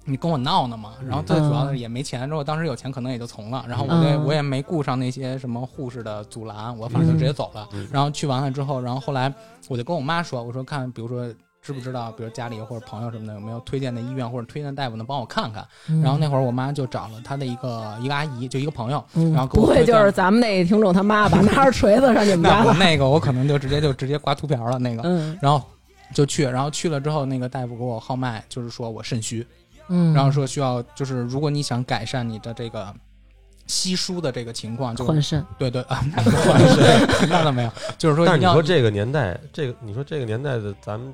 Speaker 3: 你跟我闹呢嘛？然后最主要的是也没钱，之后当时有钱可能也就从了，然后我也、
Speaker 2: 嗯嗯
Speaker 3: 我也没顾上那些什么护士的阻拦，我反正就直接走
Speaker 2: 嗯
Speaker 3: 了。然后去完了之后，然后后来我就跟我妈说，我说看，比如说知不知道，比如家里或者朋友什么的有没有推荐的医院或者推荐的大夫能帮我看看。
Speaker 2: 嗯
Speaker 3: 然后那会儿我妈就找了她的一个一个阿姨，就一个朋友，
Speaker 2: 嗯
Speaker 3: 然后给
Speaker 2: 不
Speaker 3: 我
Speaker 2: 会
Speaker 3: 推荐
Speaker 2: 就是咱们那听众他妈吧，拿着锤子上 你们
Speaker 3: 那
Speaker 2: 家
Speaker 3: 我
Speaker 2: 了？
Speaker 3: 那个我可能就直接就直接刮秃瓢了那个，
Speaker 2: 嗯
Speaker 3: 然后就去，然后去了之后，那个大夫给我号脉，就是说我肾虚，
Speaker 2: 嗯，
Speaker 3: 然后说需要就是如果你想改善你的这个。稀疏的这个情况，就
Speaker 2: 换肾，
Speaker 3: 对对啊，那换肾 那倒没有，就是说
Speaker 4: 但是你
Speaker 3: 要
Speaker 4: 说这个年代，这个你说这个年代的咱们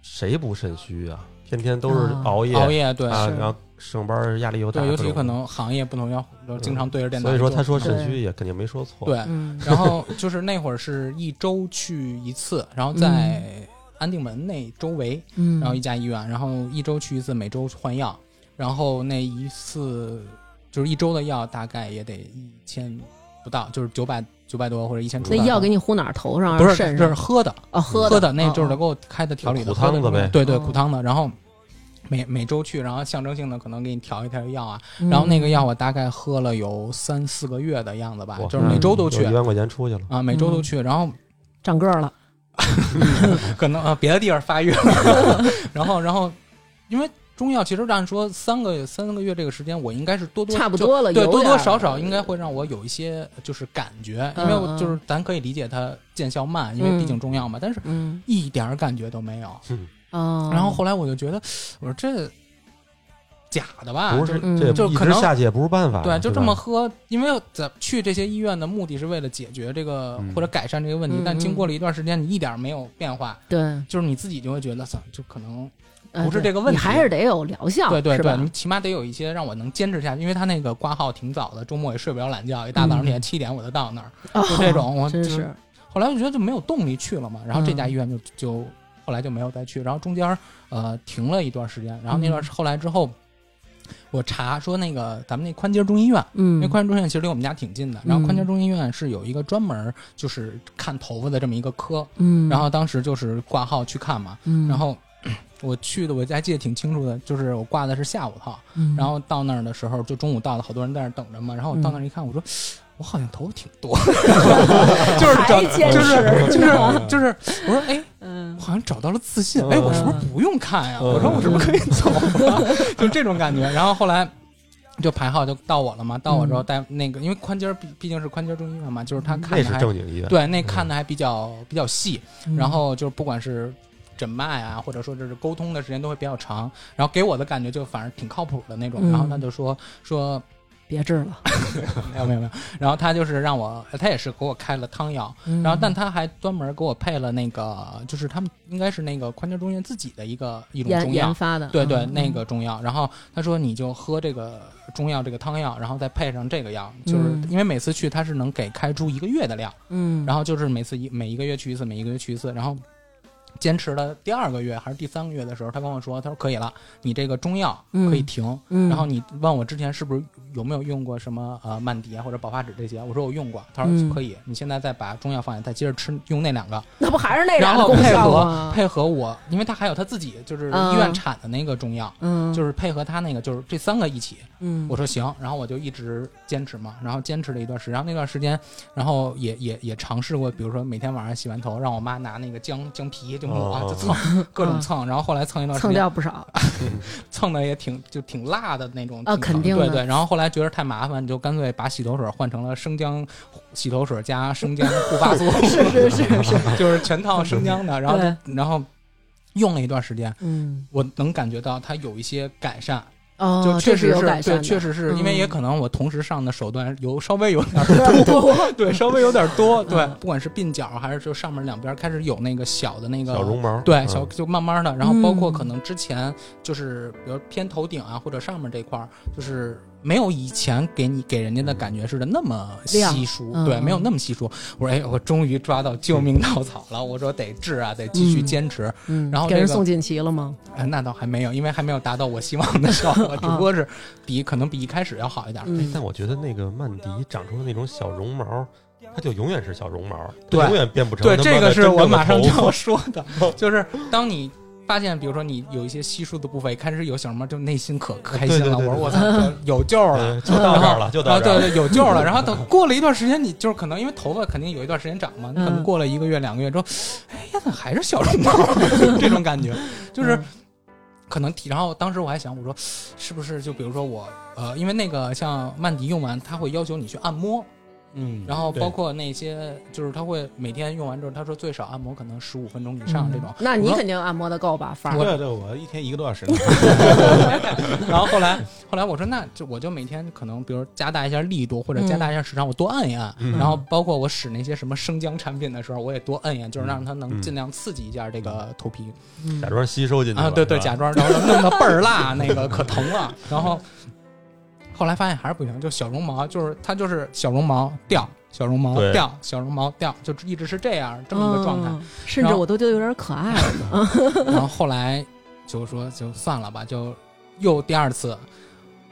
Speaker 4: 谁不肾虚啊？天天都是
Speaker 2: 啊
Speaker 4: 熬夜
Speaker 3: 嗯熬夜对
Speaker 4: 啊，
Speaker 2: 是
Speaker 4: 然后上班压力又大，
Speaker 3: 对，尤其
Speaker 4: 各种
Speaker 3: 可能行业不同，要就经常对着电脑
Speaker 4: 嗯所
Speaker 3: 做。
Speaker 4: 以说他说
Speaker 2: 对
Speaker 4: 肾虚也肯定没说错。
Speaker 3: 对，
Speaker 2: 嗯
Speaker 3: 然后就是那会儿是一周去一次，然后在安定门那周围，
Speaker 2: 嗯，
Speaker 3: 然后一家医院，然后一周去一次，每周换药，然后那一次就是一周的药大概也得一千不到，就是九百九百多或者一千出
Speaker 2: 那
Speaker 3: 头。
Speaker 2: 药给你糊哪儿头上？
Speaker 3: 不是，
Speaker 2: 肾
Speaker 3: 这是
Speaker 2: 上？
Speaker 3: 喝的，
Speaker 2: 哦，喝
Speaker 3: 喝的那就是
Speaker 2: 哦
Speaker 3: 给我开的调理的
Speaker 4: 苦汤子
Speaker 3: 喝的
Speaker 4: 呗
Speaker 3: 对对，
Speaker 2: 哦
Speaker 3: 苦汤的，然后。每每周去，然后象征性的可能给你调一调药啊，
Speaker 2: 嗯
Speaker 3: 然后那个药我大概喝了有三四个月的样子吧，
Speaker 4: 哇嗯
Speaker 3: 就是每周都去
Speaker 4: 一万块钱出去了，
Speaker 3: 啊，每
Speaker 2: 嗯
Speaker 3: 周都去，然后
Speaker 2: 长个儿了，
Speaker 3: 可能呃别的地方发育了， 然后然后因为中药其实按说三个三个月这个时间，我应该是多多
Speaker 2: 差不
Speaker 3: 就
Speaker 2: 多了
Speaker 3: 对
Speaker 2: 有
Speaker 3: 多
Speaker 2: 点
Speaker 3: 多
Speaker 2: 儿
Speaker 3: 少少应该会让我有一些呃就是感觉，因为我就是咱可以理解它见效慢，因为毕竟中药嘛，但是
Speaker 2: 嗯
Speaker 3: 一点儿感觉都没有。
Speaker 2: 哦，
Speaker 3: 然后后来我就觉得，我说这假的吧，
Speaker 4: 不
Speaker 3: 啊就是
Speaker 2: 嗯
Speaker 4: 这
Speaker 3: 就
Speaker 4: 一
Speaker 3: 可
Speaker 4: 直
Speaker 3: 能
Speaker 4: 下去也不是办法。
Speaker 3: 对，啊就
Speaker 4: 吧
Speaker 3: 这么喝，因为咱去这些医院的目的是为了解决这个、
Speaker 4: 嗯
Speaker 3: 或者改善这个问题，
Speaker 2: 嗯
Speaker 3: 但经
Speaker 2: 嗯
Speaker 3: 过了一段时间，你一点儿没有变化，
Speaker 2: 对，
Speaker 3: 就是你自己就会觉得，操，就可能
Speaker 2: 呃
Speaker 3: 不是
Speaker 2: 对
Speaker 3: 这个问
Speaker 2: 你
Speaker 3: 题
Speaker 2: 还是得有疗效，
Speaker 3: 对对
Speaker 2: 是
Speaker 3: 对，
Speaker 2: 吧
Speaker 3: 你起码得有一些让我能坚持下去，因为他那个挂号挺早的，周末也睡不了懒觉，一大早上
Speaker 2: 嗯
Speaker 3: 起来七点我就到那儿。
Speaker 2: 哦
Speaker 3: 就这种我
Speaker 2: 真，
Speaker 3: 就是后来我就觉得就没有动力去了嘛，然后这家
Speaker 2: 嗯
Speaker 3: 医院就就后来就没有再去，然后中间呃停了一段时间，然后那段
Speaker 2: 嗯
Speaker 3: 后来之后，我查说那个咱们那宽街中医院。
Speaker 2: 嗯
Speaker 3: 因为宽街中医院其实离我们家挺近的，然后宽街
Speaker 2: 嗯
Speaker 3: 中医院是有一个专门儿就是看头发的这么一个科，
Speaker 2: 嗯，
Speaker 3: 然后当时就是挂号去看嘛，
Speaker 2: 嗯，
Speaker 3: 然后我去的我还记得挺清楚的，就是我挂的是下午号，
Speaker 2: 嗯
Speaker 3: 然后到那儿的时候，就中午到了，好多人在那儿等着嘛。然后我到那儿一看，我说我好像头发挺多， 就是找
Speaker 2: 还坚
Speaker 3: 就是
Speaker 2: 持
Speaker 3: 就是就是，我说哎，
Speaker 2: 嗯
Speaker 3: 我好像找到了自信，哎，我是不是不用看呀？
Speaker 4: 嗯
Speaker 3: 我说我是不是可以走了？就这种感觉。然后后来。就排号就到我了嘛，到我之后带那个，因为宽街儿毕毕竟是宽街儿中医院嘛，嗯就是他看
Speaker 4: 那
Speaker 3: 的嗯
Speaker 4: 是
Speaker 3: 还
Speaker 4: 正经医院。
Speaker 3: 对那看的还比较比较细，
Speaker 2: 嗯
Speaker 3: 然后就是不管是诊脉啊，或者说这是沟通的时间都会比较长，然后给我的感觉就反正挺靠谱的那种。
Speaker 2: 嗯
Speaker 3: 然后他就说说
Speaker 2: 别治了，
Speaker 3: 没有没有没有，然后他就是让我，他也是给我开了汤药，
Speaker 2: 然
Speaker 3: 然后但他还专门给我配了那个，就是他们应该是那个宽街中医院自己的一个一种
Speaker 2: 研
Speaker 3: 中
Speaker 2: 研
Speaker 3: 药。
Speaker 2: 发的，
Speaker 3: 对对，
Speaker 2: 嗯
Speaker 3: 那个中药，然后他说你就喝这个中药这个汤药，然后再配上这个药，就是
Speaker 2: 嗯
Speaker 3: 因为每次去他是能给开出一个月的量，
Speaker 2: 嗯，
Speaker 3: 然后就是每次一每一个月去一次，每一个月去一次，然后坚持了第二个月还是第三个月的时候，他跟我说，他说可以了，你这个中药可以停。
Speaker 2: 嗯
Speaker 3: 然后你问我之前是不是有没有用过什么呃曼迪啊或者宝发纸这些，我说我用过，他
Speaker 2: 嗯
Speaker 3: 说可以，你现在再把中药放下，再接着吃用那两个，
Speaker 2: 那不还是那俩
Speaker 3: 然后
Speaker 2: 功
Speaker 3: 配
Speaker 2: 效
Speaker 3: 合
Speaker 2: 吗？
Speaker 3: 配合我，因为他还有他自己就是
Speaker 2: 嗯
Speaker 3: 医院产的那个中药。
Speaker 2: 嗯，
Speaker 3: 就是是配合他那个，就是这三个一起，
Speaker 2: 嗯，
Speaker 3: 我说行，然后我就一直坚持嘛，然后坚持了一段时间，然后那段时间，然后也也也尝试过，比如说每天晚上洗完头，让我妈拿那个姜姜皮就抹，
Speaker 4: 哦
Speaker 3: 就蹭各种蹭，然后后来蹭一段时
Speaker 2: 嗯蹭
Speaker 3: 间，
Speaker 2: 掉不 少，
Speaker 3: 蹭的也挺就挺辣的那种
Speaker 2: 啊
Speaker 3: 挺
Speaker 2: 肯定的
Speaker 3: 对对，然后后来觉得太麻烦，就干脆把洗头水换成了生姜洗头水加生姜护发 素，
Speaker 2: 是是是是，
Speaker 3: 就是全套生姜的，然后就然后用了一段时间，
Speaker 2: 嗯，
Speaker 3: 我能感觉到它有一些改善，
Speaker 2: 哦，
Speaker 3: 就确
Speaker 2: 这
Speaker 3: 实
Speaker 2: 有
Speaker 3: 是
Speaker 2: 改善
Speaker 3: 对，
Speaker 2: 的， 嗯
Speaker 3: 确实是因为也可能我同时上的手段有稍微有点
Speaker 2: 有点多，
Speaker 3: 对，稍微有点多。对
Speaker 2: 嗯，
Speaker 3: 不管是鬓角还是就上面两边开始有那个小的那个
Speaker 4: 小绒毛，
Speaker 3: 对
Speaker 4: 嗯
Speaker 3: 小就慢慢的，然后包括
Speaker 2: 嗯
Speaker 3: 可能之前就是比如偏头顶啊或者上面这块儿，就是没有以前给你给人家的感觉似的那么
Speaker 2: 亮
Speaker 3: 稀疏，
Speaker 2: 嗯
Speaker 3: 对，
Speaker 2: 嗯
Speaker 3: 没有那么稀疏。我说哎，我终于抓到救命稻草了，我说得治啊，得继续
Speaker 2: 嗯
Speaker 3: 坚持。
Speaker 2: 嗯，
Speaker 3: 然后
Speaker 2: 给
Speaker 3: 那
Speaker 2: 人
Speaker 3: 个
Speaker 2: 送锦旗了吗？
Speaker 3: 哎，那倒还没有，因为还没有达到我希望的 效果，只不过是比可能比一开始要好一点儿。
Speaker 4: 哎
Speaker 2: 嗯，
Speaker 4: 但我觉得那个曼迪长出的那种小绒毛，它就永远是小绒毛，
Speaker 3: 对
Speaker 4: 永远变不成
Speaker 3: 对，
Speaker 4: 他妈
Speaker 3: 这个
Speaker 4: 的
Speaker 3: 是
Speaker 4: 真
Speaker 3: 我
Speaker 4: 正的
Speaker 3: 马上
Speaker 4: 头
Speaker 3: 就
Speaker 4: 发
Speaker 3: 要说的， 就是当你发现，比如说你有一些稀疏的部位开始有小毛，就内心可开心了。
Speaker 4: 对对对对
Speaker 3: 我说我操， 这有救了。
Speaker 4: 嗯对就到这儿了，就
Speaker 3: 啊，
Speaker 4: 到这
Speaker 3: 对
Speaker 4: 儿了。
Speaker 3: 对，有救 了。然后等过了一段时间，你就是可能因为头发肯定有一段时间长嘛，你可能
Speaker 2: 嗯
Speaker 3: 过了一个月、两个月之后，哎呀，怎么还是小绒毛？ 这种感觉就是
Speaker 2: 嗯
Speaker 3: 可能体。然后当时我还想，我说是不是就比如说我呃，因为那个像曼迪用完，他会要求你去按摩，
Speaker 1: 嗯
Speaker 3: 然后
Speaker 4: 对
Speaker 3: 包括那些，就是他会每天用完之后，他说最少按摩可能十五分钟以上这种。
Speaker 2: 嗯那你
Speaker 3: 我说
Speaker 2: 肯定按摩的够吧？范儿，
Speaker 1: 对对，我一天一个多小 时呢。
Speaker 3: 然后后来后来我说那就我就每天可能比如加大一下力度或者加大一下时长，我多按一按。
Speaker 4: 嗯
Speaker 3: 然后包括我使那些什么生姜产品的时候，我也多按一按，就是让它能
Speaker 4: 嗯
Speaker 3: 尽量刺激一下这个头皮、
Speaker 4: 假装吸收进去了
Speaker 3: 啊，对对，
Speaker 4: 是吧
Speaker 3: 假装然后弄得倍儿 辣，那个可疼了。然后后来发现还是不行，就小绒毛，就是它就是小绒毛掉，小绒毛
Speaker 4: 对
Speaker 3: 掉，小绒毛掉，就一直是这样这么一个状态。
Speaker 2: 嗯，甚至
Speaker 3: 然后
Speaker 2: 我都觉得有点可爱了。
Speaker 3: 然后后来就说就算了吧，就又第二次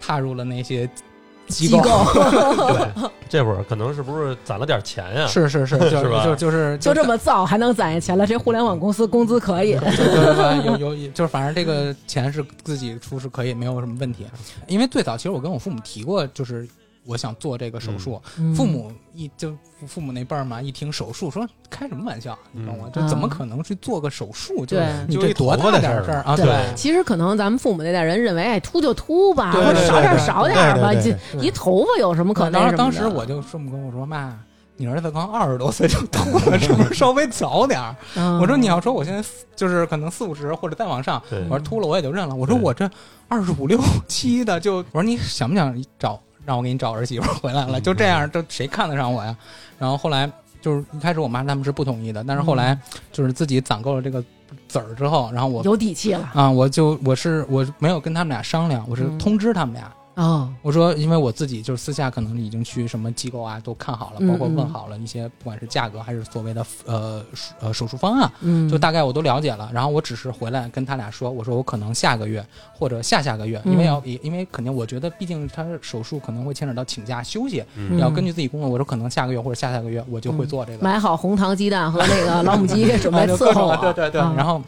Speaker 3: 踏入了那些 机构，
Speaker 4: 对，这会儿可能是不是攒了点钱呀？
Speaker 3: 是是是， 就是
Speaker 4: 吧
Speaker 3: 就就 是
Speaker 2: 就这么造还能攒下钱了，这互联网公司工资可以。
Speaker 3: 就就是有有就是反正这个钱是自己出是可以，没有什么问题。因为最早其实我跟我父母提过，就是我想做这个手术， 父母一就父母那辈儿嘛，一听手术说开什么玩笑，你懂吗？
Speaker 2: 嗯
Speaker 3: 就怎么可能去做个手术？就
Speaker 2: 对
Speaker 3: 你
Speaker 1: 就
Speaker 3: 这
Speaker 1: 一
Speaker 3: 多
Speaker 1: 头发
Speaker 3: 大
Speaker 1: 的
Speaker 3: 点
Speaker 1: 事
Speaker 3: 儿
Speaker 1: 儿
Speaker 3: 事儿啊？
Speaker 2: 对
Speaker 3: 对。
Speaker 2: 其实可能咱们父母那代人认为，哎，秃就秃吧，
Speaker 3: 对
Speaker 2: 或者
Speaker 3: 对
Speaker 2: 少
Speaker 3: 对
Speaker 2: 点
Speaker 3: 对啊
Speaker 2: 少
Speaker 1: 对
Speaker 2: 点吧，
Speaker 1: 对
Speaker 2: 这
Speaker 1: 对
Speaker 2: 一头发有什么可那
Speaker 3: 当
Speaker 2: 什么的
Speaker 3: 时当时我就这么跟我说妈。你儿子刚二十多岁就秃了，是不是稍微早点儿？
Speaker 2: 嗯
Speaker 3: 我说你要说我现在四就是可能四五十或者再往上，
Speaker 4: 对
Speaker 3: 我说秃了我也就认了。我说
Speaker 4: 对
Speaker 3: 我这二十五六 七的就，我说你想不想找让我给你找儿媳妇儿回来
Speaker 2: 嗯
Speaker 3: 了？就这样，这谁看得上我呀？然后后来就是一开始我妈他们是不同意的，但是后来就是自己攒够了这个子儿之后，然后我
Speaker 2: 嗯有底气了
Speaker 3: 啊我就我是我没有跟他们俩商量，我是
Speaker 2: 嗯
Speaker 3: 通知他们俩，
Speaker 2: 哦，
Speaker 3: 我说，因为我自己就是私下可能已经去什么机构啊都看好了，
Speaker 2: 嗯
Speaker 3: 包括问好了一些，不管是价格还是所谓的呃手呃手术方案，
Speaker 2: 嗯，
Speaker 3: 就大概我都了解了。然后我只是回来跟他俩说，我说我可能下个月或者下下个月，
Speaker 2: 嗯
Speaker 3: 因为要因为肯定我觉得毕竟他手术可能会牵扯到请假休息，
Speaker 2: 嗯
Speaker 3: 要根据自己工作，我说可能下个月或者下下个月我就会做这个。
Speaker 2: 买好红糖鸡蛋和那个老母 鸡，准备
Speaker 3: 啊就
Speaker 2: 伺
Speaker 3: 各
Speaker 2: 候
Speaker 3: 种
Speaker 2: 我。
Speaker 3: 啊对对对，
Speaker 2: 啊
Speaker 3: 然后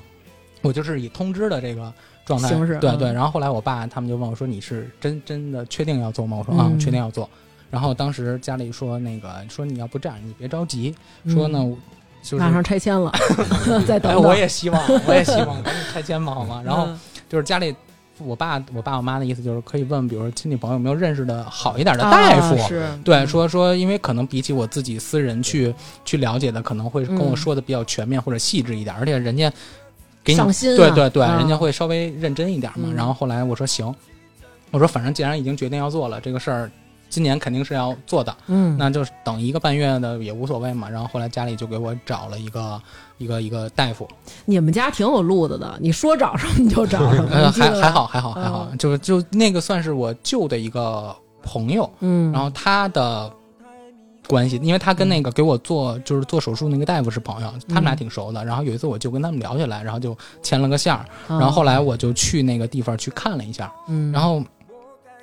Speaker 3: 我就是以通知的这个状态
Speaker 2: 形式
Speaker 3: 对
Speaker 2: 嗯
Speaker 3: 对。然后后来我爸他们就问我说：“你是真真的确定要做吗？”我说：“啊，
Speaker 2: 嗯
Speaker 3: 我确定要做。”然后当时家里说：“那个说你要不这样，你别着急，说呢
Speaker 2: 嗯，
Speaker 3: 就是
Speaker 2: 马上拆迁 了，再等
Speaker 3: 哎，
Speaker 2: 等。
Speaker 3: 我也希望，我也希望赶紧拆迁吧，好吗？”然后
Speaker 2: 嗯
Speaker 3: 就是家里。我爸、我爸、我妈的意思就是可以问，比如说亲戚朋友有没有认识的好一点的大夫，
Speaker 2: 啊是
Speaker 3: 对，说说，因为可能比起我自己私人去去了解的，可能会跟我
Speaker 2: 嗯
Speaker 3: 说的比较全面或者细致一点，而且人家给你
Speaker 2: 上心啊
Speaker 3: 对对对，
Speaker 2: 啊
Speaker 3: 人家会稍微认真一点嘛。
Speaker 2: 嗯
Speaker 3: 然后后来我说行，我说反正既然已经决定要做了这个事儿，今年肯定是要做的，
Speaker 2: 嗯，
Speaker 3: 那就是等一个半月的也无所谓嘛。然后后来家里就给我找了一个一个一个大夫，
Speaker 2: 你们家挺有路子的，你说找什么你就找什么，
Speaker 3: 呃，
Speaker 2: 你记
Speaker 3: 还
Speaker 2: 得吧
Speaker 3: 还好，还好还好
Speaker 2: 嗯，
Speaker 3: 就是就那个算是我舅的一个朋友，
Speaker 2: 嗯，
Speaker 3: 然后他的关系，因为他跟那个给我做就是做手术那个大夫是朋友，他们
Speaker 2: 嗯
Speaker 3: 俩挺熟的。然后有一次我就跟他们聊起来，然后就牵了个线儿。
Speaker 2: 啊
Speaker 3: 然后后来我就去那个地方去看了一下，
Speaker 2: 嗯，
Speaker 3: 然后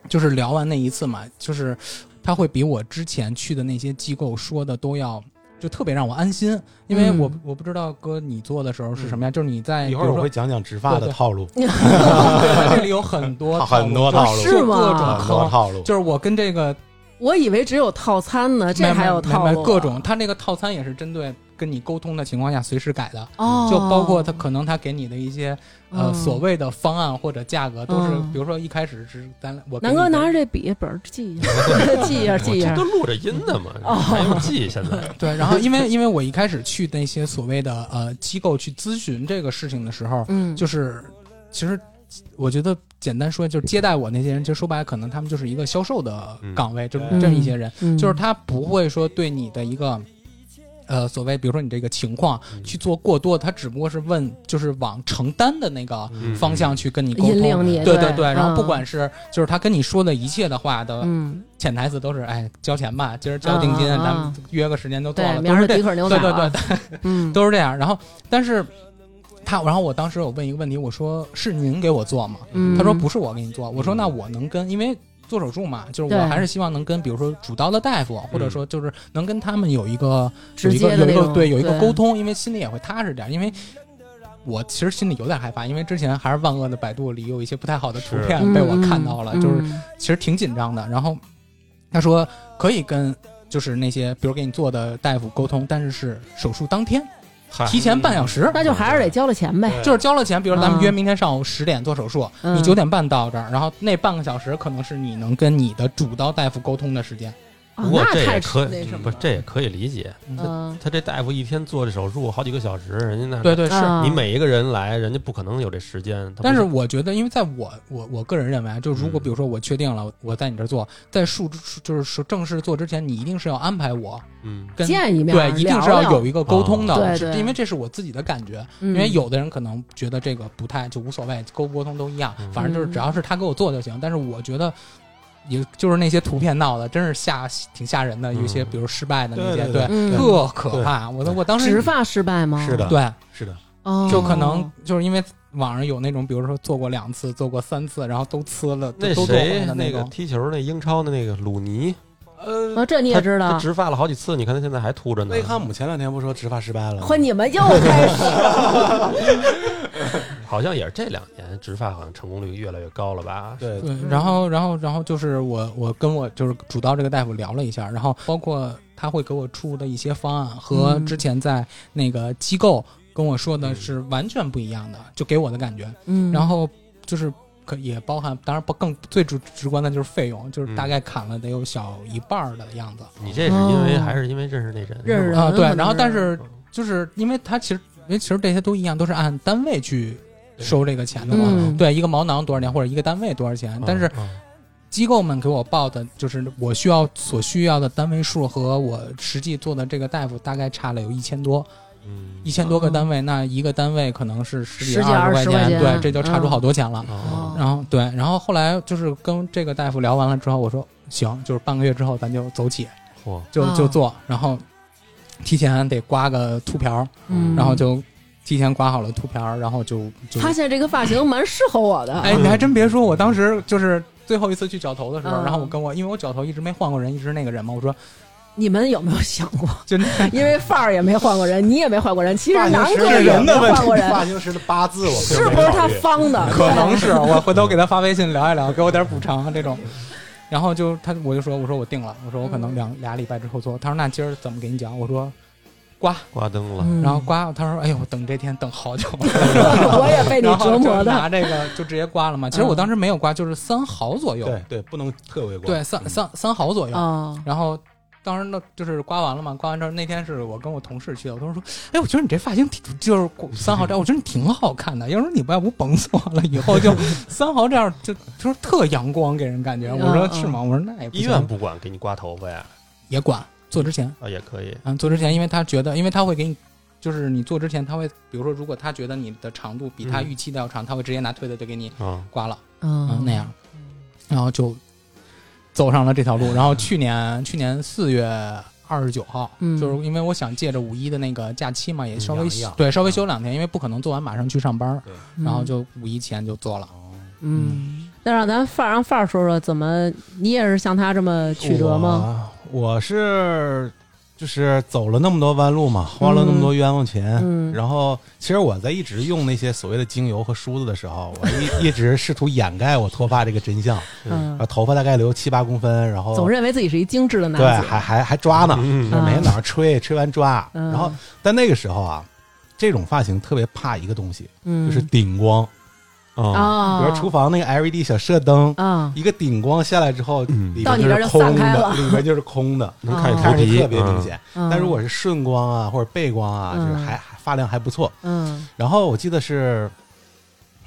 Speaker 3: 就是聊完那一次嘛，就是他会比我之前去的那些机构说的都要。就特别让我安心，因为我、
Speaker 2: 嗯
Speaker 3: 我不知道哥你做的时候是什么样，就是你在
Speaker 1: 嗯一会儿
Speaker 3: 哎比
Speaker 1: 我
Speaker 3: 如
Speaker 1: 会
Speaker 3: 说
Speaker 1: 讲讲植发
Speaker 3: 对
Speaker 1: 的
Speaker 3: 对
Speaker 1: 套路，
Speaker 3: 这里有很多
Speaker 1: 很多
Speaker 3: 套
Speaker 1: 套
Speaker 3: 路
Speaker 1: 路，
Speaker 2: 是吗
Speaker 3: 各种
Speaker 1: 很多
Speaker 3: 坑，
Speaker 1: 呃套路。
Speaker 3: 就是我跟这个
Speaker 2: 我以为只有套餐呢，这
Speaker 3: 没
Speaker 2: 还有
Speaker 3: 没
Speaker 2: 套
Speaker 3: 没
Speaker 2: 路啊，
Speaker 3: 各种，他那个套餐也是针对跟你沟通的情况下随时改的，
Speaker 2: 哦，
Speaker 3: 就包括他可能他给你的一些呃
Speaker 2: 嗯
Speaker 3: 所谓的方案或者价格，都是
Speaker 2: 嗯
Speaker 3: 比如说一开始是咱我给
Speaker 2: 南哥
Speaker 3: 你的
Speaker 2: 拿着这笔本儿记一下， 记一下，记一
Speaker 4: 这
Speaker 3: 嗯
Speaker 2: 下
Speaker 4: 都。录着音的嘛，
Speaker 2: 哦
Speaker 4: 还用记现在？
Speaker 3: 对，然后因为因为我一开始去那些所谓的呃机构去咨询这个事情的时候，
Speaker 2: 嗯，
Speaker 3: 就是其实我觉得简单说就是接待我那些人，其实说白了可能他们就是一个销售的
Speaker 4: 嗯
Speaker 3: 岗位，就
Speaker 1: 对
Speaker 3: 这么一些人，
Speaker 2: 嗯
Speaker 3: 就是他不会说对你的一个。呃，所谓比如说你这个情况
Speaker 4: 嗯
Speaker 3: 去做过多，他只不过是问，就是往承担的那个
Speaker 4: 嗯
Speaker 3: 方向去跟你沟
Speaker 2: 引领
Speaker 3: 通。
Speaker 2: 你，
Speaker 3: 对
Speaker 2: 对
Speaker 3: 对，然后不
Speaker 2: 嗯
Speaker 3: 管是就是他跟你说的一切的话的
Speaker 2: 嗯，
Speaker 3: 潜台词都是，哎，交钱吧，今儿交定金，
Speaker 2: 嗯嗯嗯
Speaker 3: 咱们约个时间都做
Speaker 2: 对，
Speaker 3: 了，
Speaker 2: 明
Speaker 3: 都
Speaker 2: 儿
Speaker 3: 是
Speaker 2: 迪
Speaker 3: 这，
Speaker 2: 克牛奶
Speaker 3: 对对对
Speaker 2: 了，， 嗯，
Speaker 3: 都是这样。然后，但是他，然后我当时我问一个问题，我说是您给我做吗？
Speaker 2: 嗯
Speaker 3: 他说不是我给你做，我说那我能跟，因为做手术嘛，就是
Speaker 2: 对
Speaker 3: 我还是希望能跟比如说主刀的大夫，或者说就是能跟他们有一个有
Speaker 2: 嗯直
Speaker 3: 一个
Speaker 2: 接的
Speaker 3: 有一
Speaker 2: 那
Speaker 3: 个
Speaker 2: 种，
Speaker 3: 对有一个沟通，因为心里也会踏实点儿，因为。我其实心里有点害怕，因为之前还是万恶的百度里有一些不太好的图
Speaker 4: 是
Speaker 3: 片
Speaker 2: 嗯
Speaker 3: 被我看到了，
Speaker 2: 嗯
Speaker 3: 就是其实挺紧张的。然后他说可以跟就是那些比如给你做的大夫沟通，但是是手术当天
Speaker 4: 嗨
Speaker 3: 提前半小时，
Speaker 2: 那就还是得交了钱呗。
Speaker 4: 嗯对
Speaker 3: 就是交了钱，比如咱们
Speaker 2: 嗯
Speaker 3: 约明天上午十点做手术，
Speaker 2: 嗯
Speaker 3: 你九点半到这儿，然后那半个小时可能是你能跟你的主刀大夫沟通的时间。
Speaker 2: 啊
Speaker 4: 不过
Speaker 2: 那
Speaker 4: 这
Speaker 2: 太
Speaker 4: 也可
Speaker 2: 那
Speaker 4: 以，
Speaker 2: 什么了，
Speaker 4: 不是这也可以理解。
Speaker 2: 嗯，
Speaker 4: 他这大夫一天做这手术好几个小时，人家那
Speaker 3: 对对是。
Speaker 2: 啊
Speaker 4: 你每一个人来，人家不可能有这时间。他不
Speaker 3: 但是我觉得，因为在我我我个人认为啊，就如果
Speaker 4: 嗯
Speaker 3: 比如说我确定了我在你这儿做，在术就是说正式做之前，你一定是要安排我
Speaker 4: 嗯，
Speaker 3: 跟
Speaker 2: 见一面
Speaker 3: 对，一定是要有一个沟通
Speaker 4: 哦
Speaker 2: 聊聊对
Speaker 3: 的，
Speaker 2: 对嗯
Speaker 3: 是因为这是我自己的感觉。
Speaker 2: 因
Speaker 3: 因为有的人可能觉得这个不太就无所谓，沟不沟通都一样，
Speaker 4: 嗯
Speaker 3: 反正就是只要是他给我做就行。但是我觉得，也就是那些图片闹的，真是吓挺吓人的，
Speaker 4: 嗯
Speaker 3: 有一些比如失败的那些，
Speaker 1: 对
Speaker 2: 对
Speaker 1: 对
Speaker 2: 对
Speaker 3: 特可怕。我都我当
Speaker 2: 嗯植
Speaker 3: 时
Speaker 2: 发失败吗？
Speaker 1: 是的，，
Speaker 3: 对，
Speaker 1: 是的，
Speaker 2: 哦，
Speaker 3: 就可能就是因为网上有那种，比如说做过两次，做过三次，然后都呲了，
Speaker 4: 那
Speaker 3: 都做
Speaker 4: 谁
Speaker 3: 红的
Speaker 4: 那个
Speaker 3: 种。
Speaker 4: 踢球那英超的那个鲁尼，
Speaker 1: 呃，
Speaker 2: 啊，这你
Speaker 4: 他
Speaker 2: 也知
Speaker 4: 他
Speaker 2: 道。
Speaker 4: 植发了好几次，你看他现在还秃着呢
Speaker 1: 贝。克汉姆前两天不说植发失败了吗？
Speaker 2: 和你们又开 始
Speaker 4: 好像也是这两年植发好像成功率越来越高了吧？
Speaker 1: 对，
Speaker 3: 对，
Speaker 2: 嗯
Speaker 3: 然后，然后，然后就是我，我跟我就是主刀这个大夫聊了一下，然后包括他会给我出的一些方案和
Speaker 2: 嗯
Speaker 3: 之前在那个机构跟我说的是完全不一样的，就给我的感觉。
Speaker 2: 嗯，
Speaker 3: 然后就是可也包含，当然不更最直直观的就是费用，就是
Speaker 4: 嗯
Speaker 3: 大概砍了得有小一半儿的样子。
Speaker 4: 你这是因为
Speaker 2: 哦
Speaker 4: 还是因为认识那人？
Speaker 2: 认识
Speaker 4: 是
Speaker 2: 人
Speaker 4: 吧
Speaker 3: 啊、对
Speaker 2: 可，能
Speaker 3: 然后
Speaker 2: 是
Speaker 3: 但是
Speaker 4: 嗯
Speaker 3: 就是因为他其实因为其实这些都一样，都是按单位去收这个钱的嘛。
Speaker 2: 嗯
Speaker 3: 对，一个毛囊多少钱或者一个单位多少钱，但是
Speaker 4: 嗯
Speaker 3: 机构们给我报的，就是我需要所需要的单位数和我实际做的这个大夫大概差了有一千多，
Speaker 4: 嗯
Speaker 3: 一千多个单位，那一个单位可能是十几
Speaker 2: 十几
Speaker 3: 二
Speaker 2: 二
Speaker 3: 十
Speaker 2: 十
Speaker 3: 块
Speaker 2: 块钱
Speaker 3: 对，这就差出
Speaker 2: 嗯
Speaker 3: 好多钱了。
Speaker 4: 哦
Speaker 2: 哦
Speaker 3: 然后对，然后后来就是跟这个大夫聊完了之后，我说行，就是半个月之后咱就走起，
Speaker 4: 嚯，
Speaker 3: 就
Speaker 2: 哦
Speaker 3: 就做，然后提前得刮个秃瓢，
Speaker 2: 嗯
Speaker 3: 然后就提前刮好了秃瓢，然后就就
Speaker 2: 发现这个发型蛮适合我的。
Speaker 3: 哎，你还真别说，我当时就是最后一次去绞头的时候，
Speaker 2: 嗯哦
Speaker 3: 然后我跟我，因为我绞头一直没换过人，一直是那个人嘛，我说
Speaker 2: 你们有没有想过，
Speaker 3: 就 那
Speaker 2: 因为范儿也没换过人，你也没换过人，其实
Speaker 1: 发型
Speaker 2: 南
Speaker 1: 师
Speaker 2: 哥也
Speaker 1: 人
Speaker 2: 没
Speaker 1: 的问
Speaker 2: 换过
Speaker 1: 题，
Speaker 2: 人，
Speaker 1: 发型师的八字我们
Speaker 2: 是不是他方的？
Speaker 3: 可能是我回头给他发微信聊一聊，给我点补偿啊这种。然后就他我就说我说我定了，我说我可
Speaker 2: 嗯
Speaker 3: 能两俩礼拜之后做。他说那今儿怎么给你讲？我说刮，
Speaker 4: 挂灯了，
Speaker 2: 嗯
Speaker 3: 然后刮。他说哎呦，等这天等好久了。
Speaker 2: 我也 被你
Speaker 3: 然后
Speaker 2: 折
Speaker 3: 就
Speaker 2: 磨的。嗯
Speaker 3: 拿这个就直接刮了嘛。其实我当时没有刮，就是三毫左右，
Speaker 1: 对对，不能特别过。
Speaker 3: 对，三三三毫左右。
Speaker 2: 哦，
Speaker 3: 然后当时呢，就是刮完了嘛，刮完之后那天是我跟我同事去的，我同事说：“哎，我觉得你这发型挺就是三毫这样，我觉得你挺好看的。要是你不要不崩死我了，以 后就三毫这样就就是特阳光给人感觉。”我说
Speaker 2: 嗯：“嗯
Speaker 3: 是吗？”我说：“那也不
Speaker 4: 医
Speaker 3: 行
Speaker 4: 院不管给你刮头发呀，
Speaker 3: 也管做之前，
Speaker 4: 啊也可以。
Speaker 3: 嗯，做之前，因为他觉得，因为他会给你。”就是你做之前，他会，比如说，如果他觉得你的长度比他
Speaker 4: 嗯
Speaker 3: 预期的要长，他会直接拿推的就给你
Speaker 4: 啊，
Speaker 3: 刮了。
Speaker 2: 嗯
Speaker 3: 嗯，那样，然后就走上了这条路。然后去年去年四月二十九号，
Speaker 2: 嗯
Speaker 3: 就是因为我想借着五一的那个假期嘛，也稍微
Speaker 1: 养一嗯养
Speaker 3: 对稍微休两天，因为不可能做完马上去上班，
Speaker 2: 嗯
Speaker 3: 然后就五一前就做了。
Speaker 2: 嗯，那让咱范儿让范儿说说，怎么你也是像他这么曲折吗？
Speaker 1: 我？我是就是走了那么多弯路嘛，花了那么多冤枉钱。
Speaker 2: 嗯
Speaker 1: 然后，其实我在一直用那些所谓的精油和梳子的时候，我一一直试图掩盖我脱发这个真相。
Speaker 2: 嗯
Speaker 1: 啊，，头发大概留七八公分，然后
Speaker 2: 总认为自己是一精致的男
Speaker 1: 对，
Speaker 2: 子。
Speaker 1: 还还还抓呢，
Speaker 2: 啊
Speaker 4: 嗯
Speaker 1: 就是每天早上吹，吹完抓。
Speaker 2: 嗯
Speaker 1: 然后，但那个时候啊，这种发型特别怕一个东西，
Speaker 2: 嗯，
Speaker 1: 就是顶光。
Speaker 4: 啊，
Speaker 2: 啊，
Speaker 1: 比如厨房那个 LED 小射灯，
Speaker 2: 啊，
Speaker 1: 一个顶光下来之后，
Speaker 4: 嗯
Speaker 1: 里
Speaker 2: 到
Speaker 1: 边
Speaker 2: 你这
Speaker 1: 就是
Speaker 2: 儿就
Speaker 1: 空
Speaker 2: 散开
Speaker 1: 的，
Speaker 2: 了
Speaker 1: 里边就是空的，
Speaker 4: 能看
Speaker 2: 哦
Speaker 4: 见
Speaker 1: 看
Speaker 4: 头
Speaker 1: 着
Speaker 4: 皮
Speaker 1: 特别明
Speaker 4: 嗯
Speaker 1: 显。
Speaker 2: 嗯
Speaker 1: 但如果是顺光啊或者背光啊，
Speaker 2: 嗯
Speaker 1: 就是还还发量还不错。
Speaker 2: 嗯
Speaker 1: 然后我记得是，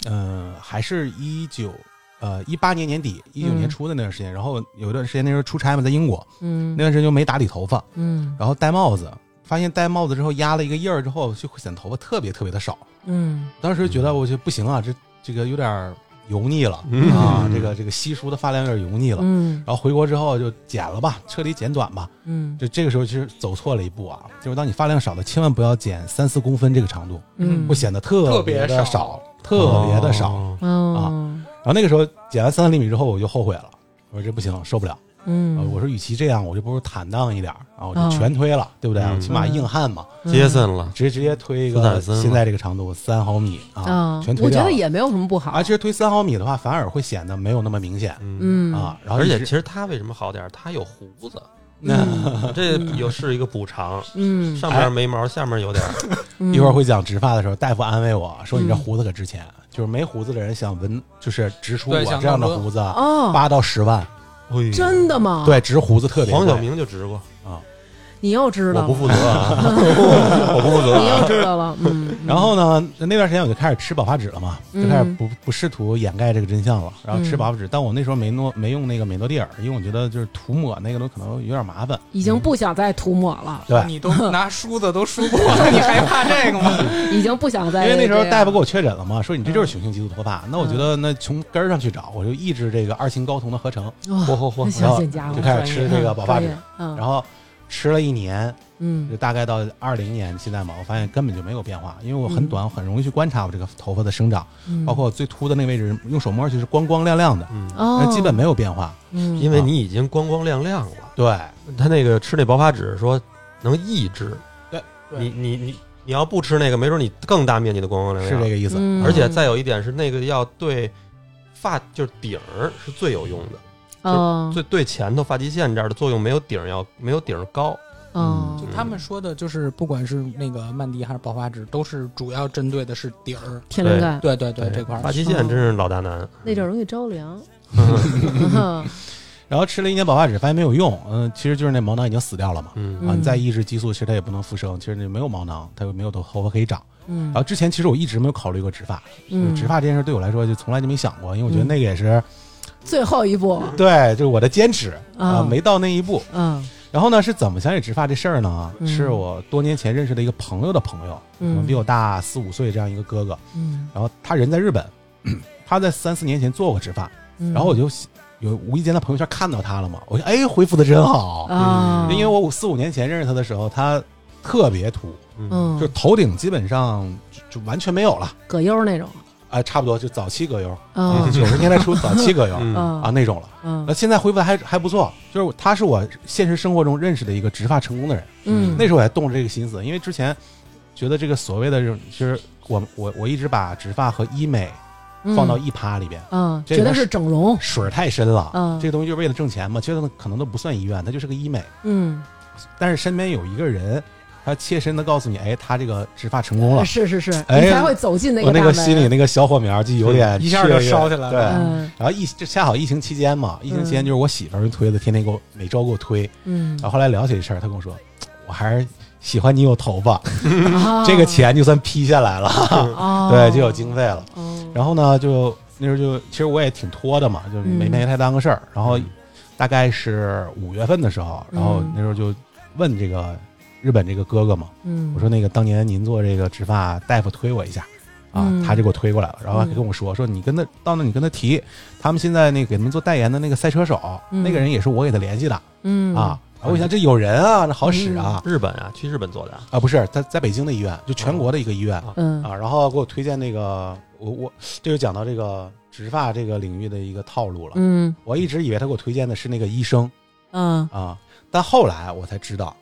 Speaker 1: 嗯、还是一九呃一八年年底一九
Speaker 2: 嗯
Speaker 1: 年初的那段时间，然后有一段时间那时候出差嘛，在英国
Speaker 2: 嗯
Speaker 1: 那段时间就没打理头发，
Speaker 2: 嗯
Speaker 1: 然后戴帽子，发现戴帽子之后压了一个印儿之后，就会显得头发特别特别的少。
Speaker 2: 嗯
Speaker 1: 当时觉得我就不行啊，这这个有点儿油腻了、
Speaker 4: 嗯
Speaker 1: 啊，这个这个稀疏的发量有点油腻了。
Speaker 2: 嗯
Speaker 1: 然后回国之后就剪了吧，彻底剪短吧。
Speaker 2: 嗯
Speaker 1: 就这个时候其实走错了一步啊，就是当你发量少了，千万不要剪三四公分这个长度，
Speaker 2: 嗯，
Speaker 1: 会显得特别
Speaker 3: 特别
Speaker 1: 的
Speaker 3: 少
Speaker 1: 少，特别的少。
Speaker 4: 哦
Speaker 2: 嗯
Speaker 1: 啊然后那个时候剪完三厘米之后，我就后悔了，我说这不行，受不了。呃
Speaker 2: 嗯，
Speaker 1: 我说与其这样，我就不如坦荡一点儿啊，我
Speaker 2: 哦嗯
Speaker 1: 就全推了，对不对？
Speaker 4: 嗯
Speaker 1: 我起码硬汉嘛，
Speaker 4: 杰森了，
Speaker 1: 直接直接推一
Speaker 4: 斯
Speaker 1: 个
Speaker 4: 坦森嘛
Speaker 1: 现在这个长度三毫米啊
Speaker 2: 啊，，
Speaker 1: 全推
Speaker 2: 我觉
Speaker 1: 掉
Speaker 2: 得
Speaker 1: 了
Speaker 2: 也没有什么不好
Speaker 1: 啊，。其实推三毫米的话，反而会显得没有那么明显
Speaker 4: 嗯，
Speaker 2: 嗯
Speaker 1: 啊。然后
Speaker 4: 而且
Speaker 1: 一直
Speaker 4: 其实他为什么好点儿？他有胡 子，
Speaker 2: 嗯
Speaker 4: 这有是一个补偿，
Speaker 2: 嗯
Speaker 4: 上面没毛，下面有 点儿，
Speaker 2: 嗯
Speaker 1: 一会儿会讲植发的时候，大夫安慰我说：“你这
Speaker 2: 嗯
Speaker 1: 胡子可值钱，就是没胡子的人想纹，就是植出
Speaker 3: 对
Speaker 1: 我
Speaker 3: 想
Speaker 1: 这样的
Speaker 3: 弄出
Speaker 1: 胡子，
Speaker 2: 哦，
Speaker 1: 八到十万。
Speaker 4: 哎呦
Speaker 2: 真的啊吗？，
Speaker 1: 对，植胡子特别贵。
Speaker 4: 黄晓明就值过，
Speaker 2: 你又知
Speaker 4: 我
Speaker 2: 道
Speaker 4: 不
Speaker 2: 了，
Speaker 4: 负责啊，我不负责
Speaker 2: 你
Speaker 4: 啊。
Speaker 2: 又知道了。嗯，
Speaker 1: 然后呢，那段时间我就开始吃保发纸了嘛，就开始
Speaker 2: 嗯
Speaker 1: 不不试图掩盖这个真相了，然后吃
Speaker 2: 嗯
Speaker 1: 保发纸。但我那时候没弄没用那个美诺地尔，因为我觉得就是涂抹那个东西可能有点麻烦。
Speaker 2: 已经不想再涂抹了，
Speaker 1: 对，
Speaker 4: 啊
Speaker 3: 你都拿梳子都梳过 了，你还怕这个吗？
Speaker 2: 已经不想再
Speaker 1: 因为那时候
Speaker 2: 这样
Speaker 1: 大夫给我确诊了嘛，说你这就是雄性激素脱发。那我觉得
Speaker 2: 嗯
Speaker 1: 那从根儿上去找，我就抑制这个二氢睾酮的合成，
Speaker 2: 哇
Speaker 4: 嚯嚯嚯！
Speaker 2: 哦
Speaker 1: 然
Speaker 2: 小
Speaker 1: 后
Speaker 2: 简家伙
Speaker 1: 就，开始吃这个保发
Speaker 2: 专
Speaker 1: 纸
Speaker 2: 业，，嗯，
Speaker 1: 然后吃了一年，就
Speaker 2: 嗯
Speaker 1: 大概到二零年现在嘛，我发现根本就没有变化，因为我很短，我很容易去观察我这个头发的生长，
Speaker 2: 嗯，
Speaker 1: 包括我最秃的那个位置，用手摸上去是光光亮亮的，
Speaker 4: 嗯，
Speaker 2: 哦
Speaker 1: 但，基本没有变化。
Speaker 2: 嗯，
Speaker 4: 因为你已经光光亮亮了。
Speaker 1: 对，
Speaker 4: 他那个吃那薄发纸说能抑制，
Speaker 1: 对
Speaker 4: 你你你你要不吃那个，没准你更大面积的光光亮
Speaker 1: 是
Speaker 4: 亮。
Speaker 1: 这个意思。
Speaker 2: 嗯
Speaker 4: 而且再有一点是，那个要对发就是顶儿是最有用的，
Speaker 2: 哦
Speaker 4: 最对前头发际线这儿的作用没有顶儿要没有顶儿高。
Speaker 2: 哦
Speaker 1: 嗯
Speaker 3: 就他们说的，就是不管是那个曼迪还是爆发纸，都是主要针对的是底儿。
Speaker 2: 天灵盖
Speaker 3: 对对对，这块
Speaker 4: 发
Speaker 3: 儿
Speaker 4: 际线真是老大难。
Speaker 2: 那阵儿容易着 凉，
Speaker 1: 然后吃了一年保发纸，发现没有用，嗯，其实就是那毛囊已经死掉了嘛。
Speaker 4: 嗯，
Speaker 1: 啊，
Speaker 2: 嗯
Speaker 1: 你再抑制激素，其实它也不能复生，其实你没有毛囊，它又没有头头发可以长。
Speaker 2: 嗯
Speaker 1: 然后之前其实我一直没有考虑过植发，
Speaker 2: 嗯，
Speaker 1: 植发这件事对我来说就从来就没想过，因为我觉得那个也是、
Speaker 2: 最后一步，
Speaker 1: 对，就是我的坚持
Speaker 2: 啊
Speaker 1: 啊，没到那一步。
Speaker 2: 嗯
Speaker 1: 然后呢，是怎么想起植发这事儿呢？
Speaker 2: 嗯
Speaker 1: 是我多年前认识的一个朋友的朋友，可
Speaker 2: 嗯
Speaker 1: 能比我大四五岁这样一个哥哥，
Speaker 2: 嗯，
Speaker 1: 然后他人在日本， 他在三四年前做过植发，
Speaker 2: 然
Speaker 1: 然后我就有无意间在朋友圈看到他了嘛，我就哎恢复的真好，
Speaker 2: 啊，
Speaker 1: 嗯因为我五四五年前认识他的时候，他特别秃，
Speaker 2: 嗯
Speaker 1: 就头顶基本上就就完全没有了，
Speaker 2: 葛优那种，
Speaker 1: 啊，差不多就早期葛优，
Speaker 2: 啊
Speaker 1: 哎九十年代初早期葛优嗯
Speaker 4: 嗯
Speaker 1: 啊
Speaker 2: 啊
Speaker 1: 那种了。
Speaker 2: 嗯
Speaker 1: 呃，现在恢复的还还不错，就是他是我现实生活中认识的一个植发成功的人。
Speaker 2: 嗯，
Speaker 1: 那时候我还动了这个心思，因为之前觉得这个所谓的这种，其实我我我一直把植发和医美放到一趴里边，
Speaker 2: 嗯，
Speaker 1: 这
Speaker 2: 觉得
Speaker 1: 边
Speaker 2: 是整容，
Speaker 1: 水儿太深了。
Speaker 2: 嗯
Speaker 1: 这个东西就是为了挣钱嘛，其实可能都不算医院，它就是个医美。
Speaker 2: 嗯，
Speaker 1: 但是身边有一个人，他切身的告诉你，哎，他这个植发成功了，
Speaker 2: 是是是，
Speaker 1: 哎
Speaker 2: 你才会走进那
Speaker 1: 我
Speaker 2: 个
Speaker 1: 那
Speaker 2: 大
Speaker 1: 个
Speaker 2: 门
Speaker 1: 心里，那个小火苗就有点
Speaker 3: 一下就
Speaker 1: 雀跃
Speaker 3: 烧起来了
Speaker 1: 对，
Speaker 2: 嗯
Speaker 1: 然后疫这恰好疫情期间嘛，疫情期间就是我媳妇儿推的，天天给我每周给我推。
Speaker 2: 嗯
Speaker 1: 然后后来聊起这事儿，她跟我说，我还是喜欢你有头发，
Speaker 2: 啊
Speaker 1: 这个钱就算批下来了，
Speaker 2: 哦
Speaker 1: 对，就有经费了。
Speaker 2: 哦
Speaker 1: 然后呢，就那时候就其实我也挺拖的嘛，就是没
Speaker 2: 嗯
Speaker 1: 没太当个事儿。然后
Speaker 4: 嗯
Speaker 1: 大概是五月份的时候，然后
Speaker 2: 嗯
Speaker 1: 那时候就问这个日本这个哥哥嘛，
Speaker 2: 嗯，
Speaker 1: 我说那个当年您做这个植发，大夫推我一下啊，
Speaker 2: 嗯
Speaker 1: 他就给我推过来了，然后还
Speaker 2: 嗯
Speaker 1: 跟我说、说你跟他到那你跟他提，他们现在那个给他们做代言的那个赛车手，
Speaker 2: 嗯
Speaker 1: 那个人也是我给他联系的、
Speaker 2: 嗯
Speaker 1: 啊，然后我一想这有人啊，那好使啊、
Speaker 4: 日本啊，去日本做的啊，
Speaker 1: 啊，不是他在北京的医院，就全国的一个医院、
Speaker 4: 哦
Speaker 2: 嗯
Speaker 1: 啊，然后给我推荐那个我我这就讲到这个植发这个领域的一个套路了，
Speaker 2: 嗯
Speaker 1: 我一直以为他给我推荐的是那个医生
Speaker 2: 嗯
Speaker 1: 啊，但后来我才知道，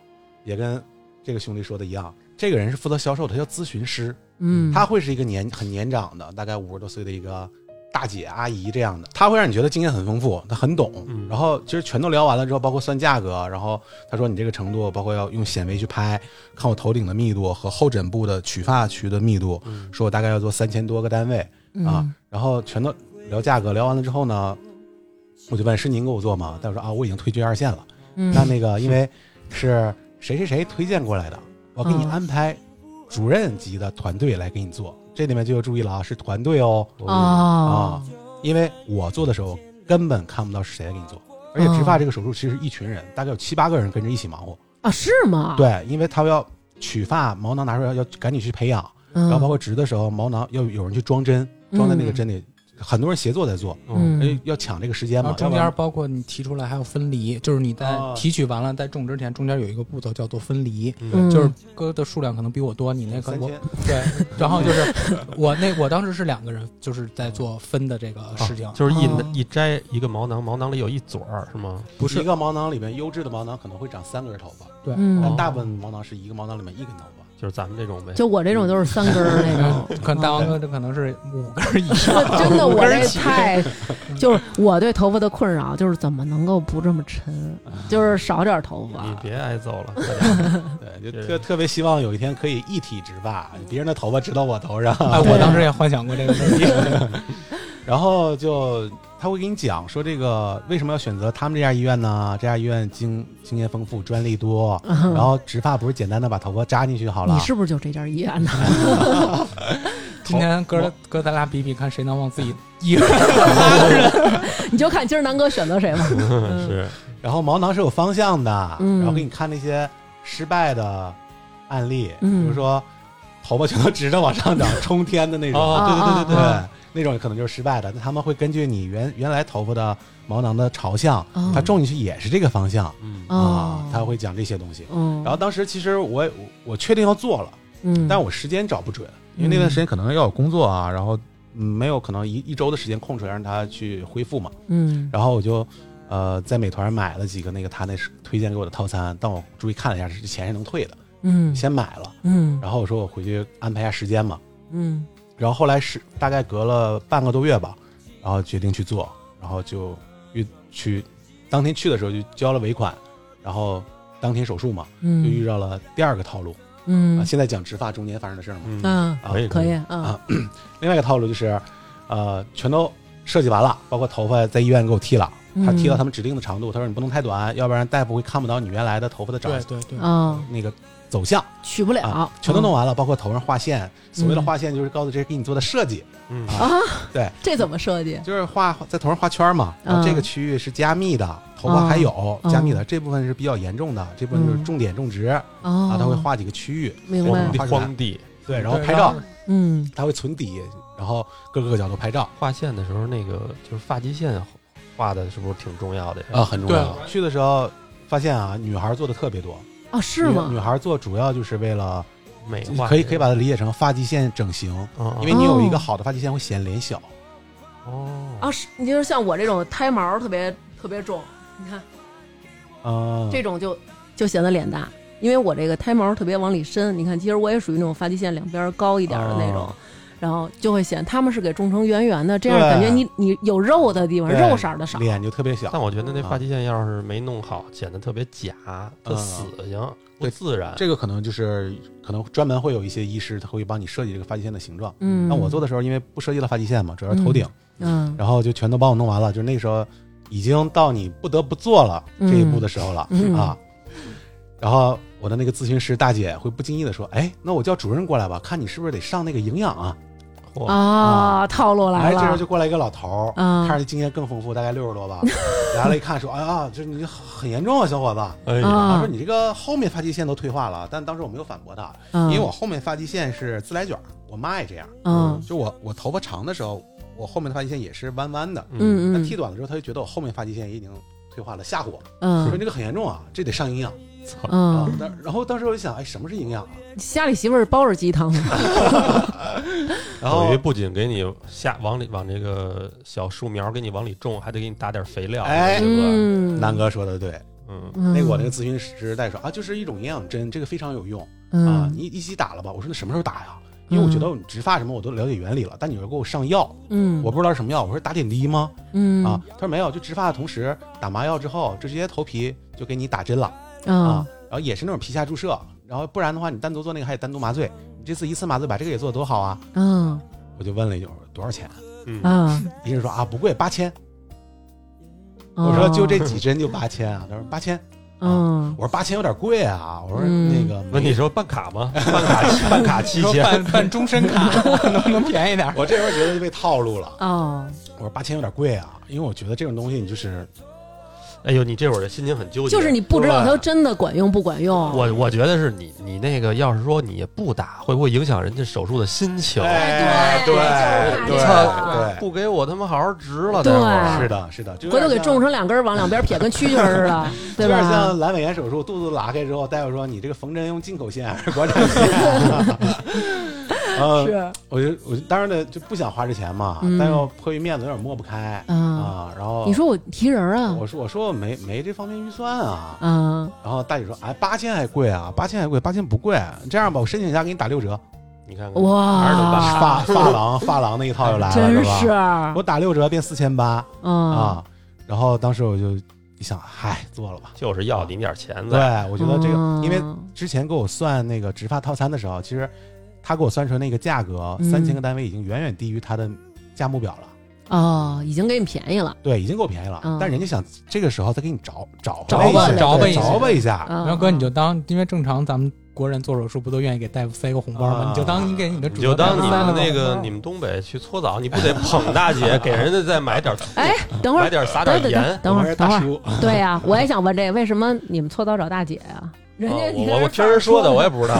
Speaker 1: 也跟这个兄弟说的一样，这个人是负责销售的，他叫咨询师。
Speaker 2: 嗯，
Speaker 1: 她会是一个年很年长的，大概五十多岁的一个大姐阿姨这样的，她会让你觉得经验很丰富，她很懂。
Speaker 4: 嗯
Speaker 1: 然后其实全都聊完了之后，包括算价格，然后她说你这个程度，包括要用显微去拍，看我头顶的密度和后枕部的取发区的密度，
Speaker 4: 嗯
Speaker 1: 说我大概要做三千多个单位啊，
Speaker 2: 嗯
Speaker 1: 然后全都聊价格，聊完了之后呢，我就问是您给我做吗？大夫说啊，我已经退居二线了。
Speaker 2: 嗯
Speaker 1: 那那个因为是谁谁谁推荐过来的，我给你
Speaker 2: 嗯
Speaker 1: 安排主任级的团队来给你做。这里面就要注意了啊，是团队哦
Speaker 2: 哦
Speaker 1: 啊，因为我做的时候根本看不到是谁来给你做。而且植
Speaker 2: 嗯
Speaker 1: 发这个手术其实是一群人，大概有七八个人跟着一起忙活。
Speaker 2: 啊是吗？，
Speaker 1: 对，因为他要取发毛囊拿出来，要赶紧去培养，
Speaker 2: 然
Speaker 3: 嗯
Speaker 1: 然后包括植的时候毛囊要有人去装针，装在那个针里，很多人协作在做，
Speaker 2: 嗯
Speaker 1: 哎，要抢这个时间
Speaker 3: 然
Speaker 1: 嘛
Speaker 3: 后，啊中
Speaker 1: 要不
Speaker 3: 间
Speaker 1: 然
Speaker 3: 包括你提出来还有分离，就是你在
Speaker 1: 哦
Speaker 3: 提取完了在种之前，中间有一个步骤叫做分离，
Speaker 2: 嗯
Speaker 3: 就是割的数量可能比我多，你那个
Speaker 1: 三
Speaker 3: 我
Speaker 1: 千
Speaker 3: 对，然后就是我那我当时是两个人，就是在做分的这个事情，
Speaker 4: 就是一、
Speaker 2: 哦
Speaker 4: 一摘一个毛囊，毛囊里有一撮儿是吗？
Speaker 3: 不是
Speaker 1: 一个毛囊里面优质的毛囊可能会长三根头发，
Speaker 3: 对，哦
Speaker 1: 但
Speaker 2: 嗯，
Speaker 1: 大部分毛囊是一个毛囊里面一根头发。
Speaker 4: 就是咱们这种呗。
Speaker 2: 就我这种都是三根儿那种。
Speaker 3: 可
Speaker 1: 嗯
Speaker 3: 能大王哥这可能是五根儿以上，
Speaker 2: 真的，
Speaker 3: 五
Speaker 2: 我
Speaker 3: 根儿
Speaker 2: 这
Speaker 3: 起
Speaker 2: 太就是我对头发的困扰，就是怎么能够不这么沉，就是少点头
Speaker 4: 你
Speaker 2: 发。
Speaker 4: 别挨揍 了，大家
Speaker 3: 嗯
Speaker 1: 对，就是特特别希望有一天可以一体植发，别人的头发植到我头上。
Speaker 3: 哎，我当时也幻想过这个问题，
Speaker 1: 然后就他会给你讲说这个为什么要选择他们这家医院呢？这家医院经经验丰富，专利多，
Speaker 3: 嗯
Speaker 1: 然后植发不是简单的把头发扎进去好了
Speaker 2: 你。是不是就这家医院的？
Speaker 3: 今天哥
Speaker 1: 我
Speaker 3: 哥咱俩比比看谁能往自己一个
Speaker 2: 你就看今儿南哥选择谁 吧。
Speaker 4: 是
Speaker 1: 然后毛囊是有方向的，
Speaker 2: 嗯
Speaker 1: 然后给你看那些失败的案例，
Speaker 2: 嗯
Speaker 1: 比如说头发全都直着往上长，冲天的那种。
Speaker 4: 哦，对对对对
Speaker 1: 对
Speaker 4: 对，
Speaker 2: 啊，
Speaker 1: 那种可能就是失败的。那他们会根据你原原来头发的毛囊的朝向，
Speaker 2: 哦
Speaker 1: 它种进去也是这个方向、
Speaker 4: 嗯，
Speaker 2: 哦
Speaker 1: 啊，，他会讲这些东西。
Speaker 2: 嗯，
Speaker 1: 然后当时其实我我我确定要做了，
Speaker 2: 嗯，
Speaker 1: 但我时间找不准，因为那段时间可能要有工作啊，然后嗯没有可能一一周的时间空出来让他去恢复嘛。
Speaker 2: 嗯
Speaker 1: 然后我就呃在美团买了几个那个他那是推荐给我的套餐，但我注意看了一下，是钱是能退的，
Speaker 2: 嗯
Speaker 1: 先买了。
Speaker 2: 嗯
Speaker 1: 然后我说我回去安排一下时间嘛。
Speaker 2: 嗯
Speaker 1: 然后后来是大概隔了半个多月吧，然后决定去做，然后就遇去当天去的时候就交了尾款，然后当天手术嘛，就遇
Speaker 2: 嗯
Speaker 1: 到了第二个套路。啊，
Speaker 2: 嗯
Speaker 1: 现在讲植发中间发生的事儿嘛。
Speaker 4: 嗯，
Speaker 2: 嗯，
Speaker 1: 啊
Speaker 4: 可以
Speaker 2: 可以啊，
Speaker 1: 另外一个套路就是，呃，全都设计完了，包括头发在医院给我剃了，
Speaker 2: 嗯
Speaker 1: 他剃到他们指定的长度，他说你不能太短，要不然大夫会看不到你原来的头发的长
Speaker 3: 对对对，
Speaker 2: 啊，
Speaker 1: 那个走向
Speaker 2: 取不了嗯
Speaker 1: 啊，，全都弄完了，包括头上画线，所谓的画线就是告诉这是给你做的设计，
Speaker 4: 嗯
Speaker 1: 啊
Speaker 2: 啊。
Speaker 1: 对，
Speaker 2: 这怎么设计？
Speaker 1: 就是画在头上画圈嘛，然后这个区域是加密的，头发还有
Speaker 2: 嗯
Speaker 1: 加密的这部分是比较严重的，这部分就是重点种植啊，
Speaker 2: 哦，
Speaker 1: 他会画几个区域，
Speaker 2: 明
Speaker 1: 我
Speaker 2: 白
Speaker 1: 们，
Speaker 4: 地荒地
Speaker 1: 对，然后拍照，
Speaker 2: 嗯
Speaker 1: 他会存底，然后各个角度拍照。
Speaker 4: 画线的时候，那个就是发际线画的是不是挺重要的呀？
Speaker 2: 哦
Speaker 1: 啊，很重要
Speaker 3: 对。
Speaker 1: 去的时候发现啊，女孩做的特别多，
Speaker 2: 哦，是吗
Speaker 1: 女女？孩做主要就是为了，
Speaker 4: 美化
Speaker 1: 可以可以把它理解成发际线整形，
Speaker 4: 嗯，嗯
Speaker 1: 因为你有一
Speaker 2: 哦
Speaker 1: 个好的发际线会显脸小。
Speaker 4: 哦
Speaker 2: 啊，是，你就是像我这种胎毛特别特别重，你看
Speaker 1: 嗯，
Speaker 2: 这种就就显得脸大，因为我这个胎毛特别往里伸。你看，其实我也属于那种发际线两边高一点的那种，
Speaker 1: 哦
Speaker 2: 然后就会显他们是给种成圆圆的，这样
Speaker 1: 对
Speaker 2: 感觉你你有肉的地方，
Speaker 1: 对
Speaker 2: 肉色儿的少。
Speaker 1: 脸就特别小
Speaker 4: 但。我觉得那发际线要是没弄好，显得特别假，特死性，
Speaker 1: 嗯
Speaker 4: 不
Speaker 1: 对
Speaker 4: 自然。
Speaker 1: 这个可能就是可能专门会有一些医师他会帮你设计这个发际线的形状。
Speaker 2: 嗯，
Speaker 1: 那我做
Speaker 2: 的，
Speaker 1: 的时候，因为不涉及到发际线嘛，主要是头顶，
Speaker 2: 嗯
Speaker 1: 然后就全都帮我弄完了。就那时候已经到你不得不做了这一步的时候了、
Speaker 2: 嗯
Speaker 1: 啊。然后我的那个咨询师大姐会不经意的说：“哎，那我叫主任过来吧，看你是不是得上那个营养啊。”
Speaker 4: 嚯
Speaker 2: 啊，套路来
Speaker 1: 哎，这时候
Speaker 2: 了
Speaker 1: 就，过来一个老头儿，
Speaker 2: 啊
Speaker 1: 看着经验更丰富，大概六十 多吧。来了，一看说：“哎呀，这你很严重啊，小伙子。”
Speaker 4: 哎呀，
Speaker 1: 他
Speaker 2: 啊
Speaker 1: 说：“你这个后面发际线都退化了。”但当时我没有反驳他，因为我后面发际线是自来卷儿，我妈也这样。
Speaker 2: 嗯
Speaker 1: 就我我头发长的时候，我后面的发际线也是弯弯的。
Speaker 2: 嗯
Speaker 1: 但
Speaker 2: 嗯
Speaker 1: 剃短了之后，他就觉得我后面发际线也已经退化了，吓唬我，说
Speaker 2: 嗯
Speaker 1: 这个很严重啊，这得上营养啊
Speaker 2: 嗯，。
Speaker 1: 但然后当时我就想，哎，什么是营养啊？
Speaker 2: 家里媳妇儿煲着鸡汤，
Speaker 1: 然
Speaker 4: 等
Speaker 1: 后
Speaker 4: 于不仅给你下往里往这个小树苗给你往里种，还得给你打点肥料，
Speaker 1: 哎
Speaker 4: 是吧？
Speaker 2: 嗯，
Speaker 1: 南哥说的对，
Speaker 4: 嗯，
Speaker 1: 那
Speaker 2: 那
Speaker 1: 个我那个咨询师大夫说啊，就是一种营养针，这个非常有用啊，
Speaker 2: 嗯
Speaker 1: 你一起打了吧？我说那什么时候打呀？因为我觉得你植发什么我都了解原理了，但你又给我上药，
Speaker 2: 嗯，
Speaker 1: 我不知道是什么药。我说打点滴吗？
Speaker 2: 嗯
Speaker 1: 啊，他说没有，就植发的同时打麻药之后，就直接头皮就给你打针了。啊
Speaker 2: 啊，，
Speaker 1: 然后也是那种皮下注射，然后不然的话，你单独做那个还得单独麻醉，你这次一次麻醉把这个也做得多好啊！
Speaker 2: 嗯
Speaker 1: 我就问了一句，我说多少钱？
Speaker 4: 嗯
Speaker 2: 啊，
Speaker 1: 医生说啊，不贵，八千。
Speaker 2: 哦
Speaker 1: 我说就这几针就八千啊，他说八千，
Speaker 2: 啊嗯
Speaker 1: 我说八千有点贵啊，我说
Speaker 2: 嗯
Speaker 1: 那个
Speaker 4: 那你说办卡吗？办 卡办卡期
Speaker 3: 说
Speaker 4: 间，
Speaker 3: 办办终身卡 能不能便宜点儿？
Speaker 1: 我这时候觉得就被套路了，
Speaker 2: 哦，
Speaker 1: 啊我说八千有点贵啊，因为我觉得这种东西你就是
Speaker 4: 哎呦，你这会儿的心情很纠结。
Speaker 2: 就是你不知道它真的管用不管用。
Speaker 4: 我我觉得是你你那个，要是说你不打，会不会影响人家手术的心情？
Speaker 1: 哎对
Speaker 2: 对
Speaker 1: 对
Speaker 4: 操
Speaker 1: 对
Speaker 4: 不给我他妈好好值了，
Speaker 2: 对
Speaker 4: 待会儿
Speaker 1: 是的，是的，就有
Speaker 2: 回头
Speaker 1: 点
Speaker 2: 给
Speaker 1: 像
Speaker 2: 种成两根儿，往两边撇，跟蛐蛐儿似 的，
Speaker 1: 就
Speaker 2: 对
Speaker 1: 有点
Speaker 2: 吧？
Speaker 1: 像阑尾炎手术，肚子拉开之后，大夫说你这个缝针用进口线还是国产线？啊 呃，
Speaker 2: 是，
Speaker 1: 我就我就当然呢就不想花这钱嘛，
Speaker 2: 嗯
Speaker 1: 但又迫于面子有点抹不开
Speaker 2: 嗯
Speaker 1: 啊。然后
Speaker 2: 你说我提人儿啊？
Speaker 1: 我说我说我没没这方面预算啊。
Speaker 2: 嗯，
Speaker 1: 然后大姐说哎八千还贵啊，八千还贵，八千不贵。这样吧，我申请一下给你打六折。
Speaker 4: 你看看，还是能
Speaker 2: 哇，
Speaker 4: 办
Speaker 1: 发发廊发廊那一套又来了，
Speaker 2: 啊真
Speaker 1: 吧？
Speaker 2: 是，
Speaker 1: 我打六折变四千八
Speaker 2: 嗯
Speaker 1: 啊。然后当时我就一想，嗨，做了吧。
Speaker 4: 就是要你点钱
Speaker 1: 对
Speaker 4: 的。，
Speaker 1: 我觉得这个，
Speaker 2: 嗯
Speaker 1: 因为之前给我算那个植发套餐的时候，其实他给我算出来那个价格
Speaker 2: 嗯
Speaker 1: 三千个单位已经远远低于他的价目表了，
Speaker 2: 哦，已经给你便宜了，
Speaker 1: 对，已经够便宜了。
Speaker 2: 嗯
Speaker 1: 但人家想这个时候再给你找找
Speaker 3: 找
Speaker 1: 回来
Speaker 3: 吧
Speaker 1: 一下，
Speaker 3: 找吧
Speaker 1: 对
Speaker 3: 一下
Speaker 1: 找吧一下，
Speaker 2: 然
Speaker 3: 然后哥，你就当，因为正常咱们国人做手术不都愿意给大夫塞个红包吗？
Speaker 1: 啊
Speaker 3: 你就当你给你的主
Speaker 4: 你就当你
Speaker 2: 办
Speaker 4: 们
Speaker 2: 了
Speaker 4: 那个你们东北去搓澡，你不得捧 大姐，给人家再买点
Speaker 2: 哎，等会
Speaker 4: 买
Speaker 2: 儿，
Speaker 4: 点撒
Speaker 2: 等等
Speaker 4: 点盐
Speaker 2: 等，等会儿，嗯等会
Speaker 1: 大
Speaker 2: 儿，
Speaker 1: 叔，
Speaker 2: 对呀、我也想问这个，为什么你们搓澡找大姐呀、人
Speaker 4: 啊
Speaker 1: 哦
Speaker 2: 家你这是
Speaker 4: 我我我听人说的，我也不知道。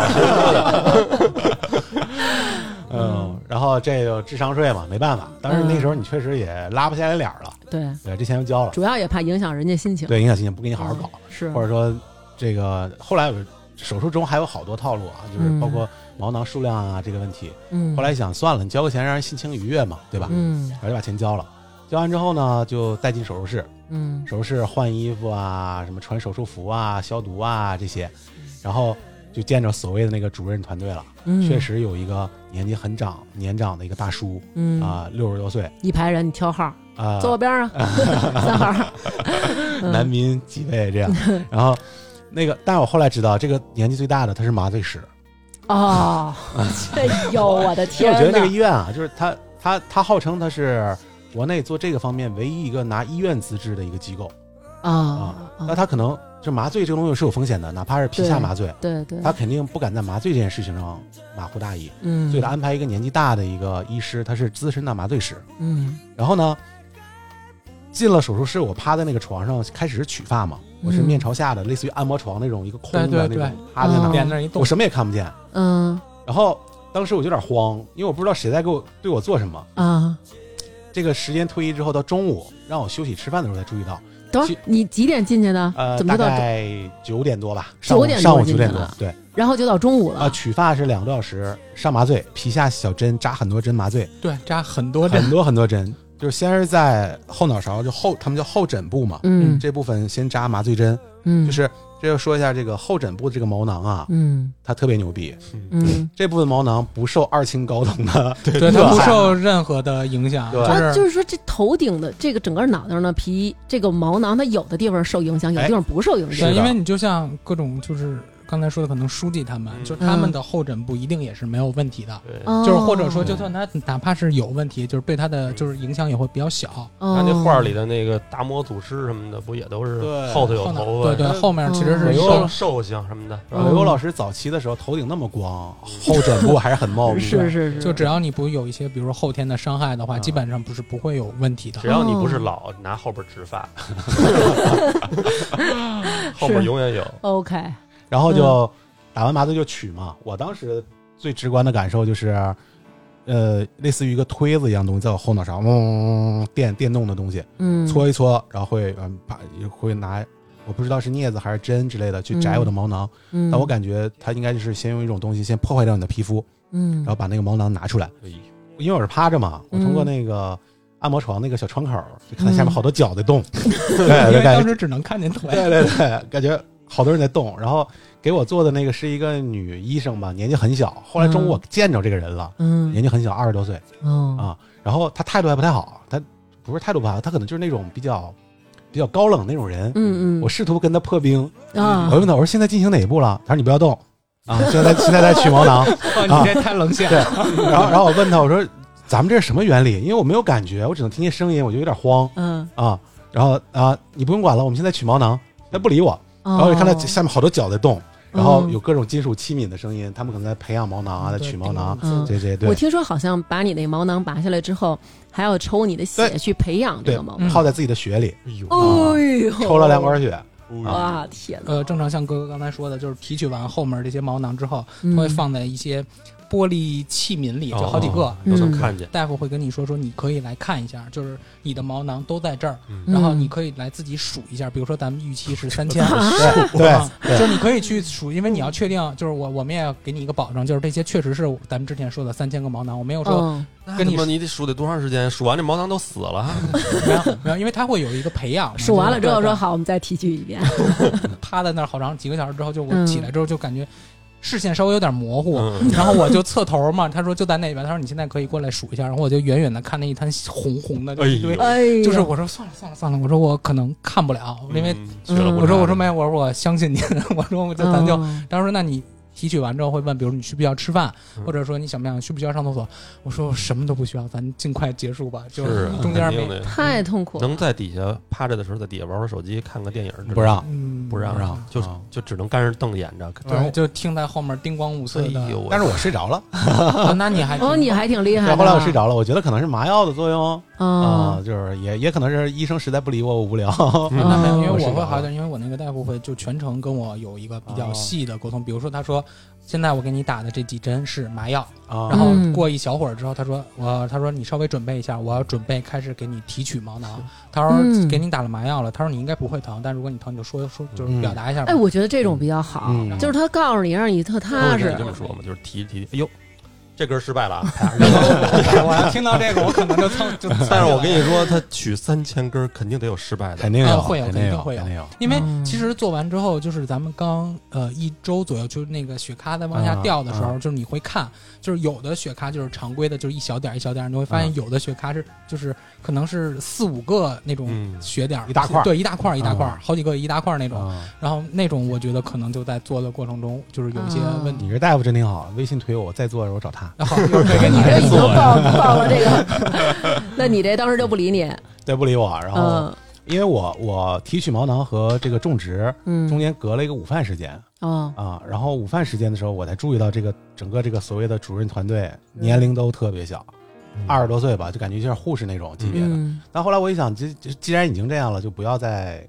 Speaker 1: 嗯，然后这就智商税嘛，没办法。当时那时候你确实也拉不下来脸儿了，
Speaker 2: 对，
Speaker 1: 对，这钱就交了，
Speaker 2: 嗯主要也怕影响人家心情，嗯
Speaker 1: 对，影响心情，不给你好好搞。
Speaker 2: 是，
Speaker 1: 或者说这个后来我手术中还有好多套路啊，就是包括毛囊数量啊这个问题。
Speaker 2: 嗯，
Speaker 1: 后来啊想算了，你交个钱让人心情愉悦嘛，对吧？
Speaker 2: 嗯
Speaker 1: 然后就把钱交了。交完之后呢，就带进手术室，
Speaker 2: 嗯
Speaker 1: 手术室换衣服啊，什么穿手术服啊、消毒啊这些，然后就见着所谓的那个主任团队了。
Speaker 2: 嗯，
Speaker 1: 确，实有一个年纪很长、年长的一个大叔
Speaker 2: 嗯
Speaker 1: 啊，六十多岁
Speaker 2: 一排人你挑号，
Speaker 1: 啊，
Speaker 2: 坐我边上， 三号，嗯
Speaker 1: 男民几位这样。然后那个，但是我后来知道，这个年纪最大的他是麻醉师，
Speaker 2: 哦，哎呦我的
Speaker 1: 其实
Speaker 2: 天
Speaker 1: 我
Speaker 2: 哪，
Speaker 1: 觉得这个医院啊，就是他他他号称他是国内做这个方面唯一一个拿医院资质的一个机构
Speaker 2: 啊
Speaker 1: 啊，，那他可能就麻醉这个东西是有风险的，哪怕是皮下
Speaker 2: 对
Speaker 1: 麻醉，
Speaker 2: 对对，
Speaker 1: 他肯定不敢在麻醉这件事情上马虎大意，
Speaker 2: 嗯，
Speaker 1: 所以他安排一个年纪大的一个医师，他是资深的麻醉师。
Speaker 2: 嗯
Speaker 1: 然后呢，进了手术室，我趴在那个床上，开始是取发嘛，我是
Speaker 2: 嗯
Speaker 1: 面朝下的，类似于按摩床那种一个空的
Speaker 3: 对对
Speaker 1: 那
Speaker 3: 对
Speaker 1: 种趴在那
Speaker 2: 嗯
Speaker 1: 儿，
Speaker 3: 脸那儿一动
Speaker 1: 我，什么也看不见。
Speaker 2: 嗯
Speaker 1: 然后当时我就有点慌，因为我不知道谁在给我对我做什么。
Speaker 2: 啊，
Speaker 1: 这个时间推移之后到中午，让我休息吃饭的时候才注意到，
Speaker 2: 等会儿你几点进去的？
Speaker 1: 呃，
Speaker 2: 怎么
Speaker 1: 大
Speaker 2: 就到？
Speaker 1: 概九点多吧，上午
Speaker 2: 9点多
Speaker 1: 上午
Speaker 2: 进
Speaker 1: 九
Speaker 2: 去
Speaker 1: 点多
Speaker 2: 了，
Speaker 1: 对，
Speaker 2: 然后就到中午
Speaker 1: 啊，
Speaker 2: 了，
Speaker 1: 取发是两个多小时，上麻醉，皮下小针扎很多针麻醉，
Speaker 3: 对，扎很多针
Speaker 1: 很，多很多针，就是先是在后脑勺，就后他们叫后枕部嘛，
Speaker 2: 嗯
Speaker 1: 这部分先扎麻醉针，
Speaker 2: 嗯，
Speaker 1: 就是这就说一下这个后枕部这个毛囊啊，
Speaker 2: 嗯
Speaker 1: 它特别牛逼，
Speaker 2: 嗯。
Speaker 1: 这部分毛囊不受二氢睾酮的
Speaker 3: 对，它不
Speaker 1: 害
Speaker 2: 嗯
Speaker 3: 受任何的影响，
Speaker 1: 对
Speaker 3: 就
Speaker 2: 啊，就是是说这头顶的这个整个脑袋上的皮，这个毛囊，它有的地方受影响，有的地方不受影响。
Speaker 3: 对，
Speaker 1: 是的
Speaker 3: 因为你就像各种就是刚才说的，可能书记他们，
Speaker 4: 嗯
Speaker 3: 就是他们的后枕部一定也是没有问题的。
Speaker 4: 对，
Speaker 2: 哦
Speaker 3: 就是或者说，就算他哪怕是有问题，就是对他的就是影响也会比较小。
Speaker 4: 看那画
Speaker 2: 哦
Speaker 4: 里的那个达摩祖师什么的，不也都是
Speaker 1: 对
Speaker 4: 后头有
Speaker 3: 后脑
Speaker 4: 头发，
Speaker 3: 对对，后面其实
Speaker 2: 嗯
Speaker 3: 是哦
Speaker 1: 没有
Speaker 3: 受
Speaker 4: 寿寿星什么的，
Speaker 2: 嗯
Speaker 1: 韦欧老师早期的时候头顶那么光，后枕部还是很茂密的，
Speaker 2: 是是是，
Speaker 3: 就只要你不有一些，比如说后天的伤害的话，
Speaker 1: 嗯
Speaker 3: 基本上不是不会有问题的
Speaker 4: 只。要你不
Speaker 3: 哦
Speaker 4: 是老拿后边植发，后边永远有。
Speaker 2: OK，
Speaker 1: 然后
Speaker 2: 嗯
Speaker 1: 就打完麻醉就取嘛。我当时最直观的感受就是，呃，类似于一个推子一样东西在我后脑勺，嗡嗡嗡电电动的东西，
Speaker 2: 嗯，
Speaker 1: 搓一搓，然后会嗯啪会拿，我不知道是镊子还是针之类的去摘我的毛囊，
Speaker 2: 嗯，
Speaker 1: 但我感觉它应该就是先用一种东西先破坏掉你的皮肤，
Speaker 2: 嗯，
Speaker 1: 然后把那个毛囊拿出来。因为我是趴着嘛，我通过那个按摩床那个小窗口就看到
Speaker 2: 嗯
Speaker 1: 下面好多脚在 动，对，
Speaker 3: 因
Speaker 1: 就
Speaker 3: 为
Speaker 1: 感觉
Speaker 3: 当时只能看见 腿，
Speaker 1: 对对对，感觉好多人在动。然后给我做的那个是一个女医生吧，年纪很小。后来中午我见着这个人了，
Speaker 2: 嗯
Speaker 1: 年纪很小，二十多岁
Speaker 2: 嗯
Speaker 1: 啊。然后她态度还不太好，她不是态度不好，她可能就是那种比较比较高冷那种人。
Speaker 2: 嗯嗯，
Speaker 1: 我试图跟她破冰，
Speaker 2: 啊
Speaker 1: 我就问她，我说现在进行哪一步了？她说你不要动啊，现在现在在取毛 囊。
Speaker 3: 哇你这太冷血了。
Speaker 1: 然后然后我问她，我说咱们这是什么原理？因为我没有感觉，我只能听见声音，我就有点慌
Speaker 2: 嗯，
Speaker 1: 啊。然后啊，你不用管了，我们现在取毛囊。她不理我，
Speaker 2: 然
Speaker 1: 然后就看到下面好多脚在动，然后
Speaker 2: 哦嗯
Speaker 1: 有各种金属器皿的声音，他们可能在培养毛囊啊，在取毛囊，
Speaker 2: 嗯
Speaker 1: 这这
Speaker 2: 我
Speaker 1: 对
Speaker 2: 听说好像把你那毛囊拔下来之后，还要抽你的血
Speaker 1: 对
Speaker 2: 去培养这
Speaker 1: 对
Speaker 2: 个毛，
Speaker 3: 嗯
Speaker 2: 囊。
Speaker 1: 泡在自己的血里，
Speaker 4: 哎呦，
Speaker 1: 嗯
Speaker 2: 哎呦，
Speaker 1: 抽了两管血，
Speaker 4: 哦啊
Speaker 2: 哇，天哪！
Speaker 3: 呃，正常像哥哥刚才说的，就是提取完后面这些毛囊之后，
Speaker 2: 嗯
Speaker 3: 它会放在一些玻璃器皿里，就好几个。
Speaker 4: 哦有能
Speaker 2: 嗯
Speaker 4: 看见，
Speaker 3: 大夫会跟你说说，你可以来看一下，就是你的毛囊都在这儿，
Speaker 4: 嗯
Speaker 3: 然后
Speaker 2: 嗯
Speaker 3: 你可以来自己数一下，比如说咱们预期 是三千，
Speaker 2: 哦
Speaker 1: 对
Speaker 3: 啊
Speaker 1: 对
Speaker 3: 就
Speaker 1: 对，
Speaker 3: 是你可以去数，因为你要确定，就是我我们也要给你一个保证，就是这些确实是咱们之前说的三千个毛囊，我没有说
Speaker 2: 嗯
Speaker 4: 那
Speaker 3: 跟你
Speaker 4: 他妈你得数得多长时间？数完这毛囊都死了，啊
Speaker 3: 没有没有，因为它会有一个培养嘛，
Speaker 2: 数完了之后
Speaker 3: 就是
Speaker 2: 说好，我们再提取一遍。
Speaker 3: 趴在那儿好长几个小时之后，就我
Speaker 2: 嗯
Speaker 3: 起来之后就感觉视线稍微有点模糊，
Speaker 4: 嗯
Speaker 3: 然后我就侧头嘛，他说就在那边，他说你现在可以过来数一下，然后我就远远的看那一滩红红的，就一堆
Speaker 4: 哎，呦
Speaker 2: 哎呦，
Speaker 3: 就是我说算了算了算了，我说我可能看不了，因为
Speaker 4: 嗯学了不
Speaker 3: 我
Speaker 4: 差
Speaker 3: 说我说没有，我说我相信您， 我说我就咱就，
Speaker 2: 嗯
Speaker 3: 他说那你。提取完之后会问，比如你需不需要吃饭，
Speaker 4: 嗯
Speaker 3: 或者说你想不想需不需要上厕所？我说我什么都不需要，咱尽快结束吧。就是
Speaker 4: 啊
Speaker 3: 中间
Speaker 4: 肯
Speaker 3: 没
Speaker 4: 定的，
Speaker 2: 太痛苦了。
Speaker 4: 能在底下趴着的时候，在底下玩玩手机，看个电影，
Speaker 1: 不让
Speaker 3: 嗯
Speaker 4: 不让
Speaker 1: 不让，
Speaker 4: 就
Speaker 1: 嗯
Speaker 4: 就只能干着瞪眼着。
Speaker 3: 然后就听在后面叮光五
Speaker 4: 所
Speaker 3: 碎
Speaker 4: 以
Speaker 3: 的。
Speaker 4: 我
Speaker 1: 但是我睡着了，
Speaker 3: 啊那你还
Speaker 2: 哦，你还挺厉害的。
Speaker 1: 对，后来我睡着了，我觉得可能是麻药的作用啊
Speaker 2: 啊，，
Speaker 1: 就是也也可能是医生实在不理我，我无聊，
Speaker 4: 嗯
Speaker 3: 啊那
Speaker 2: 嗯
Speaker 3: 没有，因为
Speaker 1: 我
Speaker 3: 我
Speaker 1: 睡
Speaker 3: 会
Speaker 1: 着
Speaker 3: 好一
Speaker 1: 了
Speaker 3: 点，因为我那个大夫会就全程跟我有一个比
Speaker 4: 哦
Speaker 3: 较细的沟通。比如说，他说现在我给你打的这几针是麻药，
Speaker 1: 啊
Speaker 3: 然后
Speaker 2: 嗯
Speaker 3: 过一小会儿之后，他说我他说你稍微准备一下，我要准备开始给你提取毛囊。他说
Speaker 2: 嗯
Speaker 3: 给你打了麻药了，他说你应该不会疼，但如果你疼，你就说说就是
Speaker 1: 嗯
Speaker 3: 表达一下吧
Speaker 2: 哎，。我觉得这种比较好，
Speaker 1: 嗯
Speaker 2: 就是他告诉你，让你特
Speaker 4: 我
Speaker 2: 踏
Speaker 4: 跟
Speaker 2: 实
Speaker 4: 你。这么说嘛，就是提提，哎呦，这根失败了啊。
Speaker 3: 然后我要听到这个，我可能就蹭就。
Speaker 4: 但是我跟你说，他取三千根儿肯定得有失败的
Speaker 1: 肯，定有，
Speaker 3: 啊会有
Speaker 1: 肯定
Speaker 3: 肯定会有
Speaker 1: 肯定有，
Speaker 3: 因为
Speaker 2: 嗯
Speaker 3: 其实做完之后，就是咱们刚呃一周左右，就是那个血咖在往下掉的时候，就是你会看，就是有的血咖就是常规的，就是一小点儿一小点儿，你会发现
Speaker 1: 嗯
Speaker 3: 有的血咖是就是可能是四五个那种
Speaker 4: 嗯
Speaker 3: 血点儿、
Speaker 1: 一大块儿
Speaker 3: 对，一大块儿一大块儿，
Speaker 1: 嗯
Speaker 3: 好几个一大块儿那种。
Speaker 1: 啊
Speaker 3: 然后那种我觉得可能就在做的过程中，就是有一些
Speaker 2: 嗯
Speaker 3: 问题。
Speaker 1: 你是大夫真挺好，微信推我，我再做的时候我找他。
Speaker 3: 啊好，一会儿可以给你
Speaker 2: 哎你这已
Speaker 3: 这
Speaker 2: 经
Speaker 3: 做
Speaker 2: 报报了这个，那你这当时就不理你，
Speaker 1: 对，不理我。然后
Speaker 2: 嗯
Speaker 1: 因为我我提取毛囊和这个种植中
Speaker 2: 嗯，
Speaker 1: 间隔了一个午饭时间
Speaker 2: 哦，
Speaker 1: 啊，然后午饭时间的时候，我才注意到这个整个这个所谓的主任团队年龄都特别小，二十多岁吧，就感觉像护士那种级别的。
Speaker 2: 嗯，
Speaker 1: 但后来我一想，既既然已经这样了，就不要再，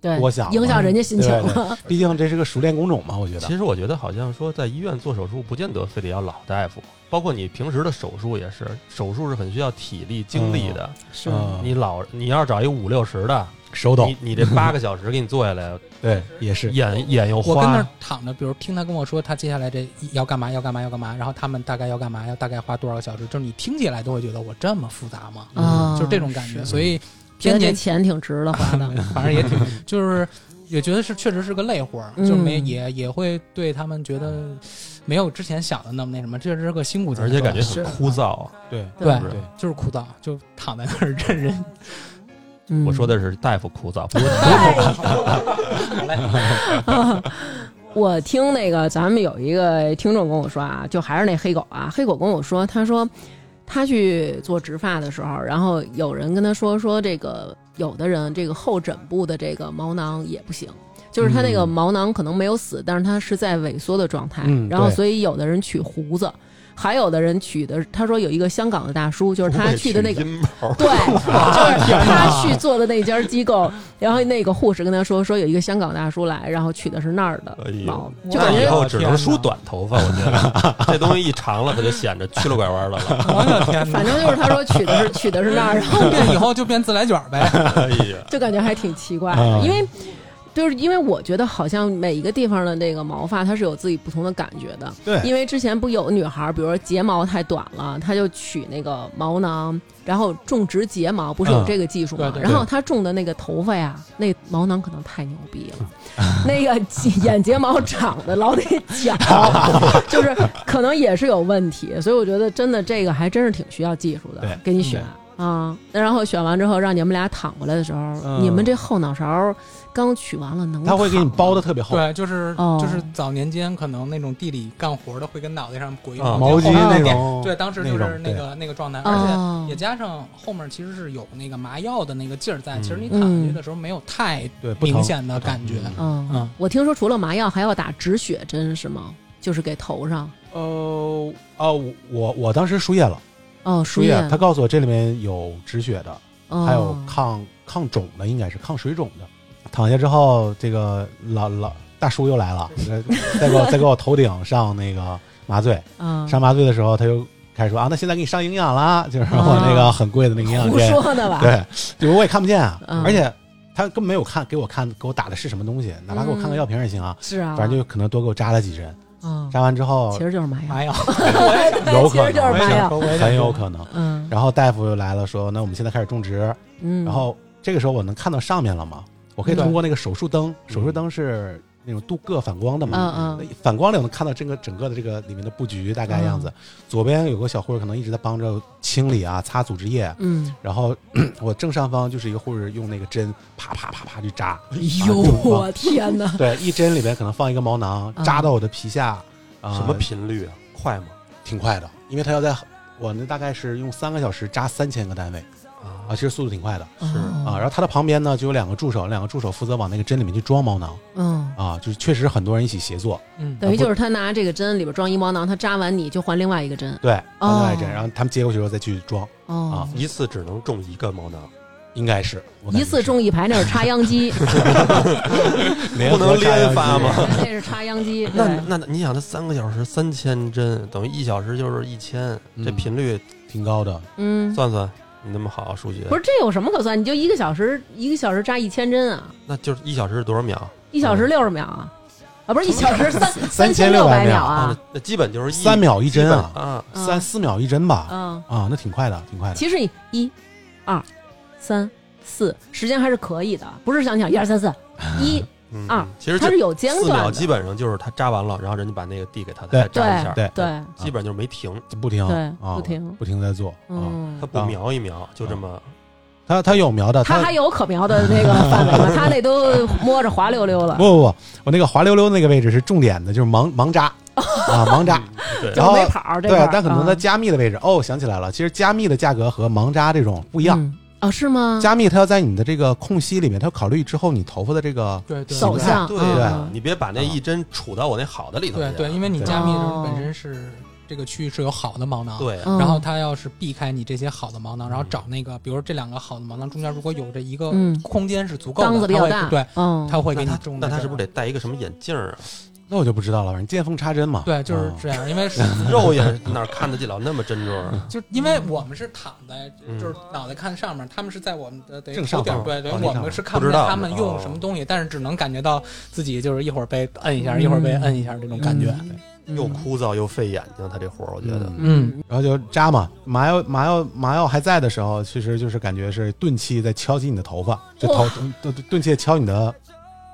Speaker 2: 对，
Speaker 1: 我想了
Speaker 2: 影响人家心情了，
Speaker 1: 毕竟这是个熟练工种嘛，我觉得
Speaker 4: 其。实我觉得好像说在医院做手术，不见得非得要老大夫，包括你平时的手术也是，手术是很需要体力精力的。
Speaker 2: 是
Speaker 1: 嗯
Speaker 4: 你老你要是找一五六十的，
Speaker 1: 手抖
Speaker 4: 你，你这八个小时给你做下来，
Speaker 1: 对，也 是，
Speaker 4: 眼眼又
Speaker 3: 我跟那儿
Speaker 4: 花，
Speaker 3: 躺着，比如听他跟我说他接下来这要干嘛要干嘛要干嘛，然后他们大概要干嘛，要大概花多少个小时，就是你听起来都会觉得我这么复杂吗？
Speaker 2: 啊，
Speaker 3: 就是这种感觉，
Speaker 2: 是
Speaker 3: 所以
Speaker 2: 觉得
Speaker 3: 偏
Speaker 2: 这
Speaker 3: 年啊
Speaker 2: 钱挺值的花的，
Speaker 3: 反正也挺就是。也觉得是确实是个累活儿，
Speaker 2: 嗯
Speaker 3: 就没也也会对他们觉得没有之前想的那么那什么，确实是个辛苦节
Speaker 4: 而且感觉
Speaker 3: 是
Speaker 4: 很枯燥。
Speaker 1: 对
Speaker 3: 对
Speaker 4: 是
Speaker 3: 就是枯燥，就躺在那儿认人。
Speaker 2: 嗯
Speaker 4: 我说的是大夫枯燥，不是
Speaker 2: 我听那个咱们有一个听众跟我说啊，就还是那黑狗啊，黑狗跟我说，他说他去做植发的时候，然后有人跟他说说这个有的人这个后枕部的这个毛囊也不行。就是他那个毛囊可能没有死，但是它是在萎缩的状态。
Speaker 1: 嗯
Speaker 2: 然后，
Speaker 1: 对
Speaker 2: 所以有的人取胡子，还有的人取的，他说有一个香港的大叔，就是他去的那个，
Speaker 4: 阴毛
Speaker 2: 对， 就是他去做的那家机构，然后那个护士跟他说，说有一个香港大叔来，然后取的是那儿的
Speaker 4: 哎呦
Speaker 2: 毛，
Speaker 3: 我
Speaker 2: 就
Speaker 3: 感
Speaker 2: 感
Speaker 4: 那
Speaker 3: 觉
Speaker 4: 以
Speaker 2: 觉
Speaker 4: 后只能梳短头发，我觉得 这东西一长了，它就显着曲了拐弯的了。
Speaker 3: 我的天哪
Speaker 2: 反！正就是他说取的是取的是那 儿，然后
Speaker 3: 变以后就变自来卷儿呗。
Speaker 4: 哎呀，
Speaker 2: 就感觉还挺奇怪
Speaker 1: 啊
Speaker 2: 的，因为。就是因为我觉得好像每一个地方的那个毛发它是有自己不同的感觉的，
Speaker 1: 对
Speaker 2: 因为之前不有女孩儿，比如说睫毛太短了，她就取那个毛囊，然后种植睫毛，不是有
Speaker 1: 嗯
Speaker 2: 这个技术吗？
Speaker 3: 对对
Speaker 2: 然后她种的那个头发呀，那毛囊可能太牛逼了，
Speaker 1: 嗯
Speaker 2: 那个睫眼睫毛长得老得 绞，就是可能也是有问题，所以我觉得真的这个还真是挺需要技术的
Speaker 1: 对，
Speaker 2: 给你选。啊，然后选完之后让你们俩躺过来的时候，
Speaker 1: 嗯
Speaker 2: 你们这后脑勺刚取完了，能
Speaker 1: 他会给你
Speaker 2: 躺
Speaker 1: 包
Speaker 2: 吗
Speaker 1: 的特别厚，
Speaker 3: 对，就是、
Speaker 2: 哦
Speaker 3: 就是早年间可能那种地里干活的会跟脑袋上裹一
Speaker 4: 啊
Speaker 1: 毛巾那
Speaker 3: 那
Speaker 1: 种。
Speaker 3: 哦对，当时就
Speaker 1: 那
Speaker 3: 是
Speaker 1: 种
Speaker 3: 那个那个状态，而
Speaker 2: 哦
Speaker 3: 且也加上后面其实是有那个麻药的那个劲儿在，
Speaker 4: 嗯
Speaker 3: 其实你躺下去的时候没有太
Speaker 1: 对，不疼
Speaker 3: 明显的感觉。
Speaker 2: 嗯，
Speaker 3: 嗯
Speaker 2: 我听说除了麻药还要打止血针是吗？就是给头上
Speaker 1: 呃哦，我我我当时输液了，
Speaker 2: 哦，
Speaker 1: 输
Speaker 2: 输
Speaker 1: 液
Speaker 2: 液，，
Speaker 1: 啊他告诉我这里面有止血的，
Speaker 2: 哦、
Speaker 1: 还有抗抗肿的，应该是抗水肿的。躺下之后，这个老老大叔又来了，呃再给我 再给我头顶上那个麻醉，
Speaker 2: 啊，
Speaker 1: 上麻醉的时候他就开始说啊，那现在给你上营 养啦，就是让我那个很贵的那个营养
Speaker 2: 胡
Speaker 1: 液，
Speaker 2: 说的吧？
Speaker 1: 对，就我也看不见啊，
Speaker 2: 哦嗯
Speaker 1: 而且他根本没有看给我看给我打的是什么东西，哪怕给我看个
Speaker 2: 嗯
Speaker 1: 药瓶也行啊，
Speaker 2: 是啊，
Speaker 1: 反正就可能多给我扎了几针，
Speaker 2: 嗯，
Speaker 1: 扎完之后
Speaker 2: 其实就是麻药，
Speaker 3: 麻药，
Speaker 1: 哎 有
Speaker 2: 其
Speaker 1: 可
Speaker 2: 实就
Speaker 1: 能
Speaker 2: 是麻药，
Speaker 1: 很有可能。
Speaker 2: 嗯
Speaker 1: 然后大夫又来了，说那我们现在开始种植，
Speaker 2: 嗯，
Speaker 1: 然后这个时候我能看到上面了吗？我可以
Speaker 3: 对
Speaker 1: 通过那个手术灯，手术灯是那种镀铬反光的嘛，
Speaker 2: 嗯嗯
Speaker 1: 反光里我能看到这个整个的这个里面的布局大概样子。左边有个小护士可能一直在帮着清理啊，擦组织液。
Speaker 2: 嗯，
Speaker 1: 然后我正上方就是一个护士用那个针啪啪啪啪去扎，
Speaker 2: 哎
Speaker 1: 啊
Speaker 2: 呦
Speaker 1: 这么，
Speaker 2: 我天 哪！
Speaker 1: 对，一针里面可能放一个毛囊，扎到我的皮下，啊、
Speaker 4: 什么频率啊？快吗？
Speaker 1: 挺快的，因为他要在我那大概是用三个小时扎三千个单位啊，
Speaker 4: 啊
Speaker 1: 其实速度挺快的。
Speaker 4: 是
Speaker 1: 啊，
Speaker 2: 哦，
Speaker 1: 然后他的旁边呢就有两个助手，两个助手负责往那个针里面去装毛囊
Speaker 2: 嗯，
Speaker 1: 啊，就是确实很多人一起协作，
Speaker 3: 嗯，
Speaker 2: 等于
Speaker 1: 不
Speaker 2: 就是他拿这个针里边装一毛囊，他扎完你就换另外一个针，
Speaker 1: 对，放另外一针，
Speaker 2: 哦
Speaker 1: 然后他们接过去之后再去装，
Speaker 2: 哦
Speaker 1: 啊，
Speaker 4: 一次只能种一个毛囊，
Speaker 1: 应该是我感
Speaker 2: 一
Speaker 1: 觉
Speaker 2: 次
Speaker 1: 是
Speaker 2: 中一排那是插秧 机，
Speaker 1: 联
Speaker 4: 不
Speaker 1: 合
Speaker 4: 能
Speaker 1: 扎药
Speaker 4: 连
Speaker 1: 剂
Speaker 4: 发吗？
Speaker 2: 那是插秧机，
Speaker 4: 那
Speaker 2: 对
Speaker 4: 那你想，它三个小时三千针，等于一小时就是一千，这
Speaker 1: 嗯
Speaker 4: 频率
Speaker 1: 挺高的，
Speaker 2: 嗯，
Speaker 4: 算算，你那么好数学
Speaker 2: 不，是这有什么可算？你就一个小时一个小时扎一千针啊，
Speaker 4: 那就是一小时是多少秒？
Speaker 2: 一小时六十秒啊，啊不是一小时三
Speaker 1: 三
Speaker 2: 千
Speaker 1: 千六
Speaker 2: 百
Speaker 1: 百
Speaker 2: 秒
Speaker 1: 秒
Speaker 2: 啊，，
Speaker 4: 那基本就是一
Speaker 1: 三秒一
Speaker 4: 基
Speaker 1: 针
Speaker 4: 本
Speaker 1: 啊，
Speaker 4: 啊，
Speaker 2: 嗯
Speaker 1: 三四秒一针吧，
Speaker 2: 嗯，
Speaker 1: 啊，那挺快的，挺快的，
Speaker 2: 其实你一、二、三、四，时间还是可以的，不是想想一二三四，一
Speaker 4: 嗯
Speaker 2: 啊
Speaker 4: 其实
Speaker 2: 它
Speaker 4: 就是
Speaker 2: 有间
Speaker 4: 四秒
Speaker 2: 断
Speaker 4: 基
Speaker 2: 的，
Speaker 4: 本上就是他扎完了，然后人家把那个递给他，他
Speaker 1: 对
Speaker 4: 再扎一下，
Speaker 1: 对
Speaker 2: 对，
Speaker 4: 基本就是没停，
Speaker 1: 不停
Speaker 2: 对
Speaker 1: 啊，
Speaker 2: 不停
Speaker 1: 不停在做啊，
Speaker 2: 嗯
Speaker 4: 他。不瞄一瞄，就这么
Speaker 1: 他他有瞄的，
Speaker 2: 他还有可瞄的那个范围吗？他那都摸着滑溜溜
Speaker 1: 不
Speaker 2: 了，
Speaker 1: 不不，我那个滑溜溜那个位置是重点的，就是盲盲扎啊，盲扎。
Speaker 4: 嗯对
Speaker 2: 就
Speaker 1: 然后
Speaker 2: 没跑哦 儿这
Speaker 1: 对
Speaker 2: 块儿，嗯
Speaker 1: 但可能
Speaker 2: 他
Speaker 1: 在加密的位置，哦，想起来了，其实加密的价格和盲扎这种不
Speaker 2: 一
Speaker 1: 一样。
Speaker 2: 哦，是吗？
Speaker 1: 加密它要在你的这个空隙里面，它要考虑之后你头发的这个
Speaker 3: 对对
Speaker 2: 手
Speaker 1: 形态
Speaker 2: 相
Speaker 4: 对
Speaker 2: 嗯
Speaker 4: 呀
Speaker 2: 嗯，
Speaker 4: 你别把那一针杵到我那好的里头去
Speaker 3: 对
Speaker 4: 啊，
Speaker 3: 对，因为你
Speaker 1: 对
Speaker 3: 加密的时
Speaker 2: 哦
Speaker 3: 候本身是这个区域是有好的毛囊，，
Speaker 4: 对啊，
Speaker 2: 嗯
Speaker 3: 然后他要是避开你这些好的毛囊，然后找那个，比如这两个好的毛囊中间如果有着一个
Speaker 2: 嗯
Speaker 3: 空间是足够的，
Speaker 2: 缸子比
Speaker 3: 它
Speaker 2: 较
Speaker 3: 会
Speaker 2: 大，
Speaker 3: 对，
Speaker 2: 嗯，
Speaker 3: 他会给
Speaker 4: 那
Speaker 3: 你
Speaker 4: 他
Speaker 3: 种在
Speaker 4: 那他
Speaker 3: 这
Speaker 4: 是不
Speaker 3: 儿
Speaker 4: 是得戴一个什么眼镜儿啊？
Speaker 1: 那我就不知道了，反正见缝插针嘛。
Speaker 3: 对，就是
Speaker 1: 嗯
Speaker 3: 这样，因 为是
Speaker 4: 肉眼哪儿看得见了那么真着 啊？
Speaker 3: 就因
Speaker 2: 嗯
Speaker 3: 为我们是躺在，
Speaker 4: 嗯
Speaker 3: 就是脑袋看上面，他们是在我们的得
Speaker 1: 正上
Speaker 3: 头顶
Speaker 1: 方
Speaker 3: 对对，
Speaker 1: 头顶
Speaker 3: 我
Speaker 1: 上
Speaker 3: 们
Speaker 1: 方
Speaker 3: 是看
Speaker 4: 不知
Speaker 3: 见
Speaker 4: 道
Speaker 3: 他们
Speaker 1: 哦
Speaker 3: 用什么东西，但是只能感觉到自己就是一会儿被摁一下，一会儿被摁一下这种感觉。
Speaker 2: 嗯
Speaker 4: 又枯燥又费眼睛，他这活儿我觉得
Speaker 1: 嗯
Speaker 3: 嗯，
Speaker 1: 然后就扎嘛，麻药麻药麻药还在的时候，其实就是感觉是钝器在敲击你的头发，就头钝钝器在敲你的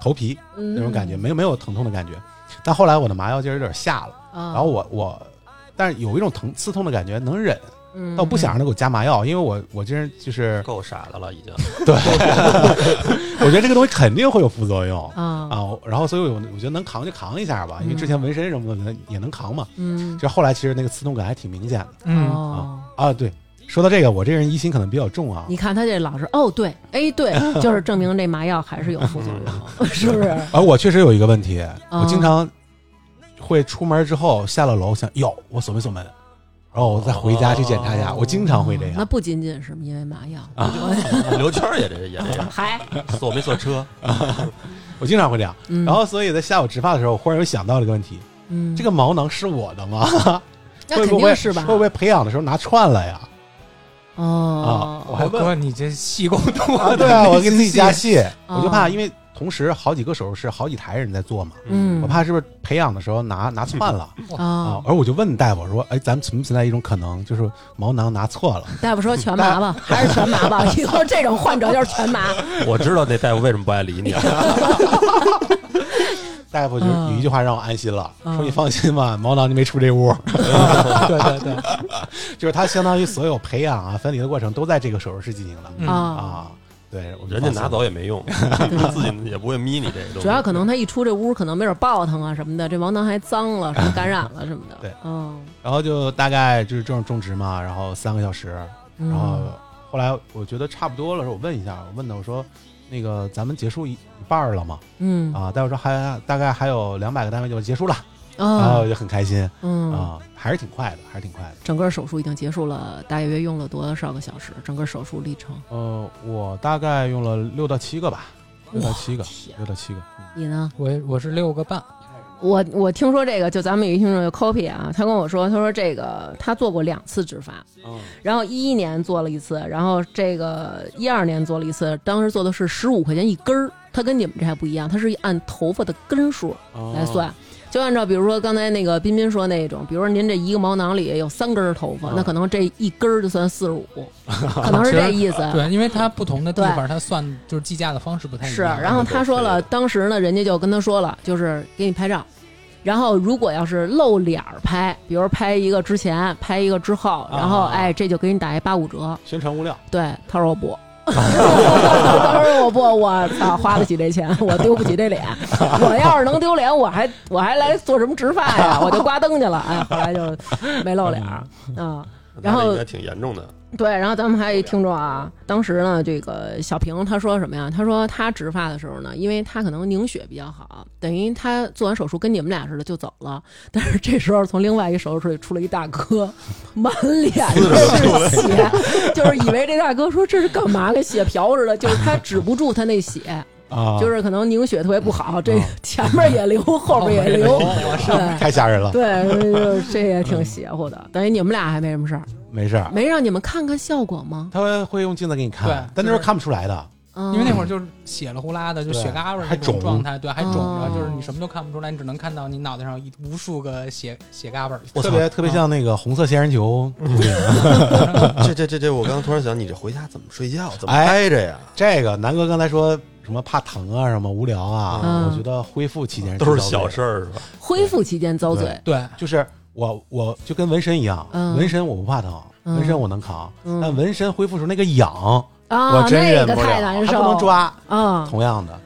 Speaker 1: 头皮
Speaker 2: 嗯
Speaker 1: 那种感觉，没有没有疼痛的感觉。但后来我的麻药劲儿有点下了，
Speaker 2: 然
Speaker 1: 然后我我，但是有一种疼刺痛的感觉，能忍，但我不
Speaker 2: 想
Speaker 1: 想让他给我加麻药，因为我我这人就是
Speaker 4: 够傻的了已经。
Speaker 1: 我觉得这个东西肯定会有副作用
Speaker 2: 啊，
Speaker 1: 啊。然后所以我我觉得能扛就扛一下吧，因为之前纹身什么的也能扛嘛。
Speaker 2: 嗯，
Speaker 1: 就后来其实那个刺痛感还挺明显的
Speaker 3: 嗯，
Speaker 2: 哦
Speaker 1: 啊。对，说到这个，我这人疑心可能比较重啊
Speaker 2: 你看他这老是哦，对，哎， 对，就是证明这麻药还是有副作用， 是不是？
Speaker 1: 而啊我确实有一个问题，
Speaker 2: 嗯
Speaker 1: 我经常会出门之后下了楼想，哟，我锁没锁门？然后我再回家去检查一下，
Speaker 4: 哦
Speaker 1: 我经常会这
Speaker 2: 嗯那
Speaker 1: 样。啊
Speaker 2: 不仅仅是因为麻药，
Speaker 4: 刘谦儿也这也这样，
Speaker 2: 还
Speaker 4: 锁没锁 车？
Speaker 1: 我经常会这样。
Speaker 2: 嗯
Speaker 1: 然后，所以在下午植发的时候，我忽然又想到了一个问题：
Speaker 2: 嗯，
Speaker 1: 这个毛囊是我的吗？
Speaker 2: 那
Speaker 1: 会
Speaker 2: 肯
Speaker 1: 不会
Speaker 2: 定是吧？
Speaker 1: 会不会培养的时候拿串了呀？
Speaker 2: 哦
Speaker 1: 啊我还问
Speaker 3: 哥，你这戏够多
Speaker 1: 啊，
Speaker 3: 的
Speaker 1: 对啊，我给自己加。戏，
Speaker 2: 哦
Speaker 1: 我就怕因为同时好几个手术室、好几台人在做嘛，
Speaker 2: 嗯
Speaker 1: 我怕是不是培养的时候拿拿 串了啊
Speaker 2: 哦？，
Speaker 1: 而我就问大夫我说，哎，咱们存不存在一种可能，就是毛囊拿 错了？
Speaker 2: 大夫说全麻 吧，还是全麻吧， 以后这种患者就是全麻。
Speaker 4: 我知道那大夫为什么不爱理你了，
Speaker 1: 大夫就
Speaker 2: 嗯
Speaker 1: 有一句话让我安心了，
Speaker 2: 嗯
Speaker 1: 说你放心吧，毛囊你没出这屋，
Speaker 3: 对对对，
Speaker 1: 就是他相当于所有培养啊、分离的过程都在这个手术室进行的
Speaker 3: 嗯
Speaker 2: 啊。
Speaker 1: 啊。对，我就
Speaker 4: 人家
Speaker 1: 放心
Speaker 4: 拿
Speaker 1: 了
Speaker 4: 走也没 用，自己也不会咪你这个东西。
Speaker 2: 主要可能他一出这屋，可能没准爆腾啊什么的，这王囊还脏了，什么感染了什么的。
Speaker 1: 对
Speaker 2: 嗯，
Speaker 1: 然后就大概就是这种种植嘛，然后三个小时，
Speaker 2: 嗯，
Speaker 1: 然后后来我觉得差不多了，说我问一下，我问他我说，那个咱们结束一一半儿了嘛？
Speaker 2: 嗯
Speaker 1: 啊，大夫说还大概还有两百个单位就结束了，然后
Speaker 2: 啊
Speaker 1: 我就很开心
Speaker 2: 嗯，
Speaker 1: 啊，还是挺快的，还是挺快的。
Speaker 2: 整个手术已经结束了，大约用了多少个小时？整个手术历程？
Speaker 1: 呃，我大概用了六到七个吧，六到七个，
Speaker 2: 天
Speaker 1: 六到七个。嗯
Speaker 2: 你呢？
Speaker 3: 我我是六个半，
Speaker 2: 我我听说这个，就咱们有一听众有 copy 啊，他跟我说，他说这个他做过两次植发，然后一一年做了一次，然后这个一二年做了一次，当时做的是十五块钱一根儿，他跟你们这还不一样，他是按头发的根数来算。就按照比如说刚才那个彬彬说那种，比如说您这一个毛囊里有三根儿头发，
Speaker 1: 嗯
Speaker 2: 那可能这一根儿就算四十五，可能是这意思。啊
Speaker 3: 对，因为它不同的地方，它算就是计价的方式哎不太一
Speaker 2: 是，
Speaker 3: 样。啊
Speaker 2: 然后他说了，当时呢，人家就跟他说了，就是给你拍照，然后如果要是露脸儿拍，比如拍一个之前，拍一个之后，然后
Speaker 1: 啊
Speaker 2: 哎，这就给你打一八五折。
Speaker 1: 宣传物料，
Speaker 2: 对，他说我不。他说我不，我操，花不起这钱，我丢不起这脸。我要是能丢脸，我还我还来做什么植发呀？我就刮灯去了。哎，后来就没露脸儿啊。然后
Speaker 4: 那这应该挺严重的，
Speaker 2: 对，然后咱们还有一听众啊，当时呢，这个小平他说什么呀？他说他植发的时候呢，因为他可能凝血比较好，等于他做完手术跟你们俩似的就走了。但是这时候从另外一手术室里出了一大哥，满脸都是血，就是以为这大哥说这是干嘛跟血瓢似的，就是他止不住他那血，
Speaker 1: 啊，
Speaker 2: 就是可能凝血特别不好，这
Speaker 1: 啊哎
Speaker 2: 前面也流，后面也流。
Speaker 3: 我是
Speaker 2: 对
Speaker 1: 太吓人了，
Speaker 2: 对，就是这也挺邪乎的。等于你们俩还没什么事儿，
Speaker 1: 没事儿。
Speaker 2: 没让你们看看效果吗？
Speaker 1: 他会用镜子给你
Speaker 3: 对
Speaker 1: 看，但那时候
Speaker 3: 就是
Speaker 1: 看不出来的。
Speaker 2: 因
Speaker 3: 因为那会儿就是血了呼啦的，就血嘎巴儿那种状态，对，还肿着，
Speaker 2: 哦
Speaker 3: 就是你什么都看不出来，你只能看到你脑袋上一无数个血血嘎巴儿。嗯
Speaker 1: 特别特别像那个红色仙人球，
Speaker 4: 这这这这，我刚刚突然想，你这回家怎么睡觉？怎么
Speaker 1: 哎
Speaker 4: 挨着呀？
Speaker 1: 这个南哥刚才说什么怕疼啊，什么无聊啊，
Speaker 2: 嗯
Speaker 1: 我觉得恢复期间
Speaker 4: 都是小
Speaker 1: 事，
Speaker 4: 事儿是吧？
Speaker 2: 恢复期间遭罪，
Speaker 3: 对，
Speaker 1: 就是我我就跟纹身一样，
Speaker 2: 嗯
Speaker 1: 纹身我不怕疼，
Speaker 2: 嗯
Speaker 1: 纹身我能扛，
Speaker 2: 嗯
Speaker 1: 但纹身恢复时候那个痒，
Speaker 2: 啊，
Speaker 1: 我真
Speaker 2: 那
Speaker 1: 忍
Speaker 2: 个
Speaker 1: 不
Speaker 2: 太
Speaker 1: 了，
Speaker 2: 难
Speaker 1: 还
Speaker 2: 受，
Speaker 1: 不能抓。
Speaker 2: 啊，
Speaker 1: 同样的，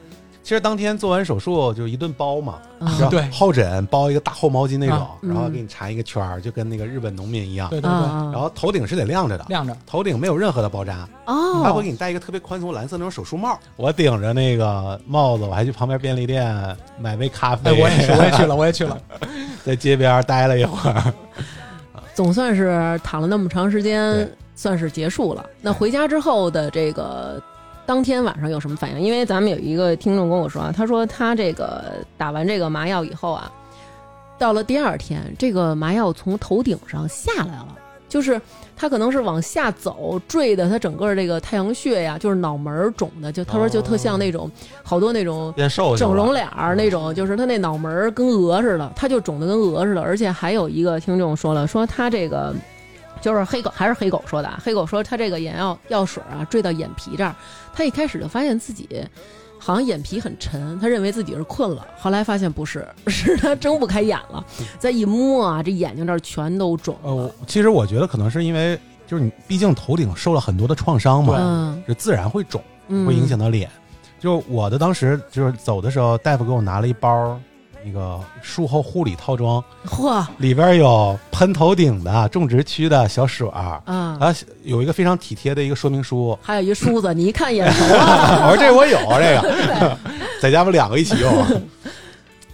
Speaker 1: 其实当天做完手术就一顿包嘛，
Speaker 2: 啊
Speaker 1: 然后
Speaker 3: 对
Speaker 1: 疱疹包一个大厚毛巾那种，
Speaker 3: 啊
Speaker 2: 嗯
Speaker 1: 然后给你缠一个圈儿，就跟那个日本农民一样。
Speaker 3: 对对对，
Speaker 2: 啊
Speaker 1: 然后头顶是得晾着的，
Speaker 3: 晾着，
Speaker 1: 头顶没有任何的包扎，他会
Speaker 2: 哦
Speaker 1: 给你戴一个特别宽松蓝色那种手术帽。我顶着那个帽子，我还去旁边便利店买杯咖
Speaker 3: 哎，
Speaker 1: 啡，
Speaker 3: 我也是，我也去了，我也 去了，
Speaker 1: 在街边待了一 会儿。
Speaker 2: 总算是躺了那么长时间
Speaker 1: 对，
Speaker 2: 算是结束了。那回家之后的这个当天晚上有什么反应？因为咱们有一个听众跟我说啊，他说他这个打完这个麻药以后啊，到了第二天，这个麻药从头顶上下来了。就是他可能是往下走，坠的他整个这个太阳穴呀，就是脑门儿肿的，就他说就特像那种、好多那种
Speaker 4: 变瘦去了
Speaker 2: 整容脸儿那种，就是他那脑门儿跟鹅似的，他就肿得跟鹅似的。而且还有一个听众说了，说他这个就是黑狗，还是黑狗说的啊。黑狗说他这个眼药药水啊坠到眼皮这儿，他一开始就发现自己。好像眼皮很沉，他认为自己是困了，后来发现不是，是他睁不开眼了。再一摸啊，这眼睛这儿全都肿
Speaker 1: 呃，
Speaker 2: 了
Speaker 1: 我。其实我觉得可能是因为，就是你毕竟头顶受了很多的创伤嘛，
Speaker 2: 嗯
Speaker 1: 就自然会肿。
Speaker 2: 嗯，
Speaker 1: 会影响到脸。就我的当时就是走的时候，大夫给我拿了一包那个术后护理套装，
Speaker 2: 嚯
Speaker 1: 里边有喷头顶的、种植区的小水儿，
Speaker 2: 啊！。
Speaker 1: 啊，有一个非常体贴的一个说明书
Speaker 2: 还有一梳子，你一看眼熟了。
Speaker 1: 我说这我有啊这个，
Speaker 2: 对
Speaker 1: 在家不两个一起用，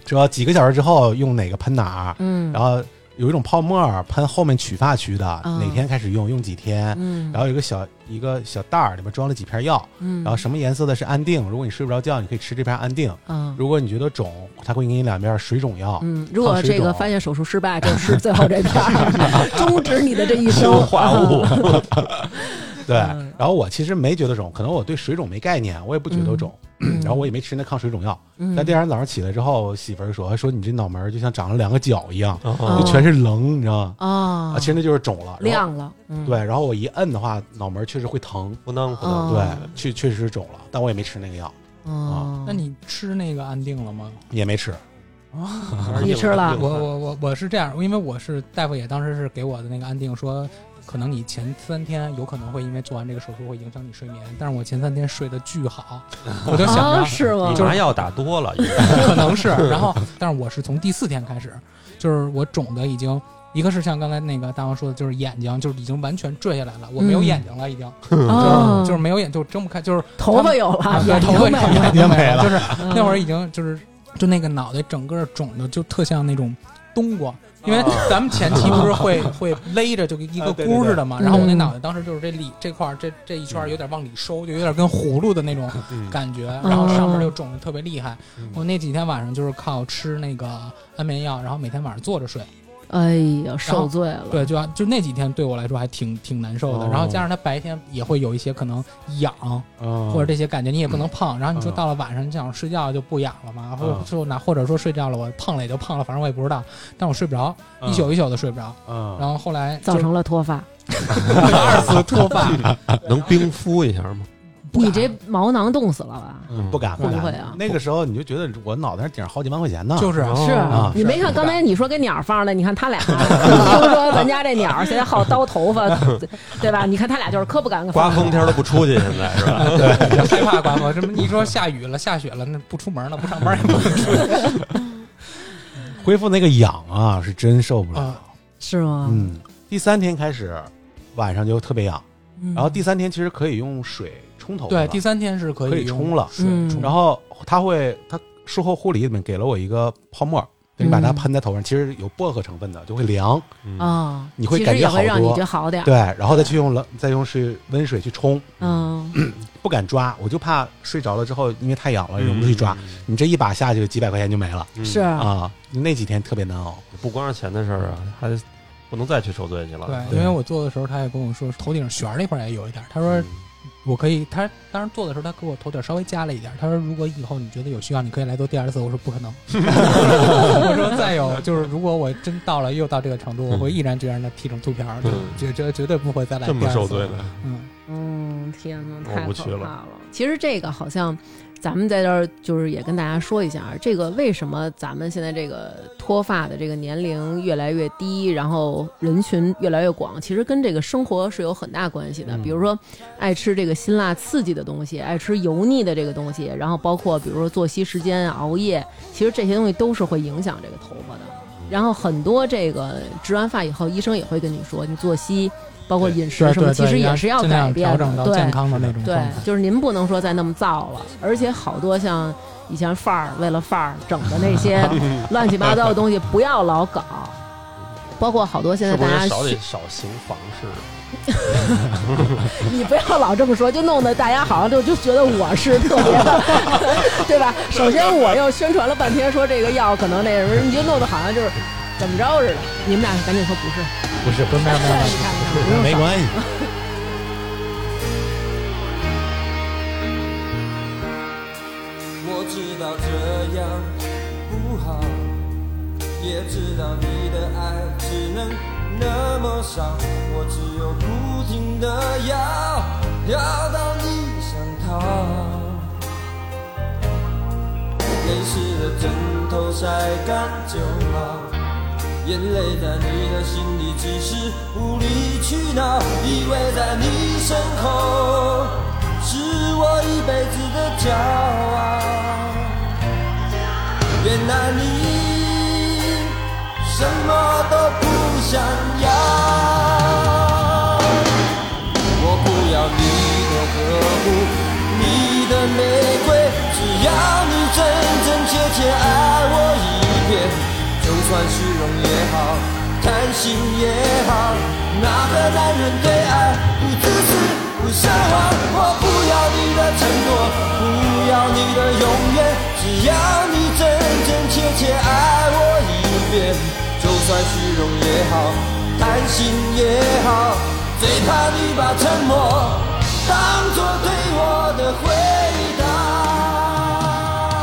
Speaker 1: 说几个小时之后用哪个喷哪儿，
Speaker 2: 嗯
Speaker 1: 然后有一种泡沫儿喷后面取发区的，
Speaker 2: 嗯
Speaker 1: 哪天开始用，用几天。
Speaker 2: 嗯
Speaker 1: 然后有一个小一个小袋儿，里面装了几片药，
Speaker 2: 嗯，
Speaker 1: 然后什么颜色的是安定，如果你睡不着觉，你可以吃这片安定。
Speaker 2: 嗯
Speaker 1: 如果你觉得肿，它会给你两边水肿药。
Speaker 2: 嗯，如果
Speaker 1: 抗水
Speaker 2: 这个
Speaker 1: 肿
Speaker 2: 发现手术失败，就是最后这片儿， 终止你的这一生。
Speaker 4: 化物，
Speaker 1: 对，
Speaker 2: 嗯
Speaker 1: 然后我其实没觉得肿，可能我对水肿没概念，我也不觉得肿，
Speaker 2: 嗯
Speaker 1: 然后我也没吃那抗水肿药。
Speaker 2: 嗯
Speaker 1: 但第二天早上起来之后，我媳妇儿说她说你这脑门儿就像长了两个角一样，
Speaker 4: 哦
Speaker 2: 嗯
Speaker 1: 就全是棱，你知道吗？
Speaker 2: 啊
Speaker 1: 啊，其实那就是肿了。然后
Speaker 2: 亮了，嗯，
Speaker 1: 对，然后我一摁的话，脑门儿确实会疼。
Speaker 4: 不当不
Speaker 2: 哦
Speaker 4: 当，
Speaker 1: 对，确确实是肿了，但我也没吃那个药，
Speaker 3: 啊
Speaker 2: 哦，
Speaker 3: 那你吃那个安定了吗？
Speaker 1: 也没吃。
Speaker 4: 而且
Speaker 2: 你吃了
Speaker 4: 硬
Speaker 3: 我
Speaker 4: 汉
Speaker 3: 我我我是这样，因为我是大夫也当时是给我的那个安定说，可能你前三天有可能会因为做完这个手术会影响你睡眠，但是我前三天睡得巨好，我就想着、
Speaker 2: 啊，是吗
Speaker 4: 你？
Speaker 3: 就是
Speaker 4: 麻药打 多了，应该
Speaker 3: 可能是。然后，但是我是从第四天开始，就是我肿的已经，一个是像刚才那个大王说的，就是眼睛就是已经完全坠下来了，我没有
Speaker 2: 嗯
Speaker 3: 眼睛了，已经、
Speaker 2: 啊，
Speaker 3: 就是没有眼，就睁不开，就是
Speaker 2: 头发有了，眼
Speaker 3: 头
Speaker 2: 睛
Speaker 3: 发
Speaker 2: 没
Speaker 3: 没
Speaker 2: 了
Speaker 1: 睛没了
Speaker 3: 就是
Speaker 2: 嗯
Speaker 3: 那会儿已经就是就那个脑袋整个肿的就特像那种冬瓜，因为咱们前期不 是会会勒着就跟一个箍似的
Speaker 2: 哦
Speaker 3: 嘛，
Speaker 2: 啊对对对
Speaker 3: 然后我那
Speaker 2: 嗯
Speaker 3: 脑袋当时就是这里这块儿这这一圈儿有点往里收，就有点跟葫芦的那种
Speaker 4: 嗯
Speaker 3: 感觉，
Speaker 2: 嗯
Speaker 3: 然后上面就肿的特别厉害
Speaker 4: 嗯。
Speaker 3: 我那几天晚上就是靠吃那个安眠药，然后每天晚上坐着睡，
Speaker 2: 哎呀，受罪了。
Speaker 3: 对，就要啊就那几天对我来说还挺挺难受的。
Speaker 1: 哦
Speaker 3: 然后加上他白天也会有一些可能痒。
Speaker 1: 或
Speaker 3: 或者这些感觉你也不能碰。然后你说
Speaker 1: 哦嗯
Speaker 3: 到了晚上，你想睡觉就不痒了嘛，或者
Speaker 1: 嗯
Speaker 3: 就哪或者说睡觉了，我碰了也就碰了，反正我也不知道，但我睡不着，一宿一宿的睡不着。
Speaker 1: 嗯，
Speaker 3: 然后后来就
Speaker 2: 造成了脱发，
Speaker 3: 二次脱发，
Speaker 4: 能冰敷一下吗？
Speaker 3: 不 敢
Speaker 2: 你这毛囊冻死了吧？
Speaker 1: 嗯不敢不
Speaker 2: 会不会
Speaker 1: 敢
Speaker 2: 啊。
Speaker 1: 那个时候你就觉得我脑袋上顶上好几万块钱呢，
Speaker 3: 就是啊
Speaker 4: 哦
Speaker 2: 是
Speaker 1: 啊
Speaker 2: 你没看刚才你说给鸟儿放了，你看他俩，听说咱家这鸟儿现在好叨头发，对吧？你看他俩就是可不敢
Speaker 4: 刮
Speaker 2: 放
Speaker 4: 风天都不出去，现在 是吧？
Speaker 3: 啊害怕刮风。什么？你说下雨了、下雪了，那不出门了，不上班也不 能出去
Speaker 1: 恢复那个痒啊，是真受不了。
Speaker 3: 啊。
Speaker 2: 是吗？
Speaker 1: 嗯，第三天开始晚上就特别痒，
Speaker 2: 嗯
Speaker 1: 然后第三天其实可以用水冲头发
Speaker 3: 对，
Speaker 1: 了，
Speaker 3: 第三天是可
Speaker 1: 可
Speaker 3: 以
Speaker 1: 以冲
Speaker 3: 了。
Speaker 1: 了。
Speaker 3: 水
Speaker 2: 嗯
Speaker 3: 冲
Speaker 1: 然后他会，他术后护理里面给了我一个泡沫，就你把它
Speaker 2: 嗯
Speaker 1: 喷在头上，其实有薄荷成分的，就会凉。
Speaker 4: 嗯
Speaker 2: 啊，
Speaker 1: 你会
Speaker 2: 其
Speaker 1: 感
Speaker 2: 实
Speaker 1: 觉
Speaker 2: 也
Speaker 1: 好
Speaker 2: 会让你
Speaker 1: 多
Speaker 2: 觉得好点儿。
Speaker 1: 对，然后再去用冷，再用是温水去冲，
Speaker 2: 嗯，
Speaker 1: 不敢抓，我就怕睡着了之后，因为太
Speaker 4: 哎
Speaker 1: 痒了，忍不住去抓。，你这一把下去，几百块钱就没了
Speaker 4: 嗯
Speaker 2: 是
Speaker 1: 啊！那几天特别难熬。
Speaker 4: 不光是钱的事儿啊，还不能再去受罪去了。
Speaker 3: 对，
Speaker 1: 对
Speaker 3: 因为我做的时候，他也跟我说头顶旋儿那块儿也有一点儿。他说
Speaker 4: 嗯，
Speaker 3: 我可以，他当时做的时候，他给我头顶稍微加了一点儿。他说，如果以后你觉得有需要，你可以来做第二次。我说不可 能，我说再有就是，如果我真到了又到这个程度，我会毅然决然的剃成秃瓢儿，
Speaker 4: 嗯
Speaker 3: 绝绝绝对不会再来
Speaker 4: 这
Speaker 3: 第
Speaker 4: 么
Speaker 3: 二
Speaker 4: 受
Speaker 3: 次。
Speaker 4: 罪呢？
Speaker 3: 嗯，
Speaker 2: 嗯，天哪，太
Speaker 4: 我不去
Speaker 2: 可
Speaker 4: 了
Speaker 2: 怕了。其实这个好像，咱们在这儿就是也跟大家说一下啊，这个为什么咱们现在这个脱发的这个年龄越来越低，然后人群越来越广，其实跟这个生活是有很大关系的。比如
Speaker 1: 嗯
Speaker 2: 说，爱吃这个辛辣刺激的东西，爱吃油腻的这个东西，然后包括比如说作息时间、啊熬夜，其实这些东西都是会影响这个头发的。然后很多这个植完发以后，医生也会跟你说，你作息包括饮食
Speaker 3: 对
Speaker 2: 什么，
Speaker 3: 对
Speaker 2: 其
Speaker 3: 对，
Speaker 2: 实也
Speaker 3: 要
Speaker 2: 是要
Speaker 3: 尽量
Speaker 2: 改变
Speaker 3: 调整
Speaker 2: 的。
Speaker 3: 到健
Speaker 2: 对
Speaker 3: 康的那种状
Speaker 2: 对
Speaker 3: 态。，
Speaker 2: 就是您不能说再那么燥了。而且好多像以前范儿为了范儿整的那 些乱七八糟的东西，不要老搞。包括好多现在
Speaker 4: 是不
Speaker 2: 大家
Speaker 4: 是少
Speaker 2: 学
Speaker 4: 得少行房事？啊
Speaker 2: 你不要老这么说，就弄得大家好像就就觉得我是特别的， 对吧？首先我又宣传了半天说这个药可能那什么，你就弄得好像就是怎么着似的。你们俩赶紧说不是，
Speaker 1: 不是，不是，
Speaker 3: 没有没有没
Speaker 2: 你看
Speaker 3: 有
Speaker 2: 你看，不用
Speaker 1: 没
Speaker 2: 说。
Speaker 1: 关系。
Speaker 5: 我知道这样不好，也知道你的爱只能那么少，我只有不停的要，要到你想逃。泪湿了枕头晒干就好，眼泪在你的心里只是无理取闹，依偎在你身后，是我一辈子的骄傲。原来你什么都不想要，我不要你的呵护，你的玫瑰，只要你真真切切爱我一遍，就算虚荣也好，贪心也好，哪个男人对爱不自私不奢望？我不要你的承诺，不要你的永远，只要你真真切切爱我一遍，就算虚荣也好，贪心也好，最怕你把沉默当作对我的回答。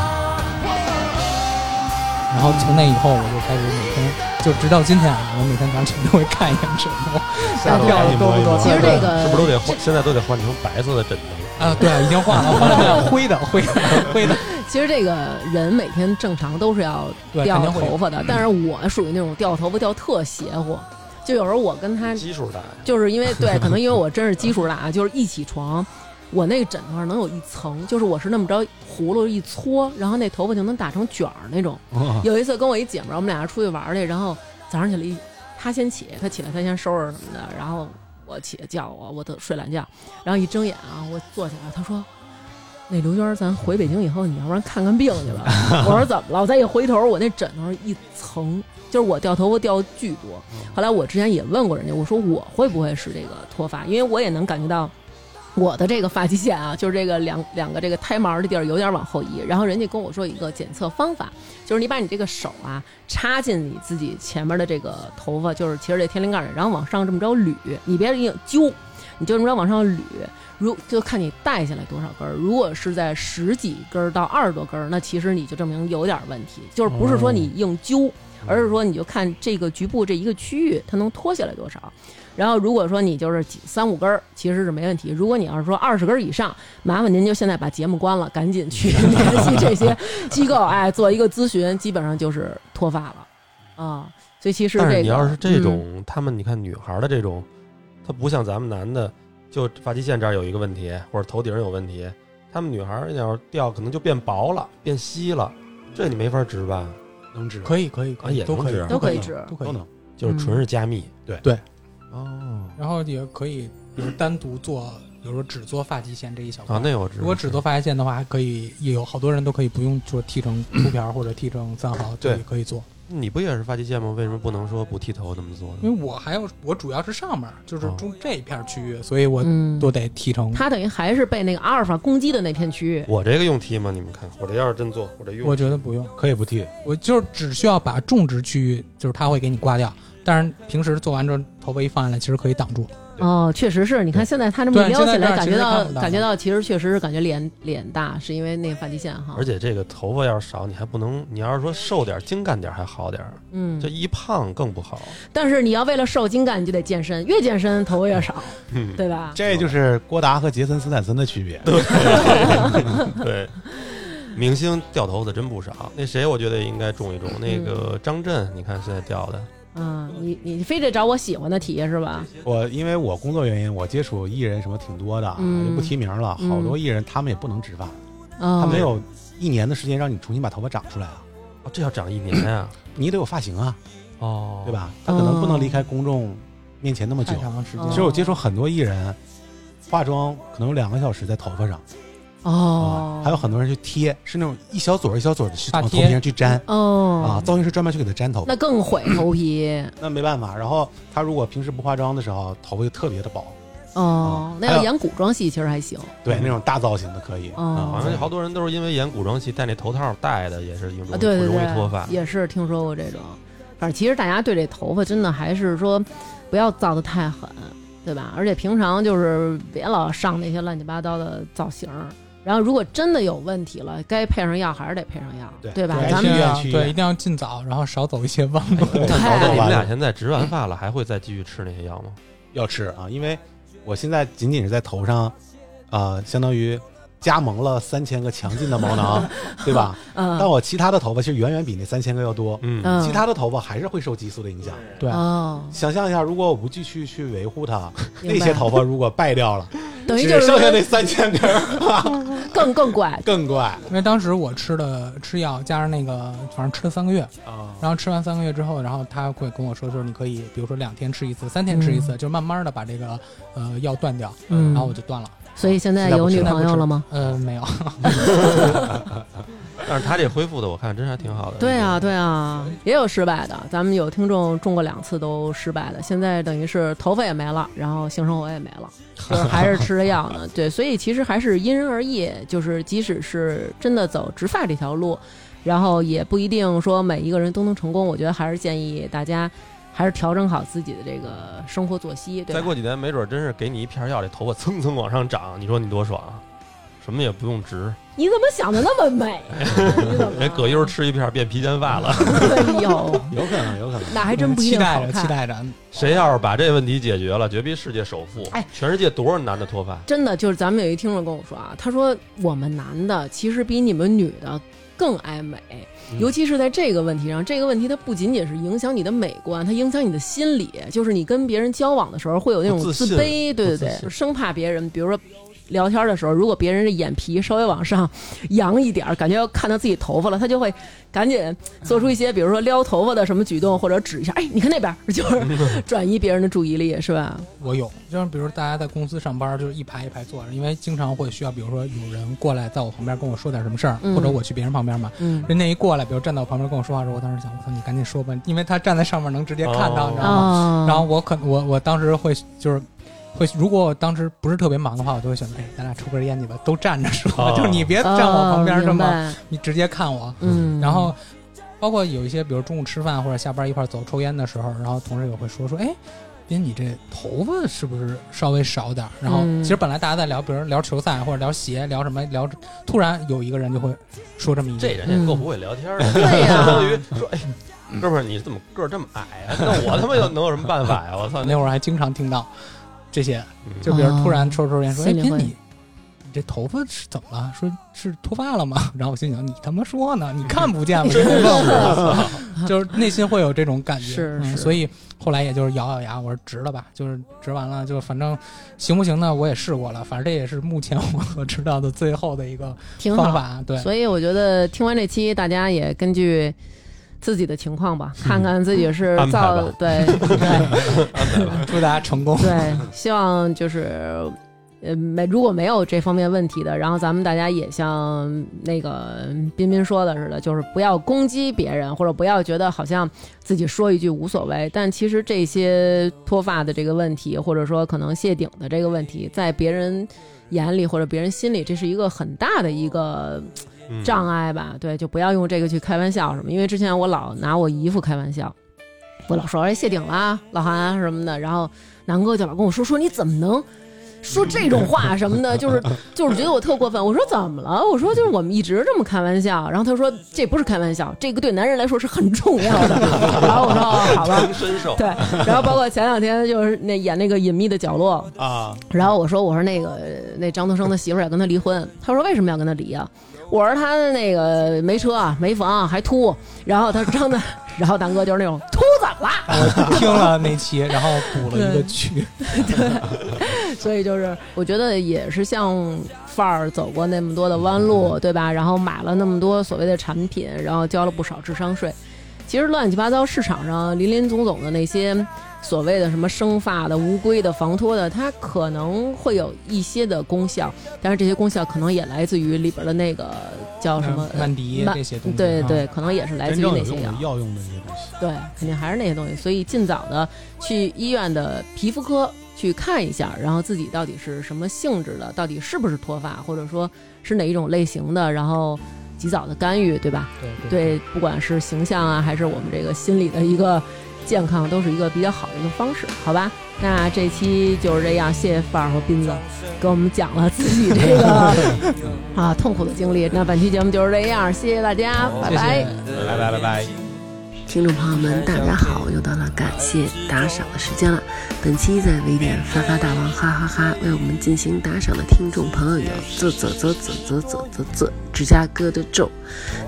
Speaker 3: 然后从那以后，我就开始每天，就直到今天啊，我每天早上起来都会看一眼枕头，
Speaker 1: 吓得我
Speaker 3: 掉
Speaker 1: 赶
Speaker 3: 了
Speaker 1: 紧
Speaker 3: 多
Speaker 1: 摸一
Speaker 3: 不
Speaker 1: 摸
Speaker 3: 多。
Speaker 2: 其实这
Speaker 4: 是不是都
Speaker 2: 个
Speaker 4: 得换？现在都得换成白色的枕头？
Speaker 3: 啊，对，已经换了，换了灰的，灰的， 灰的，
Speaker 2: 其实这个人每天正常都是要
Speaker 3: 对，肯
Speaker 2: 掉
Speaker 3: 定会
Speaker 2: 头
Speaker 3: 有。
Speaker 2: 发的，但是我属于那种掉头发掉特邪乎，就有时候我跟他
Speaker 4: 基数大，
Speaker 2: 就是因为对，可能因为我真是基数大啊，就是一起床，我那个枕头上能有一层，就是我是那么着葫芦一搓，然后那头发就能打成卷儿那种。
Speaker 1: 嗯
Speaker 2: 有一次跟我一姐们儿，我们俩出去玩儿去，然后早上起来一，她先起，她起来她先收拾什么的，然后我起叫我，我都睡懒觉，然后一睁眼啊，我坐起来，她说。那刘娟儿，咱回北京以后，你要不然看看病去吧。 我说怎么了？我再一回头，我那枕头上一层，就是我掉头发掉巨多。后来我之前也问过人家，我说我会不会是这个脱发？因为我也能感觉到我的这个发际线啊，就是这个两两个这个胎毛的地儿有点往后移。然后人家跟我说一个检测方法，就是你把你这个手啊插进你自己前面的这个头发，就是其实这天灵盖儿里，然后往上这么着捋，你别硬揪，你就这么着往上捋。如就看你带下来多少根儿，如果是在十几根儿到二十多根儿，那其实你就证明有点儿问题，就是不是说
Speaker 4: 哦
Speaker 2: 你硬揪，
Speaker 4: 嗯
Speaker 2: 而是说你就看这个局部这一个区域它能脱下来多少。然后如果说你就是几三五根儿，其实是没问题。如果你要是说二十根儿以上，麻烦您就现在把节目关了，赶紧去 联系这些机构，哎，做一个咨询，基本上就是脱发了啊。所以其实这
Speaker 4: 但
Speaker 2: 个嗯
Speaker 4: 是你要是这种，他们你看女孩的这种，她不像咱们男的，就发际线这儿有一个问题，或者头顶有问题，他们女孩儿要是掉，可能就变薄了，变稀了，这你没法治吧？
Speaker 1: 能治
Speaker 3: 可以，可以，可
Speaker 4: 啊
Speaker 3: 以，
Speaker 4: 也
Speaker 3: 都
Speaker 4: 能
Speaker 3: 可以
Speaker 4: 治，
Speaker 2: 都可以
Speaker 3: 能
Speaker 2: 治
Speaker 3: 都可
Speaker 1: 都
Speaker 3: 以。
Speaker 1: 能
Speaker 4: 就是纯是加密。
Speaker 3: 对，
Speaker 4: 哦，
Speaker 3: 然后也可以，比如单独做，比如说只做发际线这一小块
Speaker 4: 啊，。那我知道。
Speaker 3: 如果只做发际线的话，还可以也有好多人都可以不用说剃成秃瓢儿或者剃成三毫，
Speaker 4: 对
Speaker 3: 也可以做。
Speaker 4: 你不也是发际线吗？为什么不能说不剃头那么做
Speaker 3: 因
Speaker 4: 呢？
Speaker 3: 为我还有我主要是上面儿，就是
Speaker 4: 哦
Speaker 3: 中这一片儿区域，所以我
Speaker 2: 嗯，
Speaker 3: 都得剃成。
Speaker 2: 他等于还是被那个阿尔法攻击的那片区域。
Speaker 4: 我这个用剃吗？你们看，我这要是真做，我这用
Speaker 3: 我觉得不用，
Speaker 1: 可以不剃，
Speaker 3: 我就是只需要把种植区域，就是它会给你刮掉。但是平时做完之后，头发一放下来，其实可以挡住。
Speaker 4: 对
Speaker 2: 哦，确实是，你看现在他这么一
Speaker 3: 对
Speaker 2: 撩起
Speaker 3: 现在
Speaker 2: 来，
Speaker 3: 这样
Speaker 2: 感
Speaker 3: 其
Speaker 2: 觉
Speaker 3: 实
Speaker 2: 到
Speaker 3: 看不到
Speaker 2: 感觉到其实确实是感觉脸脸大，是因为那个发际线哈
Speaker 4: 而。且这个头发要是少，你还不能，你要是说瘦点儿、精干点儿还好点儿，
Speaker 2: 嗯
Speaker 4: 这，一胖更不好。
Speaker 2: 但是你要为了瘦精干，你就得健身，越健身头发越少，
Speaker 4: 嗯，
Speaker 2: 对吧？
Speaker 1: 这就是郭达和杰森斯坦森的区别。对，
Speaker 4: 对，明星掉头发真不少。那谁，我觉得也应该种一种。那个张震，你看现在掉的，
Speaker 2: 嗯，你你非得找我喜欢的体是吧？
Speaker 1: 我因为我工作原因，我接触艺人什么挺多的，啊
Speaker 2: 嗯
Speaker 1: 就不提名了。
Speaker 2: 嗯
Speaker 1: 好多艺人他们也不能植发，他
Speaker 2: 嗯，
Speaker 1: 没有一年的时间让你重新把头发长出来啊，
Speaker 4: 哦，这要长一年啊，
Speaker 2: 嗯
Speaker 1: 你得有发型啊，
Speaker 4: 哦
Speaker 1: 对？吧？他可能不能离开公众面前那么久
Speaker 3: 太。长时间
Speaker 2: 哦
Speaker 1: 其实我接触很多艺人，化妆可能有两个小时在头发上，
Speaker 2: 哦
Speaker 1: 啊，，还有很多人去贴，是那种一小撮儿一小撮儿的去
Speaker 3: 大
Speaker 1: 往头
Speaker 3: 贴
Speaker 1: 皮上去粘啊
Speaker 2: 哦，，
Speaker 1: 造型师专门去给他粘头发
Speaker 2: 那，更毁头皮
Speaker 1: 那没办法。然后他如果平时不化妆的时候，头发就特别的薄，
Speaker 2: 哦
Speaker 1: 啊。
Speaker 2: 那
Speaker 1: 还
Speaker 2: 要
Speaker 1: 有
Speaker 2: 演古装戏其实还行，
Speaker 1: 对，那种大造型的可以。
Speaker 2: 哦
Speaker 4: 啊好像好多人都是因为演古装戏戴那头套戴的，也是容易
Speaker 2: 啊，对对
Speaker 4: 容易脱发
Speaker 2: 对，。也是听说过这种。反正其实大家对这头发真的还是说不要造的太狠，对吧？而且平常就是别老上那些乱七八糟的造型儿。然后如果真的有问题了，该配上药还是得配上药，
Speaker 1: 对
Speaker 2: 吧？
Speaker 1: 对
Speaker 2: 咱
Speaker 1: 去医
Speaker 2: 们
Speaker 1: 院
Speaker 3: 要
Speaker 1: 去医院
Speaker 3: 对，一定要尽早，然后少走一些弯路。
Speaker 1: 对
Speaker 4: 但
Speaker 2: 太
Speaker 4: 毛豆，你
Speaker 1: 完
Speaker 4: 们
Speaker 1: 了
Speaker 4: 俩现在植完发了，还会再继续吃那些药吗？
Speaker 1: 要吃啊，因为我现在仅仅是在头上，呃，相当于加盟了三千个强劲的 毛囊，对吧？但
Speaker 2: 嗯
Speaker 1: 我其他的头发其实远远比那三千个要多，
Speaker 4: 嗯，
Speaker 2: 嗯，
Speaker 1: 其他的头发还是会受激素的影响。
Speaker 3: 对
Speaker 2: 哦，
Speaker 1: 想象一下，如果我不继续去维护它，
Speaker 2: 明白
Speaker 1: 那些头发如果败掉了，
Speaker 2: 等于
Speaker 1: 只
Speaker 2: 就是
Speaker 1: 剩下那
Speaker 2: 说
Speaker 1: 三千根儿，
Speaker 2: 更更怪，
Speaker 1: 更怪
Speaker 3: 因为当时我吃的吃药加上那个，反正吃了三个月，
Speaker 1: 啊！
Speaker 3: 然后吃完三个月之后，然后他会跟我说，就是你可以，比如说两天吃一次，三天吃一次，就慢慢的把这个呃药断掉，
Speaker 2: 嗯
Speaker 3: 然后我就断了。
Speaker 2: 所以现在
Speaker 1: 现在
Speaker 2: 有
Speaker 1: 不吃
Speaker 2: 女朋友了吗？
Speaker 3: 呃，没有，
Speaker 4: 但是他这恢复的，我看真还挺好的。嗯
Speaker 2: 对啊，对啊，也有失败的，咱们有听众中过两次都失败的，现在等于是头发也没了，然后性生活也没 了，就是还是吃着药呢。对，所以其实还是因人而异，就是即使是真的走植发这条路，然后也不一定说每一个人都能成功。我觉得还是建议大家还是调整好自己的这个生活作息，对
Speaker 4: 再
Speaker 2: 吧？
Speaker 4: 过几年，没准真是给你一片药，这头发蹭蹭往上长，你说你多爽，是啊什么也不用值，
Speaker 2: 你怎么想的那么美？啊你怎么
Speaker 3: 哎
Speaker 4: 人葛优吃一片变披肩发了。
Speaker 2: 哎呦，
Speaker 1: 有可能，有可能。
Speaker 2: 那还真不一
Speaker 3: 期
Speaker 2: 定
Speaker 3: 待
Speaker 2: 好
Speaker 3: 着，
Speaker 2: 看。
Speaker 3: 期待着。
Speaker 4: 谁要是把这问题解决了，绝逼世界首富。
Speaker 2: 哎
Speaker 4: 全世界多少男的脱发？
Speaker 2: 真的就是咱们有一听众跟我说啊，他说我们男的其实比你们女的更爱美，
Speaker 4: 嗯
Speaker 2: 尤其是在这个问题上，这个问题它不仅仅是影响你的美观，它影响你的心理，就是你跟别人交往的时候会有那种
Speaker 4: 不自
Speaker 2: 自
Speaker 4: 信
Speaker 2: 卑，对对
Speaker 4: 不自
Speaker 2: 对，
Speaker 4: 信
Speaker 2: 生怕别人，比如说。聊天的时候，如果别人的眼皮稍微往上 扬一点儿，感觉要看到自己头发了，他就会赶紧做出一些，比如说撩头发的什么举动，或者指一下，哎，你看那边儿， 就是转移别人的注意力，是吧？
Speaker 3: 我有，就是比如大家在公司上班，就是一排一排坐着，因为经常会需要，比如说有人过来在我旁边跟我说点什么事儿，
Speaker 2: 嗯
Speaker 3: 或者我去别人旁边嘛，
Speaker 2: 嗯，
Speaker 3: 人家一过来，比如站到我旁边跟我说话的时候，我当时想，我操，你赶紧说吧，因为他站在上面能直接看
Speaker 4: 哦
Speaker 3: 到，你知道吗？
Speaker 2: 啊
Speaker 3: 然后我可我我当时会就是。会，如果我当时不是特别忙的话，我就会选择，哎，咱俩抽根烟去吧，都站着说，
Speaker 4: 哦
Speaker 3: 就是你别站我旁边这么，
Speaker 2: 哦
Speaker 3: 你直接看我，
Speaker 2: 明白嗯，
Speaker 3: 然后包括有一些，比如中午吃饭或者下班一块儿走抽烟的时候，然后同事也会说说，哎，斌，你这头发是不是稍微少点儿？然后
Speaker 2: 嗯
Speaker 3: 其实本来大家在聊，比如聊球赛或者聊鞋，聊什么聊，突然有一个人就会说这么一句，
Speaker 4: 这人
Speaker 1: 嗯
Speaker 4: 也够不会聊天的。
Speaker 2: 对呀
Speaker 4: 相当于说，哎，哥们儿，你怎么个儿这么矮啊？那我他妈又能有什么办法呀？我操！那
Speaker 3: 那会儿还经常听到这些，
Speaker 4: 嗯
Speaker 3: 就比如突然抽抽烟说，
Speaker 2: 哦
Speaker 3: 哎，
Speaker 2: 心里
Speaker 3: 斌
Speaker 2: 会
Speaker 3: 你。你这头发是怎么了？说是脱发了吗？ 然后我心想，你他妈说呢？你看不见吗？
Speaker 4: 真
Speaker 3: 你
Speaker 4: 是
Speaker 3: 问我，就是内心会有这种感觉。
Speaker 2: 是
Speaker 3: 嗯
Speaker 2: 是
Speaker 3: 所以后来也就是咬咬牙，我说植了吧，就是植完了，就反正行不行呢？我也试过了，反正这也是目前我所知道的最后的一个
Speaker 2: 挺好。
Speaker 3: 方法。对，
Speaker 2: 所以我觉得听完这期，大家也根据自己的情况吧，
Speaker 3: 嗯
Speaker 2: 看看自己是
Speaker 4: 安排
Speaker 2: 造
Speaker 4: 吧
Speaker 2: 对对
Speaker 3: 祝大家成功。
Speaker 2: 对，希望就是。呃，没如果没有这方面问题的，然后咱们大家也像那个嗯彬彬说的似的，就是不要攻击别人，或者不要觉得好像自己说一句无所谓。但其实这些脱发的这个问题，或者说可能谢顶的这个问题，在别人眼里或者别人心里，这是一个很大的一个
Speaker 4: 嗯
Speaker 2: 障碍吧，对，就不要用这个去开玩笑什么，因为之前我老拿我姨夫开玩笑，我老说哎谢顶啦，老韩啊什么的，然后南哥就老跟我说说你怎么能说这种话什么的，就是就是觉得我特过分。我说怎么了？我说就是我们一直这么开玩笑，然后他说这不是开玩笑，这个对男人来说是很重要的。然后我说哦好吧，
Speaker 4: 能伸手
Speaker 2: 对，然后包括前两天就是那演那个隐秘的角落，
Speaker 1: 啊，
Speaker 2: 然后我说我说那个那张德生的媳妇儿要跟他离婚，他说为什么要跟他离啊？我说他那个没车啊没房还秃，然后他说张的， 然后南哥就是那种秃怎么了？
Speaker 3: 我听了那期，然后补了一个剧。
Speaker 2: 所以就是我觉得也是像范儿走过那么多的弯路，对吧？然后买了那么多所谓的产品，然后交了不少智商税。其实乱七八糟市场上林林总总的那些所谓的什么生发的、无硅的、防脱的，它可能会有一些的功效，但是这些功效可能也来自于里边的那个叫哦什么
Speaker 3: 嗯曼迪
Speaker 2: 曼
Speaker 3: 这些东西，
Speaker 2: 对
Speaker 3: 啊
Speaker 2: 对，，可能也是来
Speaker 1: 真
Speaker 2: 自于
Speaker 1: 正
Speaker 2: 那
Speaker 1: 有
Speaker 2: 些啊
Speaker 1: 用
Speaker 2: 药
Speaker 1: 的。药用的一些东西，
Speaker 2: 对，肯定还是那些东西。所以尽早的去医院的皮肤科去看一下，然后自己到底是什么性质的，到底是不是脱发，或者说是哪一种类型的，然后及早的干预，对吧？
Speaker 3: 对对
Speaker 2: 对，不管是形象啊，还是我们这个心理的一个健康，都是一个比较好的一个方式，好吧？那这期就是这样，谢谢范儿和斌子给我们讲了自己这个 啊痛苦的经历。那本期节目就是这样，谢谢大家，拜
Speaker 3: 谢
Speaker 2: 拜。
Speaker 3: 谢。
Speaker 1: 拜拜拜拜。
Speaker 6: 听众朋友们，大家好！又到了感谢打赏的时间了。本期在微店发发大王哈哈哈为我们进行打赏的听众朋友有啧啧啧啧啧啧啧啧，芝加哥的咒，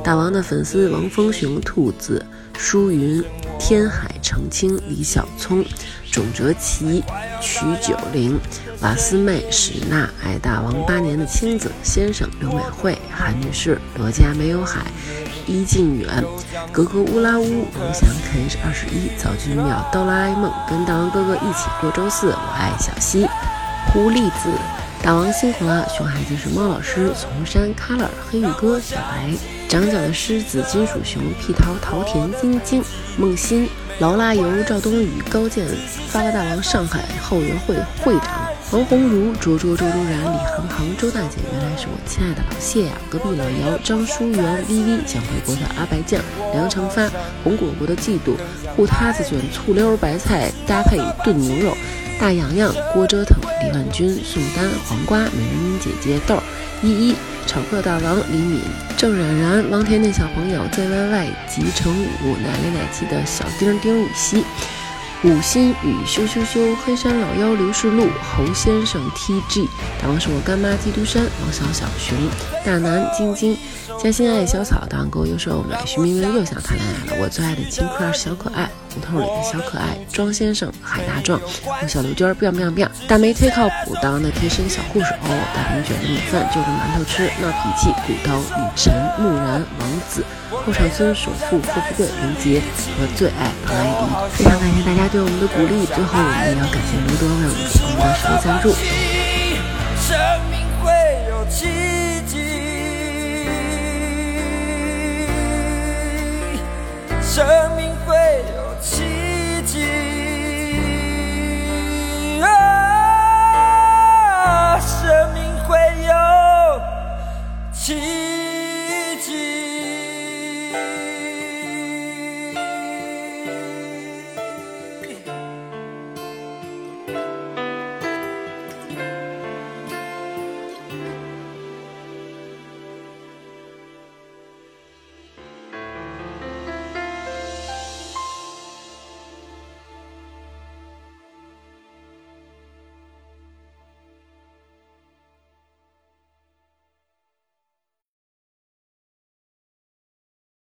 Speaker 6: 大王的粉丝王峰雄、兔子、舒云、天海澄清、李小聪、种哲奇、曲九龄、瓦斯妹、史娜、爱大王八年的青子先生、刘美惠、韩女士、罗家没有海、伊靖远。格格乌拉乌、龙翔 K 是二十一、早君庙、哆啦 A 梦跟大王哥哥一起过周四，我爱小溪、狐狸子、大王辛苦了，熊孩子是猫老师、丛山 Color、黑羽哥、小白、长角的狮子、金属熊、屁桃、桃田、金晶、梦欣、劳拉油、赵冬雨、高健、发发大王、上海后援会会长。王鸿儒、灼灼、周周然、李航航、周大姐，原来是我亲爱的老谢呀、隔壁老姚、张淑媛、VV、想回国的阿白酱、梁长发、红果果的嫉妒、护塌子卷、醋溜儿白菜搭配炖牛肉。大洋洋、郭折腾、李万军、宋丹、黄瓜、美人鱼姐姐豆儿、依依、炒客大王李敏、郑冉冉、王甜甜小朋友 ZYY、吉成武、奶里奶气的小丁丁禹兮。五心雨羞羞羞，黑山老妖刘世禄，侯先生 TG，大王是我干妈基督山，王小小熊，大南晶晶，嘉欣爱小草，大王狗又是我买徐明月又想谈恋爱了，我最爱的青稞小可爱，胡同里的小可爱，庄先生海大壮，我小刘娟儿，biang biang biang，大梅忒靠谱，大王的贴身小护手，大饼卷米饭就着馒头吃，闹脾气，古刀李晨木然王子。后上村首富霍富贵林杰和最爱彭艾迪。非常感谢大家对我们的鼓励，最后我们也要感谢卢多为我们提供的实力赞助。
Speaker 5: 生命会有奇迹，啊生命会